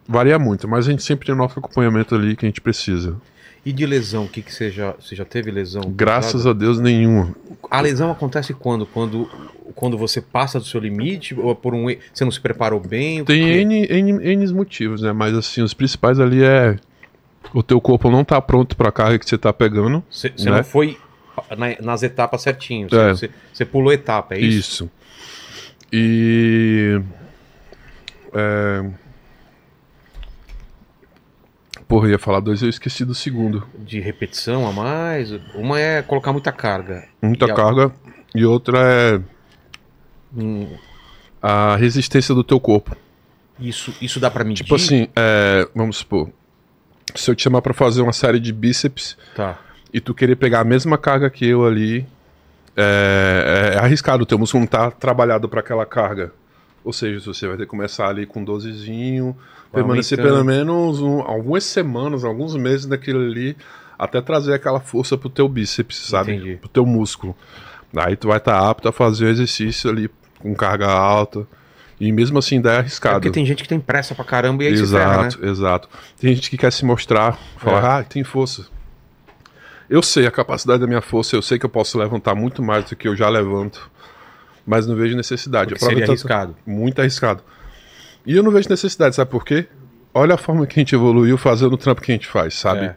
Varia muito, mas a gente sempre tem o nosso acompanhamento ali que a gente precisa.
E de lesão? O que, que você já. Você já teve lesão?
Graças a Deus nenhuma.
A lesão acontece quando? Quando, quando você passa do seu limite? Ou por um. e- Você não se preparou bem? O
Tem
quê?
N, N, N motivos, né? Mas assim, os principais ali é o teu corpo não tá pronto pra carga que você tá pegando.
Você você
né?
não foi na- nas etapas certinho. Você,
É.
você- você pulou etapa, é isso?
Isso. E. é, Porra, eu ia falar dois, eu esqueci do segundo.
de repetição a mais. Uma é colocar muita carga.
Muita
E a-
carga. E outra é
Hum,
a resistência do teu corpo.
isso, isso dá pra medir?
Tipo assim, é, vamos supor. Se eu te chamar pra fazer uma série de bíceps
Tá.
e tu querer pegar a mesma carga que eu ali, é, é arriscado. O teu músculo não tá trabalhado para aquela carga. Ou seja, você vai ter que começar ali com 12zinho,
Vai
permanecer
aumentando.
pelo menos um- algumas semanas, alguns meses daquilo ali, até trazer aquela força pro teu bíceps, sabe?
Entendi.
Pro teu músculo. Aí tu vai estar apto a fazer o exercício ali com carga alta. E mesmo assim dá
É
arriscado.
porque tem gente que tem pressa pra caramba e aí se ferra, né? É.
Exato, exato. Tem gente que quer se mostrar, falar, ah, tem força. Eu sei a capacidade da minha força, eu sei que eu posso levantar muito mais do que eu já levanto, mas não vejo necessidade.
Porque
A prova
seria
tá-
arriscado.
Muito arriscado. E eu não vejo necessidade, sabe por quê? Olha a forma que a gente evoluiu fazendo o trampo que a gente faz, sabe?
É.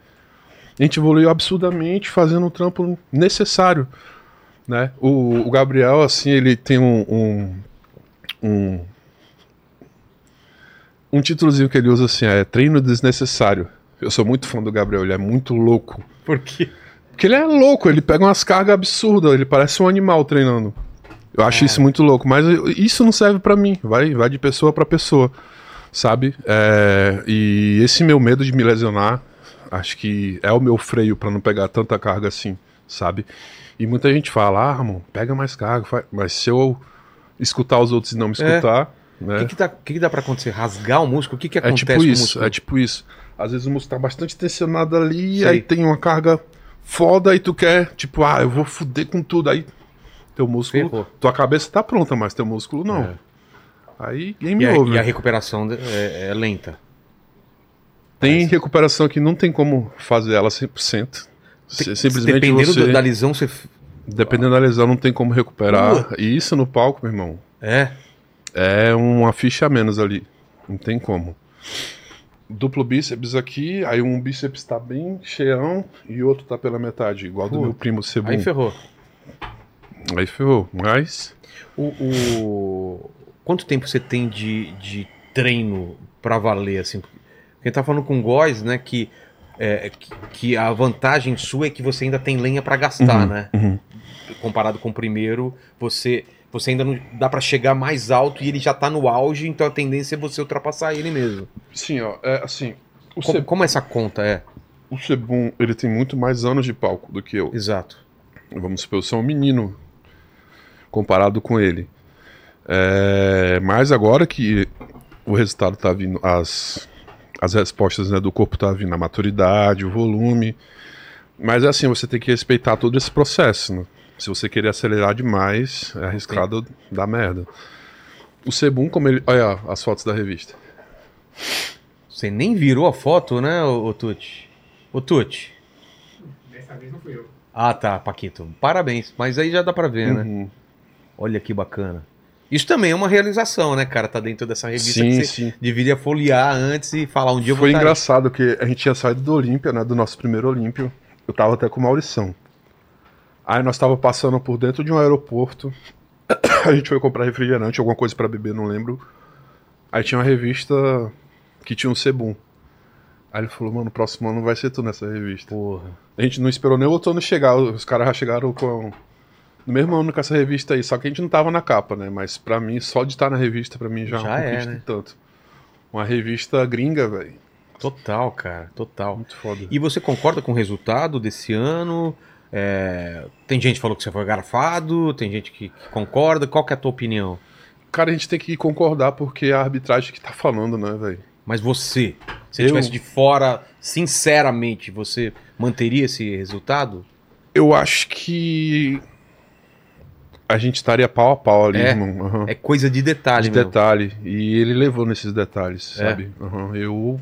A gente evoluiu absurdamente fazendo o trampo necessário, né? O, o Gabriel, assim, ele tem um, um, um... um títulozinho que ele usa, assim, é treino desnecessário. Eu sou muito fã do Gabriel, ele é muito louco.
Por quê?
Porque ele é louco, ele pega umas cargas absurdas, ele parece um animal treinando. Eu acho isso muito louco, mas eu- isso não serve pra mim, vai, vai de pessoa pra pessoa, sabe? É, e esse meu medo de me lesionar, acho que é o meu freio pra não pegar tanta carga assim, sabe? E muita gente fala, ah, Ramon, pega mais carga, faz-". mas se eu escutar os outros e não me
É.
escutar,
O
né?
que, que, dá, o que que dá pra acontecer? Rasgar o músculo? O que, que
É
acontece
tipo
com o
isso,
músculo?
é tipo isso. Às vezes o músculo tá bastante tensionado ali,
Sei.
aí tem uma carga foda e tu quer, tipo, ah, eu vou fuder com tudo. Aí teu músculo,
Ferrou.
tua cabeça tá pronta, mas teu músculo não.
É.
Aí game
E a,
over.
e a recuperação de- é, é lenta.
Tem recuperação que não tem como fazer ela 100%. Se-
Tem-
Simplesmente
Dependendo
você,
do- da lesão, você. f-
dependendo da lesão, não tem como recuperar. E isso no palco, meu irmão,
É.
É uma ficha a menos ali. Não tem como. Duplo bíceps aqui, aí um bíceps tá bem cheião e o outro tá pela metade, igual do
Pô,
meu primo Cebum.
Aí ferrou.
Aí ferrou. Mas
O, o- Quanto tempo você tem de, de treino pra valer, assim? Porque tá falando com o Góis, né, que, é, que, que a vantagem sua é que você ainda tem lenha pra gastar,
Uhum,
né?
uhum.
Comparado com o primeiro, você, você ainda não dá pra chegar mais alto e ele já tá no auge, então a tendência é você ultrapassar ele mesmo.
sim, ó, é assim, o,
Como,
Ce-
como essa conta é?
o Cebum, ele tem muito mais anos de palco do que eu.
Exato.
Vamos supor, eu sou um menino comparado com ele. É, mas agora que o resultado tá vindo, as, as respostas né, do corpo tá vindo, a maturidade, o volume. Mas é assim, você tem que respeitar todo esse processo. Né? Se você querer acelerar demais, é arriscado dar merda. O Sebum, como ele. Olha ó, as fotos da revista.
Você nem virou a foto, né, ô, ô Tuti? Ô Tuti.
Dessa vez não fui eu.
Ah, tá, Paquito. Parabéns. Mas aí já dá pra ver, né?
Uhum.
Olha que bacana. Isso também é uma realização, né, cara? Tá dentro dessa revista
Sim,
que você
sim.
deveria folhear antes e falar um dia eu
Foi
vou tá-
engraçado que a gente tinha saído do Olímpia, né? Do nosso primeiro Olímpio. Eu tava até com o Maurição. Aí nós tava passando por dentro de um aeroporto. A gente foi comprar refrigerante, alguma coisa pra beber, não lembro. Aí tinha uma revista que tinha um Sebum. Aí ele falou, mano, próximo ano vai ser tu nessa revista.
Porra.
A gente não esperou nem o outono chegar, os caras já chegaram com. No mesmo ano com essa revista aí, só que a gente não tava na capa, né? Mas pra mim, só de estar na revista, pra mim já,
Já
é uma
é,
conquista
né?
e tanto. Uma revista gringa, velho.
Total, cara, total.
Muito foda.
E você concorda com o resultado desse ano? É, Tem gente que falou que você foi garfado, tem gente que que concorda. Qual que é a tua opinião?
Cara, a gente tem que concordar porque é a arbitragem que tá falando, né, velho?
Mas você, se
Eu-
estivesse de fora, sinceramente, você manteria esse resultado?
Eu acho que a gente estaria pau a pau ali,
É?
irmão. Aham.
É coisa de detalhe,
De
mesmo.
detalhe. E ele levou nesses detalhes,
É?
sabe? Aham. Eu.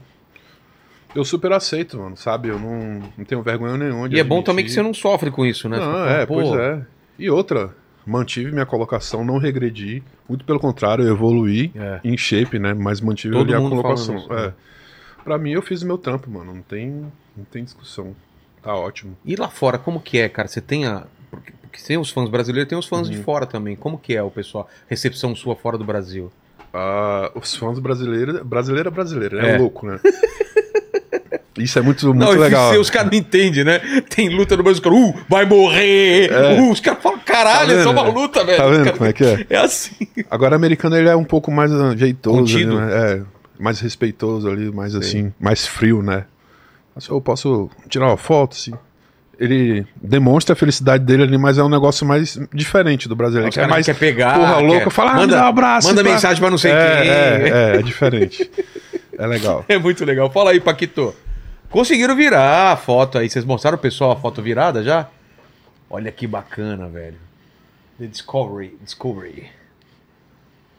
Eu super aceito, mano, sabe? Eu não, não tenho vergonha nenhuma de
E é bom também que
admitir.
você não sofre com isso, né?
Não,
Você fala,
é,
"Pô,
pois é. E outra, mantive minha colocação, não regredi. Muito pelo contrário, eu evoluí
É.
em shape, né? Mas mantive
Todo
ali a
mundo né?
colocação.
falando isso,
É. Pra mim, eu fiz o meu trampo, mano. Não tem, não tem discussão. Tá ótimo.
E lá fora, como que é, cara? Você tem a. Porque, porque tem os fãs brasileiros, tem os fãs
Uhum.
de fora também. Como que é o pessoal? Recepção sua fora do Brasil?
Ah, os fãs brasileiros. Brasileira é brasileira, né?
É.
é louco, né? Isso é muito, muito
não,
legal.
UFC os caras não entendem, né? Tem luta no Brasil, os caras, uh, vai morrer! Uh, os caras falam, caralho,
É. Tá
é só
vendo,
uma
né?
luta, velho.
Tá
Os
vendo
caras-
como é que é?
É assim.
Agora, o americano ele é um pouco mais ah, jeitoso, ali,
Contido.
né? É, mais respeitoso ali, mais assim, mais frio, né? Mas Eu posso tirar uma foto, assim. Ele demonstra a felicidade dele ali, mas é um negócio mais diferente do brasileiro.
Os
que é
caras
mais
querem pegar.
porra louca, fala, ah, me dá um
manda,
abraço.
manda
pá.
mensagem pra não sei
é,
quem.
É,
É,
é, é diferente. é legal.
muito legal. Fala aí, Paquito. Conseguiram virar a foto aí. Vocês mostraram o pessoal a foto virada já? Olha que bacana, velho. The Discovery. Discovery.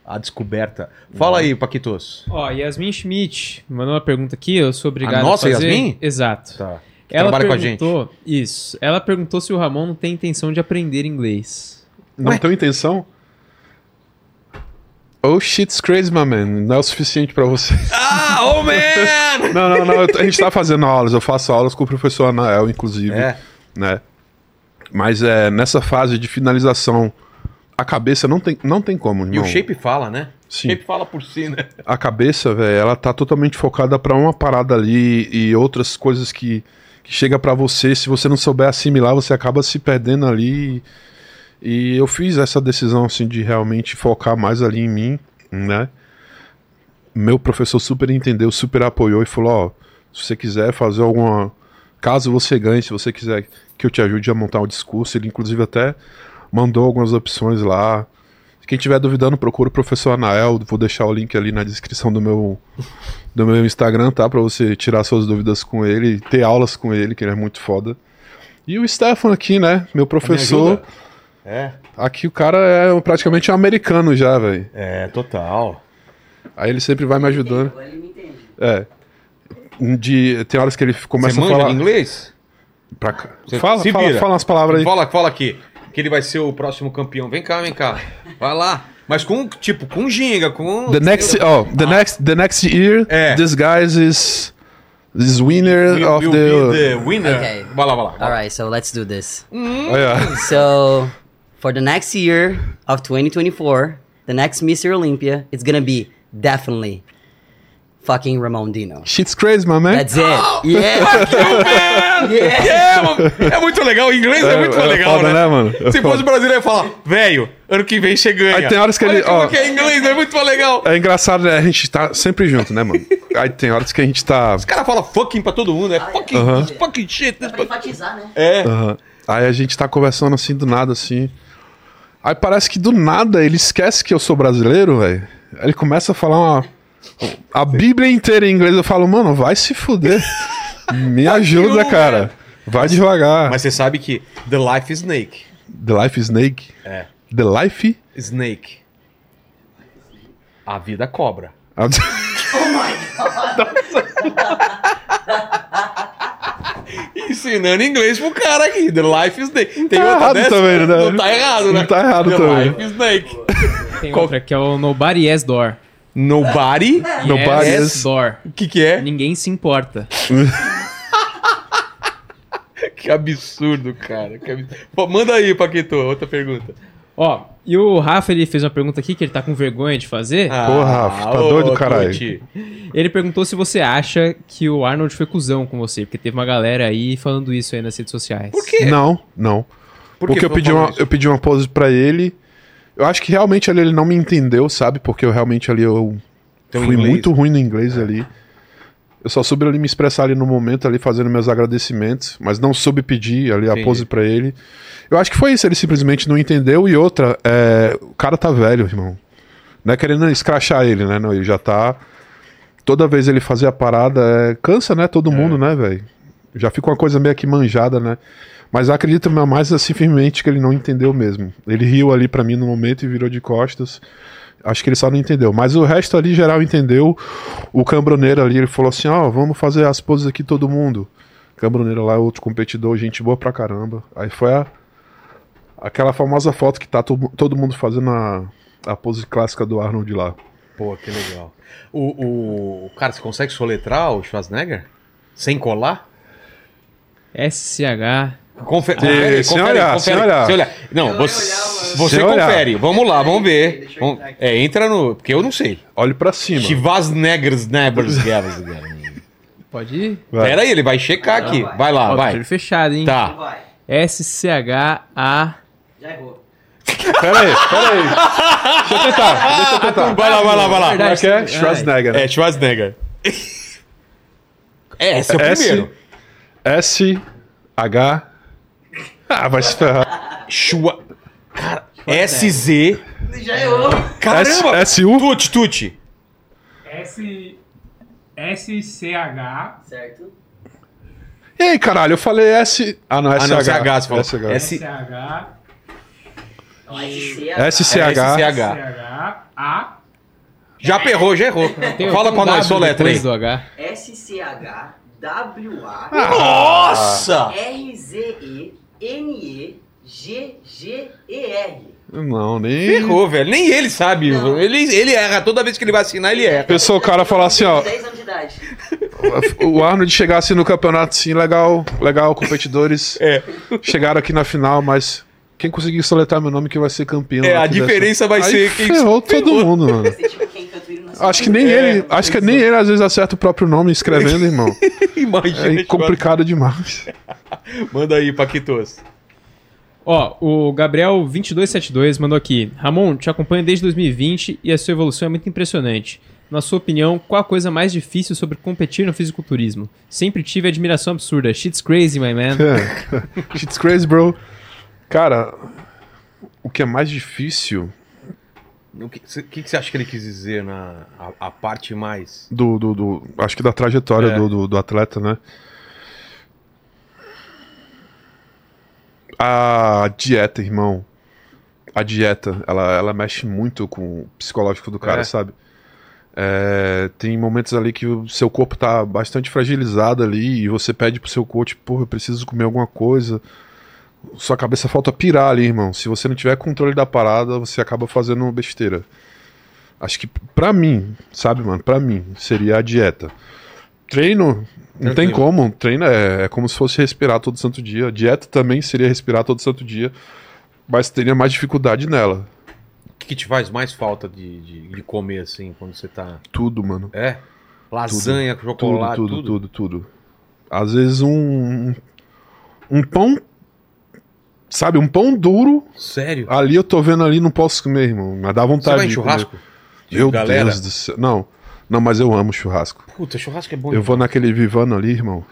A descoberta. Fala aí, Paquitos.
Ó, Yasmin Schmidt mandou uma pergunta aqui, eu sou obrigado a,
Ah, nossa
fazer.
Yasmin?
Exato.
Tá. Que
Ela
trabalha com a
perguntou, isso. Ela perguntou se o Ramon não tem intenção de aprender inglês.
Não tem intenção? Oh, shit's crazy, my man. Não é o suficiente pra você.
Ah, oh man!
Não, não, não. eu tô- a gente tá fazendo aulas. Eu faço aulas com o professor Anael, inclusive.
É,
né? Mas é, nessa fase de finalização, a cabeça não tem, não tem como,
e
irmão.
o Shape fala, né?
Sim.
Shape fala por si, né?
A cabeça, velho, ela tá totalmente focada pra uma parada ali e outras coisas que, que chega pra você. Se você não souber assimilar, você acaba se perdendo ali. E eu fiz essa decisão, assim, de realmente focar mais ali em mim, né? Meu professor super entendeu, super apoiou e falou, ó, se você quiser fazer alguma... Caso você ganhe, se você quiser que eu te ajude a montar um discurso, ele inclusive até mandou algumas opções lá. Quem tiver duvidando, procura o professor Anael. Vou deixar o link ali na descrição do meu, do meu Instagram, tá? Pra você tirar suas dúvidas com ele, ter aulas com ele, que ele é muito foda. E o Stefan aqui, né? Meu professor.
ajuda? É,
Aqui o cara é praticamente um americano já, velho.
é, total.
Aí ele sempre vai me ajudando.
Agora ele me entende.
É. Um dia, tem horas que ele começa
Você
a
manja
falar.
de inglês?
Pra cá.
Você
Fala,
se
fala,
vira.
fala umas palavras aí.
Fala, fala aqui. Que ele vai ser o próximo campeão. Vem cá, vem cá. Vai lá. Mas com, tipo, com ginga, com.
The next, oh, the next, the next year,
É.
this guy is, is winner
Will,
of
will be
the.
the winner.
Okay.
Vai lá, vai lá.
All right, so let's do this.
Olha,
So, for the next year of 2024, the next Mr. Olympia, it's gonna be definitely fucking Ramon Dino.
shit's crazy, my man.
That's it. Yeah.
É, mano, é muito legal. O inglês é, muito legal,
foda,
né?
né, mano? É
Se
foda.
fosse brasileiro, eu ia falar, velho, ano que vem você ganha.
Aí tem horas que
Olha
ele-
como
ó.
que é inglês, é muito legal.
É engraçado, né? A gente tá sempre junto, né, mano? Aí tem horas que a gente tá.
O cara fala fucking pra todo mundo, é fucking,
Aham.
this fucking shit. this
Dá pra
fucking-
enfatizar, né?
É.
Aham. Aí a gente tá conversando assim do nada, assim. Aí parece que do nada ele esquece que eu sou brasileiro, velho. Aí Ele começa a falar uma. A Bíblia inteira em inglês. Eu falo, mano, vai se fuder. Me ajuda,
you,
cara. Vai devagar.
Tá né?" Mas você sabe que The Life is Snake.
The Life Snake.
É.
The Life.
Snake. A vida cobra. Ensinando inglês pro cara aqui. The Life is Snake. Tem
Tá
outra
errado
dessa?
também, né?
Não tá errado, né?
Não tá errado
The
também.
Life is Snake.
tem
Qual-
outra que é o Nobody Yes Door.
Nobody?
Nobody
yes,
Has-
Door.
O que que é?
Ninguém se importa.
Que absurdo, cara. que absurdo. Pô, manda aí, Paquito, outra pergunta.
Ó, e o Rafa ele fez uma pergunta aqui que ele tá com vergonha de fazer.
Ah,
Rafa, tá
ô,
doido, caralho?
Tuti.
Ele perguntou se você acha que o Arnold foi cuzão com você, porque teve uma galera aí falando isso aí nas redes sociais.
Por quê?
Não, não.
Por que
porque eu
foi
pedi,
falar
uma,
isso?
eu pedi uma pose pra ele. Eu acho que realmente ali ele não me entendeu, sabe? Porque eu realmente ali eu
Teu
fui
um inglês. né?
muito ruim no inglês ali. Eu só soube ali me expressar ali no momento, ali fazendo meus agradecimentos, mas não soube pedir ali
Entendi.
a pose pra ele. Eu acho que foi isso, ele simplesmente não entendeu. E outra, é, o cara tá velho, irmão. Não é querendo escrachar ele, né? Não, ele já tá. Toda vez ele fazer a parada, é, cansa, né? Todo mundo, né, velho? Já fica uma coisa meio que manjada, né? Mas acredito mais assim firmemente que ele não entendeu mesmo. Ele riu ali pra mim no momento e virou de costas. Acho que ele só não entendeu. Mas o resto ali, geral, entendeu. O cambroneiro ali, ele falou assim: ó, vamos fazer as poses aqui todo mundo. Cambroneiro lá, outro competidor, gente boa pra caramba. Aí foi a, aquela famosa foto que tá to- todo mundo fazendo a, a pose clássica do Arnold lá.
Pô, que legal. O, o- Cara, você consegue soletrar o Schwarzenegger? Sem colar?
SCH.
Confe-
sem olhar, sem olhar.
sem Não,
Eu
você,
olhava.
você
Sem olhar.
confere. Vamos lá, vamos ver.
Deixa eu
Vamos-
entrar aqui.
É, entra no... Porque eu não sei.
Olhe pra cima.
Schwarzenegger, Snebber,
Pode ir?
Vai.
Pera aí, ele vai checar
Não,
aqui.
vai.
Vai lá,
Ó,
Ah, vai.
Olho fechado, hein?
Tá.
Não vai.
SCHA.
Já errou.
Pera aí, pera aí. Deixa eu tentar, deixa eu tentar.
Vai lá, vai lá, vai lá.
Como é que é?
Verdade.
Schwarzenegger. né?
É, Schwarzenegger. É, esse é o
S-
primeiro.
S, H. Ah, vai se ferrar.
Schwa... Cara, SZ.
Já errou.
Caramba!
S, S, U.
Tute, tute.
S... SCH...
Certo.
Ei, caralho, eu falei S. Ah, não, S,
Ah, não,
H.
CH, você falou.
S,
S-
SH...
Então,
S,
SC.
É,
CH.
SCH.
SCH... A...
Já perrou, já errou.
Tem-
Fala
tem
pra
um
nós,
W
soletra aí.
depois do H.
SCH WA Ah.
Nossa!
RZE NE GGER.
Não, nem.
Errou, velho. Nem ele sabe.
Não.
Ele, ele erra. Toda vez que ele vai assinar, ele erra.
Pensou o cara falar assim, ó.
10 anos de idade.
O Arnold chegar assim no campeonato, assim, legal, legal, competidores.
É.
Chegaram aqui na final, mas quem conseguir soletrar meu nome que vai ser campeão.
É, a
aqui dessa-
diferença vai
Aí
ser quem-
Ferrou todo mundo, mano.
Você tipo quem canta o hino nacional.
Acho que nem
É,
ele, acho que nem ele às vezes acerta o próprio nome escrevendo, irmão.
Imagina.
É complicado demais.
Manda aí, Paquitos.
Ó, o Gabriel2272 mandou aqui. Ramon, te acompanho desde 2020 e a sua evolução é muito impressionante. Na sua opinião, qual a coisa mais difícil sobre competir no fisiculturismo? Sempre tive admiração absurda. Shit's crazy, my man.
É. Shit's crazy, bro. Cara, o que é mais difícil
O que, cê- que, que você acha que ele quis dizer na a, a parte mais?
do, do, do- Acho que da trajetória
É.
do, do, do atleta, né? A dieta, irmão. A dieta, ela, ela mexe muito com o psicológico do cara,
É.
sabe? É, tem momentos ali que o seu corpo tá bastante fragilizado ali e você pede pro seu coach, porra, eu preciso comer alguma coisa. Sua cabeça falta pirar ali, irmão. Se você não tiver controle da parada, você acaba fazendo besteira. Acho que pra mim, sabe, mano? Pra mim, seria a dieta. Treino, não tem
Tranquilo.
como. Treino é, é como se fosse respirar todo santo dia. Dieta também seria respirar todo santo dia, mas teria mais dificuldade nela.
O que, que te faz mais falta de, de, de comer, assim, quando você tá.
Tudo, mano.
É? Lasanha, chocolate, tudo.
tudo, tudo, tudo, tudo. Às vezes um. Um pão. Sabe, um pão duro.
Sério?
Ali eu tô vendo ali, não posso comer, irmão. Mas dá
você
Ah, vontade
vai em
de comer.
churrasco?
Meu
Galera?
Deus do céu. Não. Não, mas eu amo churrasco.
Puta, churrasco é bom.
Eu vou naquele Vivano ali, irmão.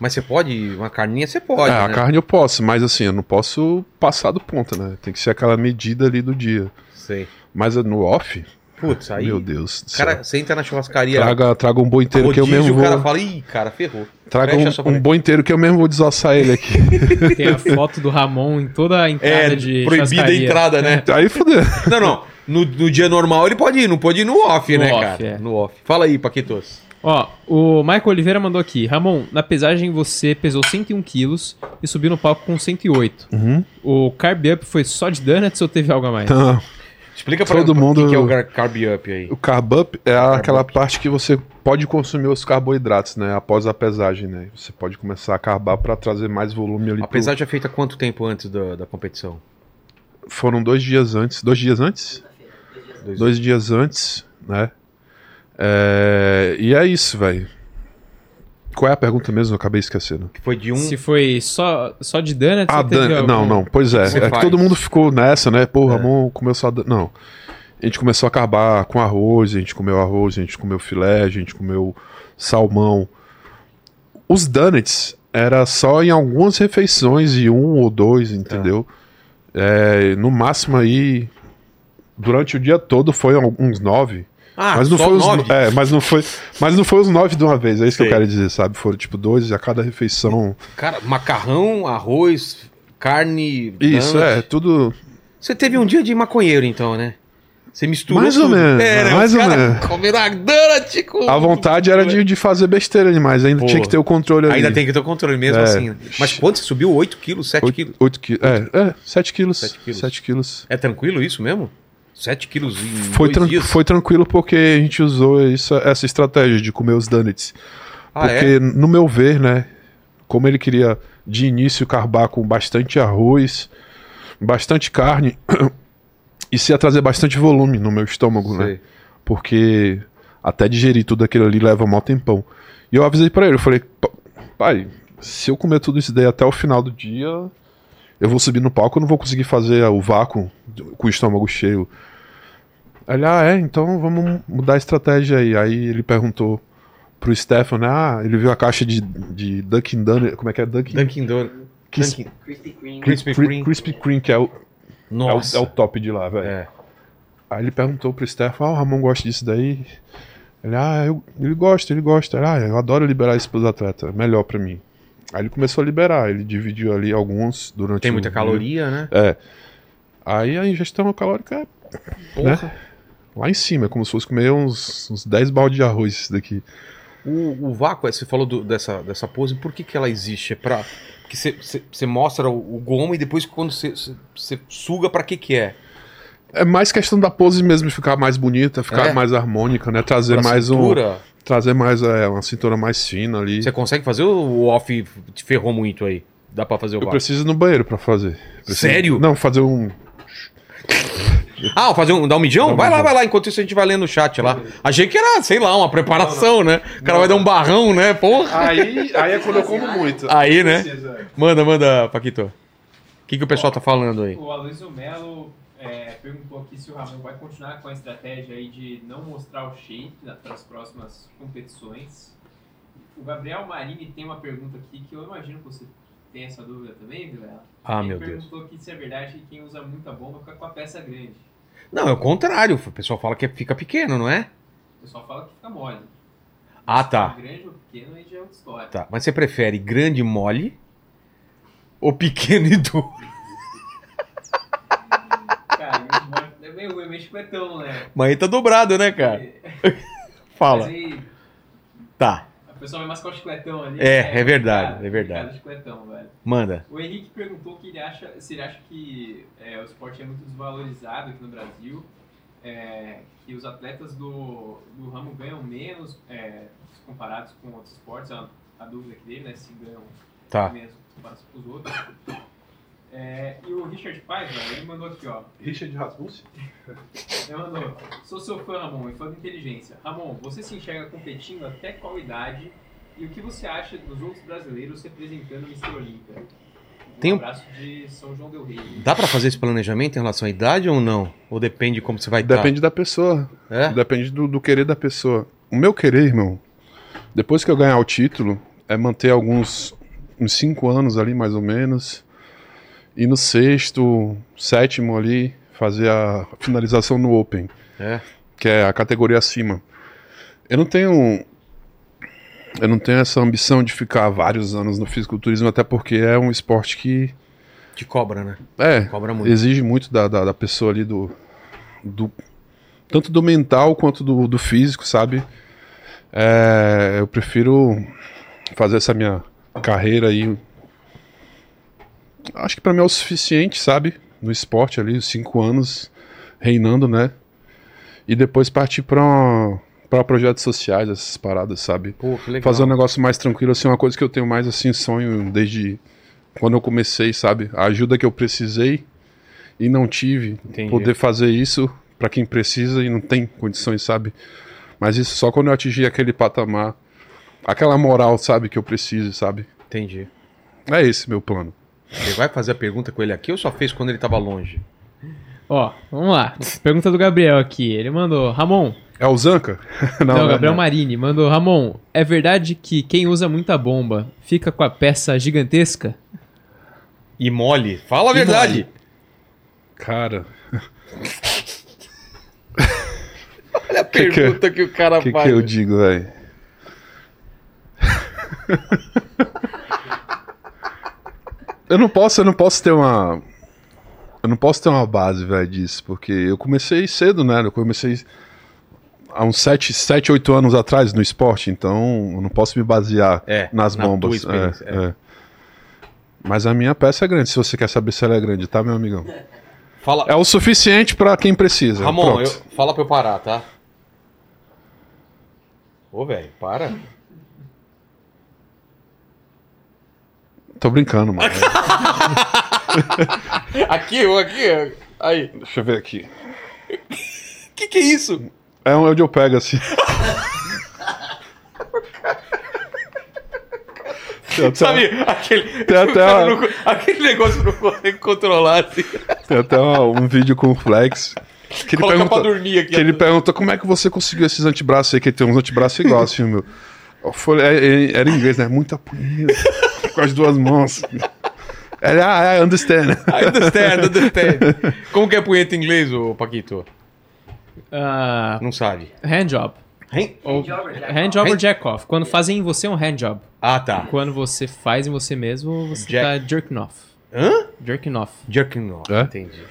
Mas você pode? Uma carninha você pode.
é, a
né?
carne eu posso, mas assim, eu não posso passar do ponto, né? Tem que ser aquela medida ali do dia.
Sei.
Mas no off,
Putz, aí.
meu Deus do céu.
Cara, você entra na churrascaria.
Traga, traga um boi inteiro que eu
rodízio,
mesmo
o cara
vou.
fala, ih, cara, ferrou.
Traga
fecha essa
um, um
parede."
boi inteiro que eu mesmo vou desossar ele aqui.
Tem a foto do Ramon em toda a entrada
É,
de
proibida a
churrascaria. É.
entrada, né?
Aí fodeu.
Não, não. No, no dia normal ele pode ir, não pode ir no off,
No
né,
off,
cara?
é.
No off. Fala aí, Paquitos.
Ó, o Michael Oliveira mandou aqui. Ramon, na pesagem você pesou 101 quilos e subiu no palco com 108.
Uhum.
O carb up foi só de donuts ou teve algo a mais?
Não.
Explica pra
Todo
pra-
mundo-
o que que é o gar- carb up aí.
Então, O carb up é aquela parte que você pode consumir os carboidratos, né? Após a pesagem, né? Você pode começar a carbar para trazer mais volume ali.
A
pro-
pesagem é feita quanto tempo antes da, da competição?
Foram dois dias antes. Dois dias antes?
Dois-
Dois dias antes, né? É, E é isso, velho. Qual é a pergunta mesmo? Eu acabei esquecendo.
Que foi de um.
Se foi só, só de dana,
Ah, Dan... Não, não, pois é.
Você
É que
faz. É.
todo mundo ficou nessa, né? Pô, o Ramon começou a. dan- Não. A gente começou a acabar com arroz, a gente comeu arroz, a gente comeu filé, a gente comeu salmão. Os donuts era só em algumas refeições e um ou dois, entendeu? É, no máximo aí, durante o dia todo foi uns nove.
Ah,
mas não
só
foi os
nove?
é, mas não foi, mas não foi os nove de uma vez, é isso que
Sei.
eu quero dizer, sabe? Foram tipo dois a cada refeição.
Cara, macarrão, arroz, carne.
Isso é, tudo
Você teve um dia de maconheiro, então, né? Você misturou.
Mais ou
tudo.
menos,
É, né?
mais
Os
ou
caras
menos.
Comeram a donut com.
A vontade era de, de fazer besteira demais, ainda
Pô.
tinha que ter o controle ali.
Ainda tem que ter o controle mesmo
É.
assim. né? Mas quanto você subiu? 8 quilos, 7 quilos?
8 quilos. É, é, 7 quilos.
Sete
7
quilos.
quilos.
É tranquilo isso mesmo? 7 quilos em
Foi,
dois
tran-
dias?
foi tranquilo porque a gente usou isso- essa estratégia de comer os donuts.
Ah,
porque,
é?
no meu ver, né, como ele queria de início carbar com bastante arroz, bastante carne, isso ia trazer bastante volume no meu estômago, né?
Sei.
porque até digerir tudo aquilo ali leva mó tempão. E eu avisei pra ele, eu falei, "Pa- pai, se eu comer tudo isso daí até o final do dia, eu vou subir no palco, eu não vou conseguir fazer o vácuo com o estômago cheio. Ele, ah, é, então vamos mudar a estratégia aí. Aí ele perguntou pro Stefan, né, ah, ele viu a caixa de, de Dunkin' Donuts, como é que é Dunkin'?
Dunkin' Donuts.
Que-
Dunkin'.
Krispy Kreme.
Krispy
Cri-
Kreme.
Krispy Kreme, que é o, é o,
Nossa.
é o top de lá, velho.
É.
Aí ele perguntou pro Stefan, ah, o Ramon gosta disso daí? Ele, ah, eu- ele gosta, ele gosta. Ele, ah, eu adoro liberar isso pros atletas, é melhor pra mim. Aí ele começou a liberar, ele dividiu ali alguns durante
Tem
o
muita
dia.
caloria, né?
Aí a ingestão calórica é
Porra.
lá em cima, é como se fosse comer uns, uns 10 baldes de arroz isso daqui.
O, o vácuo, é, você falou do- dessa, dessa pose, por que, que ela existe? É pra. Porque você- você você mostra o, o gomo e depois quando você- você você suga, pra que que é?
É mais questão da pose mesmo, de ficar mais bonita, ficar
É?
mais harmônica, né? Trazer
Pra
mais um.
cintura?
Trazer mais é, uma cintura mais fina ali.
Você consegue fazer ou o off te ferrou muito aí? Dá pra fazer o
Eu
vácuo?
preciso ir no banheiro pra fazer. Preciso-
Sério?
Não, fazer um.
Ah, fazer um, dar um mijão? vai lá, vai lá. Enquanto isso a gente vai lendo o chat lá. Achei que era, sei lá, uma preparação, né? O cara vai dar um barrão, né? Porra.
Aí, aí é quando eu como muito.
Aí, né? Manda, manda, Paquito. O que, que o pessoal tá falando aí?
O Aloysio Melo é, perguntou aqui se o Ramon vai continuar com a estratégia aí de não mostrar o shape na- para as próximas competições. O Gabriel Marini tem uma pergunta aqui que eu imagino que você tem essa dúvida também, Vilela.
Ah,
Ele
meu Deus.
perguntou aqui se é verdade que quem usa muita bomba fica com a peça grande.
Não, é o contrário. O pessoal fala que fica pequeno, não é?
O pessoal fala que fica mole.
Ah, tá.
Se é grande ou pequeno, aí já é outra história.
Tá. Mas você prefere grande e mole ou pequeno e duro?
Cara, e o mole é meio, é meio chicletão, né?
Mas aí tá dobrado, né, cara?
Mas
Fala.
aí,
Tá.
a pessoa vai mascar o chicletão ali.
É, é
complicado,
verdade, é verdade.
complicado o chicletão, velho.
Manda.
O Henrique perguntou que ele acha, se ele acha que é, o esporte é muito desvalorizado aqui no Brasil, é, que os atletas do, do ramo ganham menos é, comparados com outros esportes, a, a dúvida que dele, né, se ganham
Tá.
menos comparados com os outros. É, e o Richard Paz, velho, ele mandou aqui, ó,
Richard Rasmussen?
ele mandou, É sou seu fã, Ramon, e fã da inteligência. Ramon, você se enxerga competindo até qual idade e o que você acha dos outros brasileiros representando o Mr. Olímpia? Um
Tem um-
abraço de São João del Rei.
Dá pra fazer esse planejamento em relação à idade ou não? Ou depende de como você vai estar?
Depende da pessoa.
tá. É?
Depende do, do querer da pessoa. O meu querer, irmão, depois que eu ganhar o título, é manter alguns uns cinco anos ali, mais ou menos. E no sexto, sétimo ali, fazer a finalização no Open,
É.
que é a categoria acima. Eu não tenho. Eu não tenho essa ambição de ficar vários anos no fisiculturismo, até porque é um esporte que.
Te cobra, né?
É,
Cobra muito.
exige muito da, da, da pessoa ali do, do tanto do mental quanto do, do físico, sabe? É, eu prefiro fazer essa minha carreira aí. Acho que pra mim é o suficiente, sabe? No esporte ali, os cinco anos reinando, né? E depois partir pra, um- pra projetos sociais, essas paradas, sabe?
Pô, que legal.
Fazer um negócio mais tranquilo, assim, uma coisa que eu tenho mais, assim, sonho desde quando eu comecei, sabe? A ajuda que eu precisei e não tive.
Entendi.
Poder fazer isso pra quem precisa e não tem condições, sabe? Mas isso só quando eu atingir aquele patamar, aquela moral, sabe, que eu preciso, sabe?
Entendi.
É esse meu plano.
Você vai fazer a pergunta com ele aqui ou só fez quando ele tava longe?
Ó, vamos lá. Pergunta do Gabriel aqui. Ele mandou, Ramon.
É o Zanca?
Não,
né?
Gabriel Marini mandou, Ramon. É verdade que quem usa muita bomba fica com a peça gigantesca?
E mole. Fala a verdade.
Cara,
Olha É a
Que que-
pergunta que, o cara
o que,
faz.
que eu digo, velho? eu não posso, eu não posso ter uma. Eu não posso ter uma base, velho, disso, porque eu comecei cedo, né? Eu comecei há uns 7, 7, 8 anos atrás no esporte, então eu não posso me basear
É,
nas
na tua
bombas. é,
experiência, é.
é. Mas a minha peça é grande, se você quer saber se ela é grande, tá, meu amigão?
Fala,
É o suficiente pra quem precisa.
Ramon,
pronto.
eu, fala pra eu parar, tá? Ô, velho, para.
Tô brincando, mano.
Aqui, um aqui. um. Aí.
Deixa eu ver aqui.
Que que é isso?
É onde eu pego assim. Tem até, um-
Sabe, aquele,
Tem até
o cara
uma-
não co- aquele negócio que não consegue controlar, assim.
tem até um vídeo com o Flex. Que ele,
Coloca
pergunta,
pra dormir aqui. assim.
que ele
ó.
pergunta como é que você conseguiu esses antebraços aí, que ele tem uns antebraços igual assim, meu. Eu falei, é, é, era em inglês, né? Muita punheta. Com as duas mãos. Ele, ah, I understand.
I understand, I understand. Como que é punheta em inglês, ô Paquito?
Ah,
Não sabe.
handjob.
Hein?
Ou-
Handjob ou jackoff?
Handjob ou jackoff. Quando fazem em você é um handjob.
Ah, tá.
Quando você faz em você mesmo, você
Jack-
tá jerking off.
Hã?
Jerking off.
Jerking off.
É?
Entendi.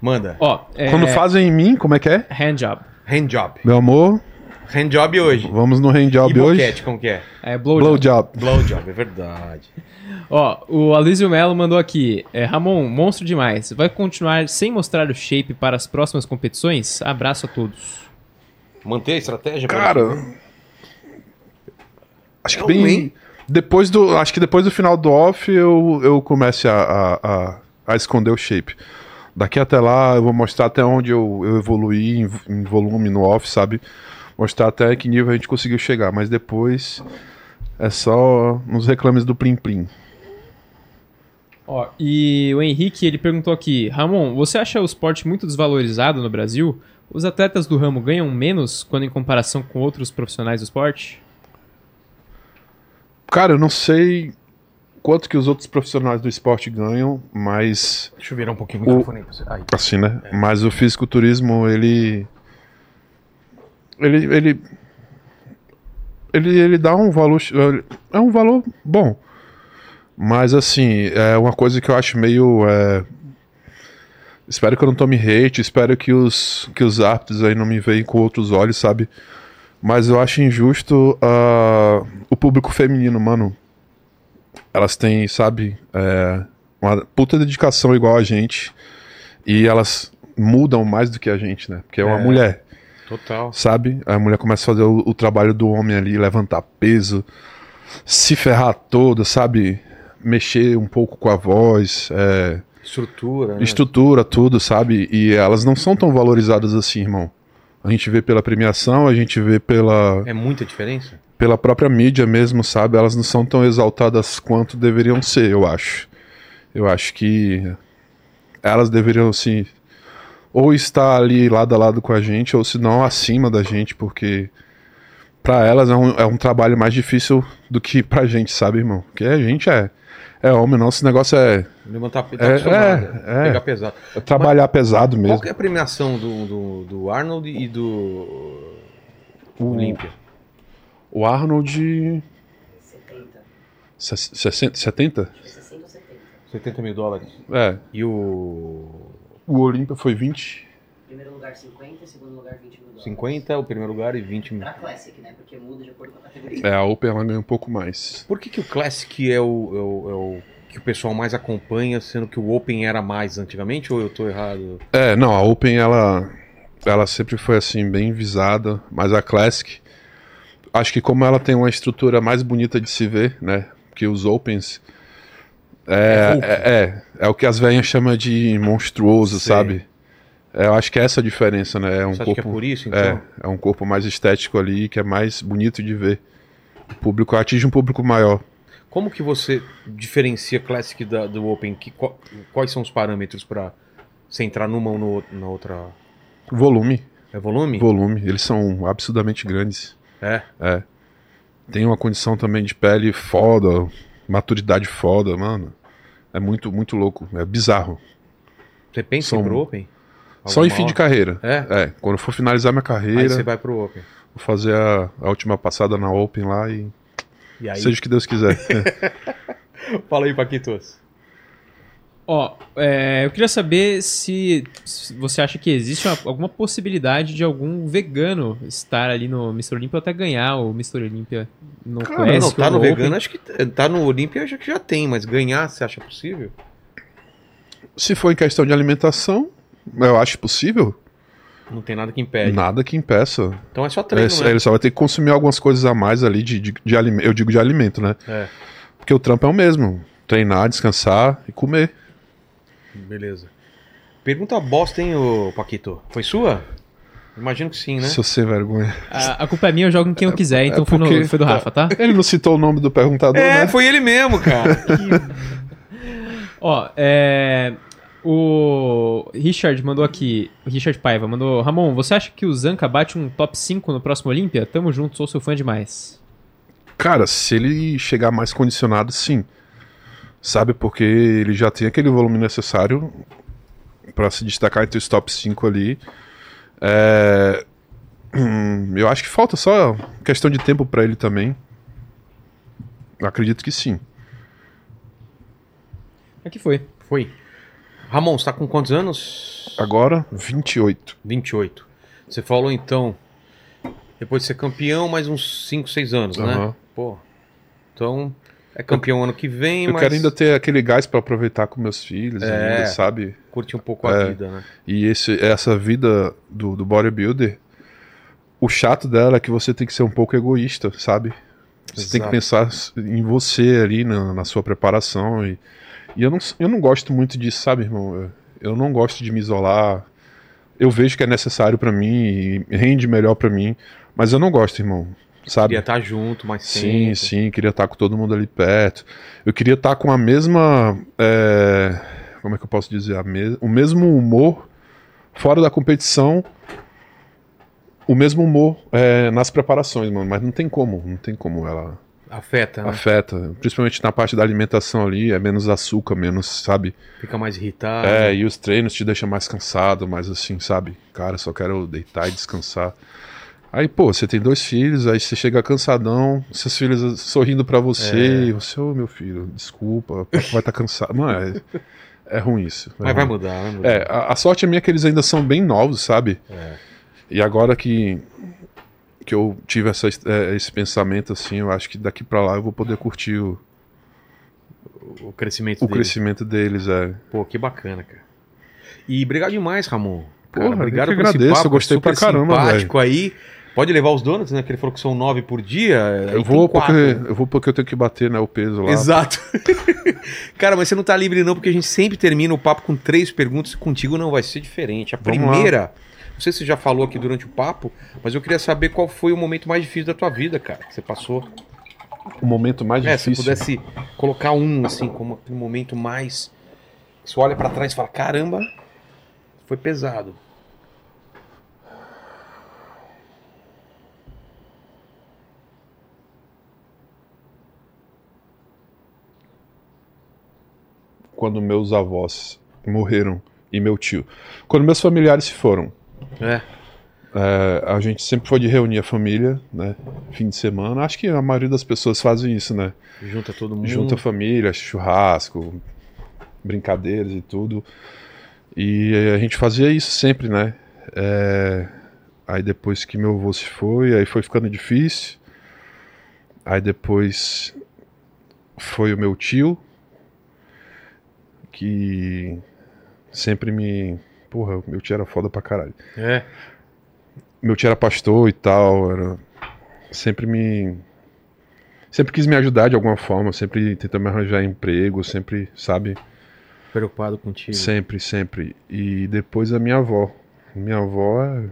Manda.
Ó, é,
Quando fazem em mim, como é que é?
handjob.
Handjob.
Meu amor,
Handjob hoje.
vamos no handjob
e
hoje.
boquete, como que é?
É blowjob.
Blowjob.
Blowjob, é verdade.
Ó, o Aloysio Melo mandou aqui. É, Ramon, monstro demais. Vai continuar sem mostrar o shape para as próximas competições? Abraço a todos.
Manter a estratégia?
Cara. Acho que
Não,
bem.
hein?
Depois do. Acho que depois do final do off eu, eu comece a, a, a- a esconder o shape. Daqui até lá eu vou mostrar até onde eu, eu evoluí em, em volume no off, sabe? Mostrar até que nível a gente conseguiu chegar, mas depois é só nos reclames do Plim Plim.
Ó, e o Henrique, ele perguntou aqui. Ramon, você acha o esporte muito desvalorizado no Brasil? Os atletas do ramo ganham menos quando em comparação com outros profissionais do esporte?
Cara, eu não sei quanto que os outros profissionais do esporte ganham, mas
Deixa eu virar um pouquinho o
O-
microfone aí pra você. Aí.
assim, né? Mas o fisiculturismo, ele. Ele. Ele, ele, ele dá um valor. É um valor bom. Mas, assim, é uma coisa que eu acho meio. é, Espero que eu não tome hate, espero que os, que os árbitros aí não me veem com outros olhos, sabe? Mas eu acho injusto ah, o público feminino, mano. Elas têm, sabe, é, uma puta dedicação igual a gente. E elas mudam mais do que a gente, né? Porque é uma
É.
mulher,
Total.
sabe? A mulher começa a fazer o, o trabalho do homem ali, levantar peso, se ferrar toda, sabe? Mexer um pouco com a voz, é,
Estrutura, né?
estrutura, tudo, sabe? E elas não são tão valorizadas assim, irmão. A gente vê pela premiação, a gente vê pela,
É muita diferença?
pela própria mídia mesmo, sabe? Elas não são tão exaltadas quanto deveriam ser, eu acho. Eu acho que elas deveriam, assim, ou estar ali lado a lado com a gente, ou se não acima da gente, porque pra elas é um, é um trabalho mais difícil do que pra gente, sabe, irmão? Porque a gente é, é homem, nosso negócio é,
Levantar tá
É,
acostumado,
é, é.
pegar pesado.
é trabalhar pesado
Qual
mesmo.
que é a premiação do, do, do Arnold e do
O-
Olímpia?
O Arnold.
70.
ses- 60, 70?
60 ou 70.
70 mil dólares.
É.
E o
O Olímpia foi 20.
Primeiro lugar 50, segundo lugar 20
um
mil dólares.
50, o primeiro lugar e 20 mil.
Pra Classic, né? Porque muda de acordo com a categoria.
É, a Open ela ganhou um pouco mais.
Por que, que o Classic é o, é o, é o que o pessoal mais acompanha, sendo que o Open era mais antigamente, ou eu tô errado?
É, não, a Open ela, ela sempre foi assim, bem visada, mas a Classic, acho que como ela tem uma estrutura mais bonita de se ver, né, que os Opens,
É
é,
Open.
é, é, é o que as velhas chamam de monstruoso,
Sei.
sabe? É, eu acho que é essa a diferença, né? É um
Você acha que é
corpo.
por isso, então?
É, é um corpo mais estético ali, que é mais bonito de ver. O público atinge um público maior.
Como que você diferencia Classic da- do Open? Que, qual- quais são os parâmetros pra você entrar numa ou no outro- na outra?
Volume,
É volume?
volume. Eles são absurdamente grandes.
É.
Tem uma condição também de pele foda, maturidade foda, mano. É muito, muito louco. É bizarro.
Você pensa
São-
em ir pro Open?
Só em
Alguma
fim de
hora?
carreira.
É.
É, quando eu for finalizar minha
Aí
carreira,
você vai pro Open.
vou fazer a, a última passada na Open lá e
E aí,
seja o que Deus quiser.
fala aí, Paquitos.
Ó, é, eu queria saber se, se você acha que existe uma- alguma possibilidade de algum vegano estar ali no Mr. Olympia ou até ganhar o Mr. Olympia. Não
Cara,
Não,
conhece
tá
o
no
Open.
vegano, acho que tá no Olímpia, acho que já tem, mas ganhar, você acha possível?
Se for em questão de alimentação, eu acho possível.
Não tem nada que impede.
Nada que impeça.
Então é só treino,
É,
né?
Ele só vai ter que consumir algumas coisas a mais ali de, de, de alime- Eu digo de alimento, né?
É.
Porque o trampo é o mesmo. Treinar, descansar e comer. é-
Beleza. Pergunta bosta, hein, ô Paquito? Foi sua? Imagino que sim, né?
Seu sem vergonha.
A, a culpa é minha, eu jogo em quem eu quiser, então foi, no-
porque-
foi do Rafa, tá?
Ele não citou o nome do perguntador,
É,
né?
foi ele mesmo, cara.
Ó, é. O Richard mandou aqui, o Richard Paiva mandou, Ramon, você acha que o Zanca bate um top 5 no próximo Olímpia? Tamo junto, sou seu fã demais.
Cara, se ele chegar mais condicionado, sim. Sabe, porque ele já tem aquele volume necessário pra se destacar entre os top 5 ali. É, hum, Eu acho que falta só questão de tempo pra ele também. Acredito que sim.
Aqui foi.
Foi. Ramon, você tá com quantos anos?
Agora, 28.
28. Você falou então, depois de ser campeão, mais uns 5, 6 anos, né?
Aham.
Pô. Então, é campeão ano que vem,
Eu
mas
quero ainda ter aquele gás pra aproveitar com meus filhos,
É.
ainda, sabe?
curte um pouco a
É.
vida, né?
E esse, essa vida do, do bodybuilder, o chato dela é que você tem que ser um pouco egoísta, sabe? Você tem que pensar em você ali, na, na sua preparação. E, e eu, não, eu não gosto muito disso, sabe, irmão? Eu, eu não gosto de me isolar. Eu vejo que é necessário pra mim e rende melhor pra mim, mas eu não gosto, irmão. Sabe?
Queria estar junto, mas
Sim, sim, queria estar com todo mundo ali perto. Eu queria estar com a mesma. é, como é que eu posso dizer? A mes- o mesmo humor fora da competição, o mesmo humor é, nas preparações, mano. Mas não tem como, não tem como ela
Afeta,
É.
né?
afeta. Principalmente na parte da alimentação ali, é menos açúcar, menos, sabe?
Fica mais irritado.
É, e os treinos te deixam mais cansado, mais assim, sabe? Cara, só quero deitar e descansar. Aí, pô, você tem dois filhos, aí você chega cansadão, seus filhos sorrindo pra você,
É.
e você, ô meu filho, desculpa, papai vai estar cansado. Mano, é, é ruim isso. é
Mas vai
ruim.
mudar, vai mudar.
É, a, a sorte minha é que eles ainda são bem novos, sabe?
É.
E agora que, que eu tive essa, es- é, esse pensamento, assim, eu acho que daqui pra lá eu vou poder curtir o,
O crescimento
o
dele.
crescimento deles, é.
Pô, que bacana, cara. E obrigado demais, Ramon.
Porra, eu que agradeço, eu gostei pra caramba,
simpático aí. Pode levar os donuts, né? Que ele falou que são nove por dia. aí
Eu
tem
vou, porque,
quatro. né?
eu vou porque eu tenho que bater, né, o peso lá.
Exato. cara, mas você não tá livre não, porque a gente sempre termina o papo com três perguntas e contigo não vai ser diferente. A
Vamos lá.
primeira, não sei se você já falou aqui durante o papo, mas eu queria saber qual foi o momento mais difícil da tua vida, cara, que você passou.
O momento mais
É, se
difícil.
pudesse colocar um, assim, como aquele momento mais. Você olha pra trás e fala: caramba, foi pesado.
é Quando meus avós morreram e meu tio. Quando meus familiares se foram,
É.
é, a gente sempre foi de reunir a família, né? Fim de semana. Acho que a maioria das pessoas fazem isso, né?
Junta todo mundo.
Junta a família, churrasco, brincadeiras e tudo. E eh, a gente fazia isso sempre, né? É, Aí depois que meu avô se foi, aí foi ficando difícil. Aí depois foi o meu tio. que sempre me. Porra, meu tio era foda pra caralho.
É.
Meu tio era pastor e tal, era... sempre me. Sempre quis me ajudar de alguma forma, sempre tentou me arranjar emprego, sempre, sabe?
Preocupado contigo.
Sempre, sempre. E depois a minha avó. Minha avó. é-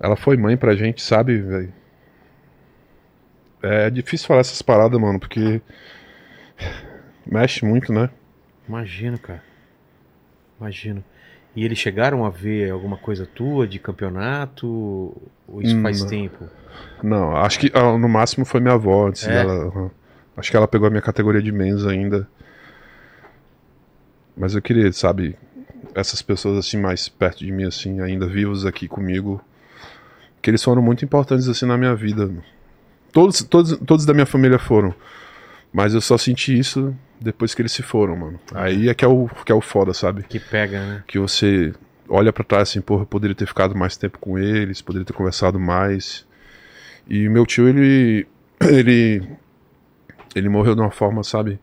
Ela foi mãe pra gente, sabe, velho? É difícil falar essas paradas, mano, porque. Mexe muito, né?
Imagino, cara. Imagino. E eles chegaram a ver alguma coisa tua de campeonato? Ou isso
Hum,
faz
não.
tempo?
Não, acho que ah, no máximo foi minha avó antes
É?
dela. aham. Acho que ela pegou a minha categoria de mens ainda. Mas eu queria, sabe, essas pessoas assim mais perto de mim, assim, ainda vivos aqui comigo. Que eles foram muito importantes assim na minha vida. Todos, todos, todos da minha família foram. Mas eu só senti isso depois que eles se foram, mano. Aí é que é o, que é o foda, sabe?
Que pega, né?
que você olha pra trás assim, porra, eu poderia ter ficado mais tempo com eles, poderia ter conversado mais. E meu tio, ele ele ele morreu de uma forma, sabe?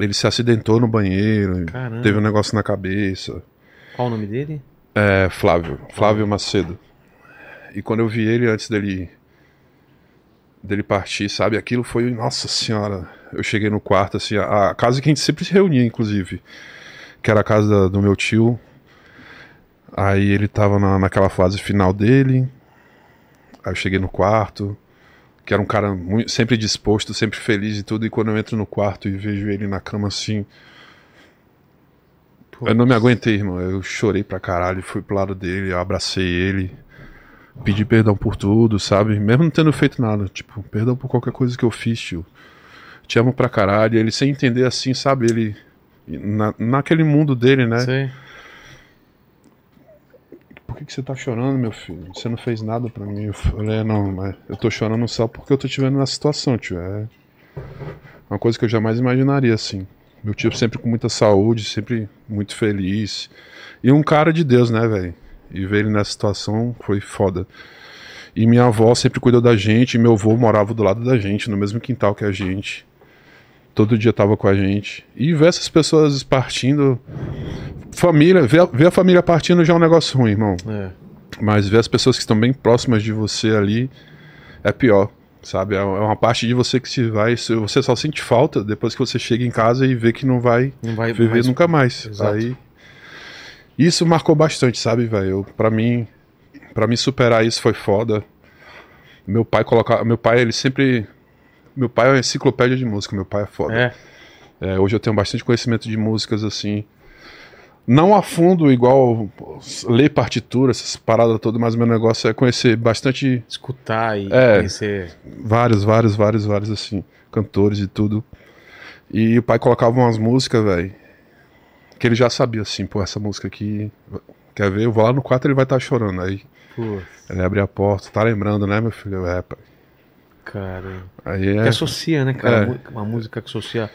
Ele se acidentou no banheiro,
Caramba.
teve um negócio na cabeça.
Qual o nome dele?
É, Flávio, Flávio Macedo. E quando eu vi ele antes dele dele partir, sabe? Aquilo foi, nossa senhora. Eu cheguei no quarto assim, a, a casa que a gente sempre se reunia, inclusive, que era a casa da- do meu tio. Aí ele tava na, naquela fase final dele. Aí eu cheguei no quarto, que era um cara mui- sempre disposto, sempre feliz e tudo. E quando eu entro no quarto e vejo ele na cama assim, eu não me aguentei, irmão. Eu chorei pra caralho, fui pro lado dele, eu abracei ele, pedi perdão por tudo, sabe? Mesmo não tendo feito nada, tipo, perdão por qualquer coisa que eu fiz, tio. Te amo pra caralho. Ele sem entender assim, sabe? Ele. Na, naquele mundo dele, né?
Sei.
Por que, que você tá chorando, meu filho? Você não fez nada pra mim. Eu falei, "É, não, mas eu tô chorando só porque eu tô te vendo nessa situação, tio. É uma coisa que eu jamais imaginaria, assim. Meu tio sempre com muita saúde, sempre muito feliz. E um cara de Deus, né, velho? E ver ele nessa situação foi foda. E minha avó sempre cuidou da gente, e meu avô morava do lado da gente, no mesmo quintal que a gente. Todo dia tava com a gente. E ver essas pessoas partindo. Família, ver a, ver a família partindo já é um negócio ruim, irmão.
É.
Mas ver as pessoas que estão bem próximas de você ali é pior, sabe? É é uma parte de você que se vai, se- você só sente falta depois que você chega em casa e vê que não vai
Não vai
viver
É mais-
nunca mais.
Exato.
Aí isso marcou bastante, sabe, velho? Eu- Pra mim, para mim superar isso foi foda. Meu pai colocar, meu pai ele sempre meu pai é uma enciclopédia de música, meu pai é foda.
É.
É, hoje eu tenho bastante conhecimento de músicas assim. Não a fundo, igual pô, ler partitura, essas paradas todas, mas meu negócio é conhecer bastante
Escutar e
É.
conhecer.
vários, vários, vários, vários, assim, cantores e tudo. E o pai colocava umas músicas, velho, que ele já sabia, assim, pô, essa música aqui, quer ver? Eu vou lá no quarto ele vai estar chorando. Aí
Putz,
ele abre a porta, tá lembrando, né, meu filho? Eu, É, pai.
cara.
Aí
Que
é.
associa, né, cara?
É.
Uma música- Uma música que associa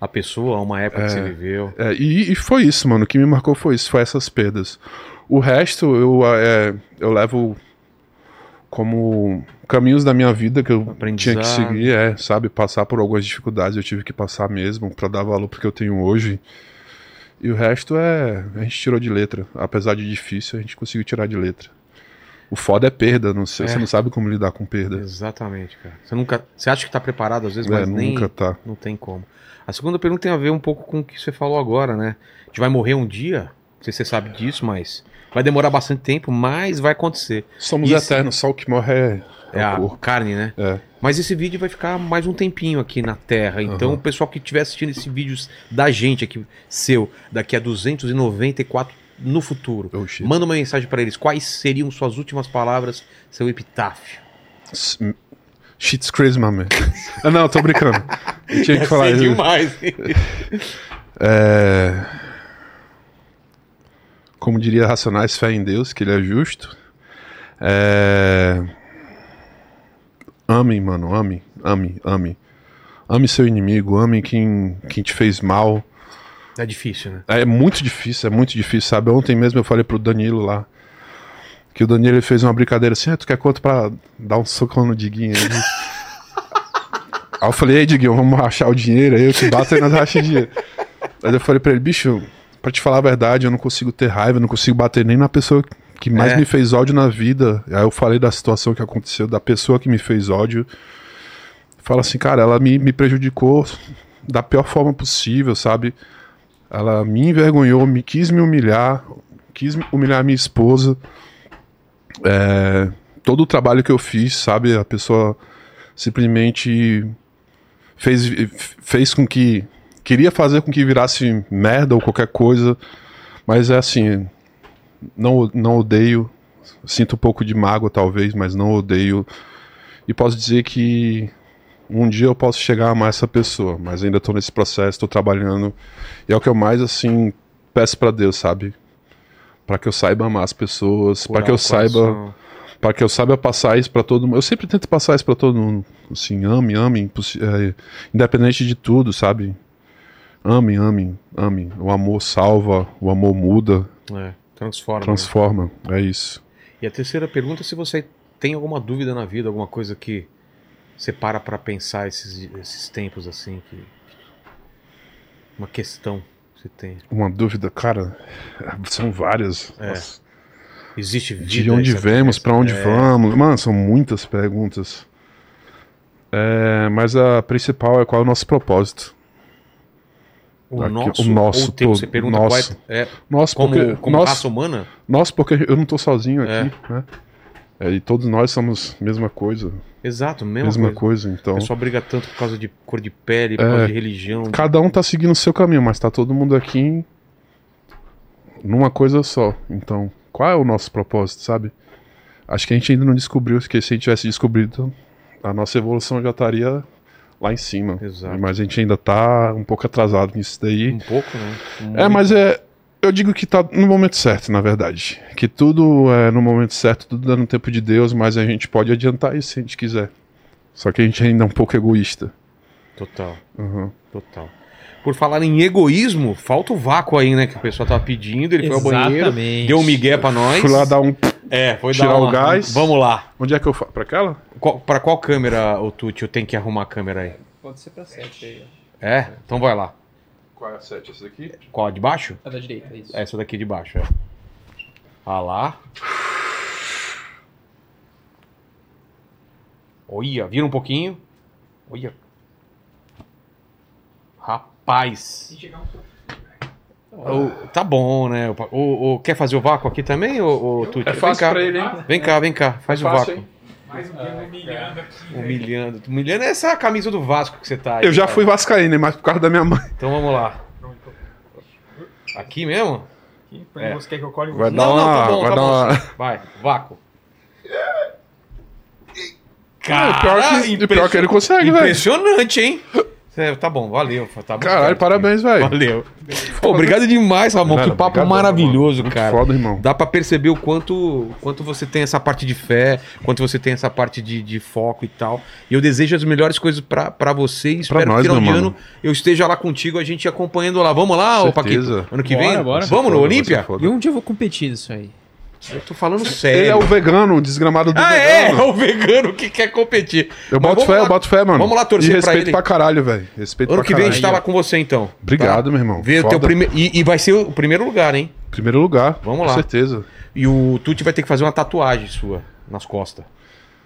a pessoa a uma época que você viveu.
É, e, e foi isso, mano. O que me marcou foi isso, foi essas perdas. O resto eu, é, eu levo como caminhos da minha vida que eu tinha
Aprendizado.
que seguir, é, sabe? Passar por algumas dificuldades eu tive que passar mesmo pra dar valor pro que eu tenho hoje. E o resto é. A gente tirou de letra. Apesar de difícil, a gente conseguiu tirar de letra. O foda é perda, não sei,
É.
você não sabe como lidar com perda.
Exatamente, cara. Você nunca, você acha que tá preparado às vezes,
É,
mas nem
nunca tá.
não tem como. A segunda pergunta tem a ver um pouco com o que você falou agora, né? A gente vai morrer um dia, não sei se você sabe disso, mas vai demorar bastante tempo, mas vai acontecer.
Somos
Isso-
eternos, só o que morre é, é
É a
o corpo.
carne, né?
É.
Mas esse vídeo vai ficar mais um tempinho aqui na Terra. Então,
Aham.
o pessoal que estiver assistindo esse vídeo da gente aqui, seu, daqui a 294 no futuro,
Oh, shit.
manda uma mensagem pra eles. Quais seriam suas últimas palavras, seu epitáfio?
S- Shit's crazy, my man. Ah, não, tô brincando. Eu tinha que falar
Sei
isso.
É demais. hein?
É... Como diria Racionais, fé em Deus, que ele é justo. É... Amem, mano, amem, amem, amem. Ame seu inimigo, ame quem, quem te fez mal.
É difícil, né?
É muito difícil, é muito difícil, sabe? Ontem mesmo eu falei pro Danilo lá que o Danilo ele fez uma brincadeira assim: ah, tu quer quanto pra dar um socão no Diguinho? Ele- Aí eu falei: ei, Diguinho, vamos rachar o dinheiro aí, eu te bato aí nós rachamos o dinheiro. Aí eu falei pra ele, bicho, pra te falar a verdade, eu não consigo ter raiva, eu não consigo bater nem na pessoa que mais
É.
me fez ódio na vida. Aí eu falei da situação que aconteceu, da pessoa que me fez ódio. Fala assim, cara, ela me, me prejudicou da pior forma possível, sabe? Ela me envergonhou, me quis me humilhar, quis humilhar a minha esposa. É, todo o trabalho que eu fiz, sabe? A pessoa simplesmente fez, fez com que queria fazer com que virasse merda ou qualquer coisa, mas é assim, não, não odeio, sinto um pouco de mágoa talvez, mas não odeio, e posso dizer que um dia eu posso chegar a amar essa pessoa, mas ainda tô nesse processo, tô trabalhando, e é o que eu mais, assim, peço pra Deus, sabe? Pra que eu saiba amar as pessoas, pra que eu saiba para que eu saiba passar isso para todo mundo. Eu sempre tento passar isso para todo mundo. Assim, ame, ame, possi- é, independente de tudo, sabe? Ame, ame, ame. O amor salva, o amor muda,
É, transforma. né?
transforma. É isso.
E a terceira pergunta é se você tem alguma dúvida na vida, alguma coisa que você para pra pensar esses, esses tempos assim, que uma questão que você tem.
Uma dúvida, cara, são várias.
É.
Nossa,
Existe vida?
de onde
essa
vemos,
questão?
para onde
É,
vamos. Mano, são muitas perguntas. É, mas a principal é qual é o nosso propósito.
O
Aqui,
nosso,
o nosso,
ou o teu,
todo,
você pergunta
nosso.
qual é, é
Nós,
como,
porque,
como
nós-
raça humana?
Nós, porque eu não tô sozinho
É.
aqui, né? É, e todos nós somos mesma coisa,
Exato, mesma,
mesma
coisa.
coisa, É. então.
O pessoal briga tanto por causa de cor de pele, por causa de religião.
Cada um tá seguindo o seu caminho, mas tá todo mundo aqui em- numa coisa só. Então, qual é o nosso propósito, sabe? Acho que a gente ainda não descobriu, porque se a gente tivesse descobrido, a nossa evolução já estaria lá em cima.
Exato.
Mas a gente ainda tá um pouco atrasado nisso daí.
Um pouco, né?
É, mas é. Eu digo que tá no momento certo, na verdade. Que tudo é no momento certo, tudo dando tempo de Deus, mas a gente pode adiantar isso se a gente quiser. Só que a gente ainda é um pouco egoísta.
Total.
Uhum.
Total. Por falar em egoísmo, falta o vácuo aí, né? Que o pessoal tava pedindo, ele foi ao banheiro,
Exatamente.
deu um migué pra nós.
Fui lá dar um.
É, foi
tirar
dar
o
uma-
gás.
Vamos lá.
Onde é que eu faço? Pra aquela?
Qual, pra qual câmera, o Tuti, eu tenho que arrumar a câmera aí?
Pode ser pra 7 aí, ó.
É? Então vai lá.
Qual é a sete? Essa daqui?
Qual, a de baixo?
A da direita, é isso.
Essa daqui de baixo, é. Ah lá. Olha, vira um pouquinho. Olha. Rapaz. Ô, tá bom, né? O, o- o- quer fazer o vácuo aqui também, ô, ô,
É
Tuti? vem cá.
hein?
Vem cá, vem cá. Faz
É
o
fácil,
vácuo.
hein?
Mais um dia humilhando
É,
aqui. velho.
Humilhando. Humilhando é essa camisa do Vasco que você tá aí.
Eu já
cara.
fui vascaíno, mas por causa da minha mãe.
Então vamos lá. Aqui mesmo? tá
Aqui, pra Você quer que eu colhe
Vai
o
dar uma. vai dar uma.
sim. Vai, vácuo.
É, pior que-
Ah,
e pior que ele consegue, velho.
Impressionante, hein? Cê- tá bom, valeu. Tá muito
Caralho,
certo.
parabéns, velho.
Valeu. Pô, obrigado demais, Ramon.
Velho,
que papo
obrigadão,
maravilhoso,
Muito
cara.
Foda, irmão.
Dá pra perceber o quanto, quanto você tem essa parte de fé, quanto você tem essa parte de, de foco e tal. E eu desejo as melhores coisas pra pra você e espero
nós,
que final
meu
de
mano.
ano eu esteja lá contigo, a gente acompanhando lá. Vamos lá, ô
Certeza.
Paquito? Ano que
Bora,
vem?
bora.
Vamos no
Foda, você é
Olímpia?
foda.
E um dia eu vou competir nisso aí.
Eu tô falando sério.
Ele é o vegano, o desgramado do
Ah, é?
vegano.
É o vegano que quer competir.
Eu
Mas
boto
vamos
fé,
lá.
eu boto fé, mano.
Vamos lá torcer
e
pra
respeito
ele.
pra caralho, velho. Respeito
Ano
pra
que vem a
caralho.
gente tá lá com você, então.
Obrigado,
Tá?
meu irmão.
Vê o teu
Foda.
prime... e, e vai ser o primeiro lugar, hein?
Primeiro lugar.
Vamos
com
lá.
certeza.
E o Tuti vai ter que fazer uma tatuagem sua nas costas.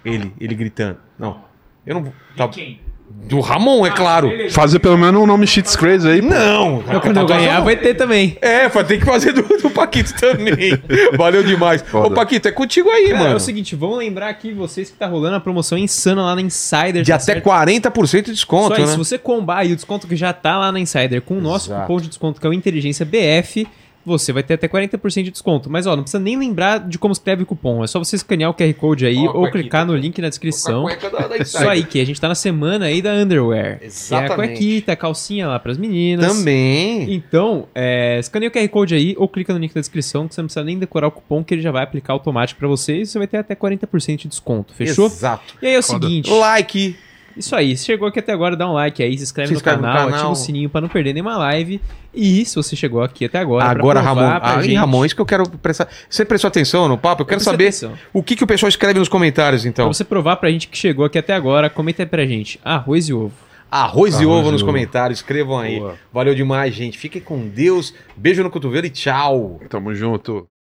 Ele, ele gritando. Não. Eu não. vou- Tá...
Quem?
Do Ramon, é claro.
Beleza.
Fazer pelo menos um nome Cheats Crazy aí. pô.
Não.
Mas quando eu
Tatuagem-
ganhar, vai ter também.
É, vai ter que fazer do, do Paquito também. Valeu demais.
Foda.
Ô, Paquito, é contigo aí,
Cara,
mano.
é o seguinte, vamos lembrar aqui vocês que tá rolando a promoção insana lá na Insider.
de
tá
até
certo?
40% de desconto,
Só isso,
né?
se você combar aí o desconto que já tá lá na Insider com o nosso
Exato.
cupom de desconto que é o Inteligência BF, você vai ter até 40% de desconto. Mas ó, não precisa nem lembrar de como escreve o cupom. É só você escanear o QR Code aí
Ó,
ou
aqui,
clicar
tá
no
aqui.
link na
Com
descrição.
a cueca da- da
Isso
Insider.
aí, que a gente tá na semana aí da Underwear.
Exatamente.
Que é a cuequita, a calcinha lá pras meninas.
Também.
Então, é, escaneia o QR Code aí ou clica no link da descrição que você não precisa nem decorar o cupom que ele já vai aplicar automático pra você e você vai ter até 40% de desconto, fechou?
Exato.
E aí é o seguinte,
Like,
isso aí, se chegou aqui até agora, dá um like aí, se inscreve,
Se
no,
inscreve no
canal, ativa
canal.
o sininho pra não perder nenhuma live e se você chegou aqui até agora pra
Agora,
provar
Ramon,
pra
ah,
gente-
hein, Ramon, isso que eu quero prestar. Você prestou atenção no papo? Eu quero
Presta
saber
atenção.
o que, que o pessoal escreve nos comentários,
Pra
então.
você provar pra gente que chegou aqui até agora, comenta aí pra gente, arroz e ovo.
Arroz, e
Arroz
ovo
e
nos
ovo.
comentários, escrevam aí.
Boa.
Valeu demais, gente. Fiquem com Deus. Beijo no cotovelo e tchau.
Tamo junto.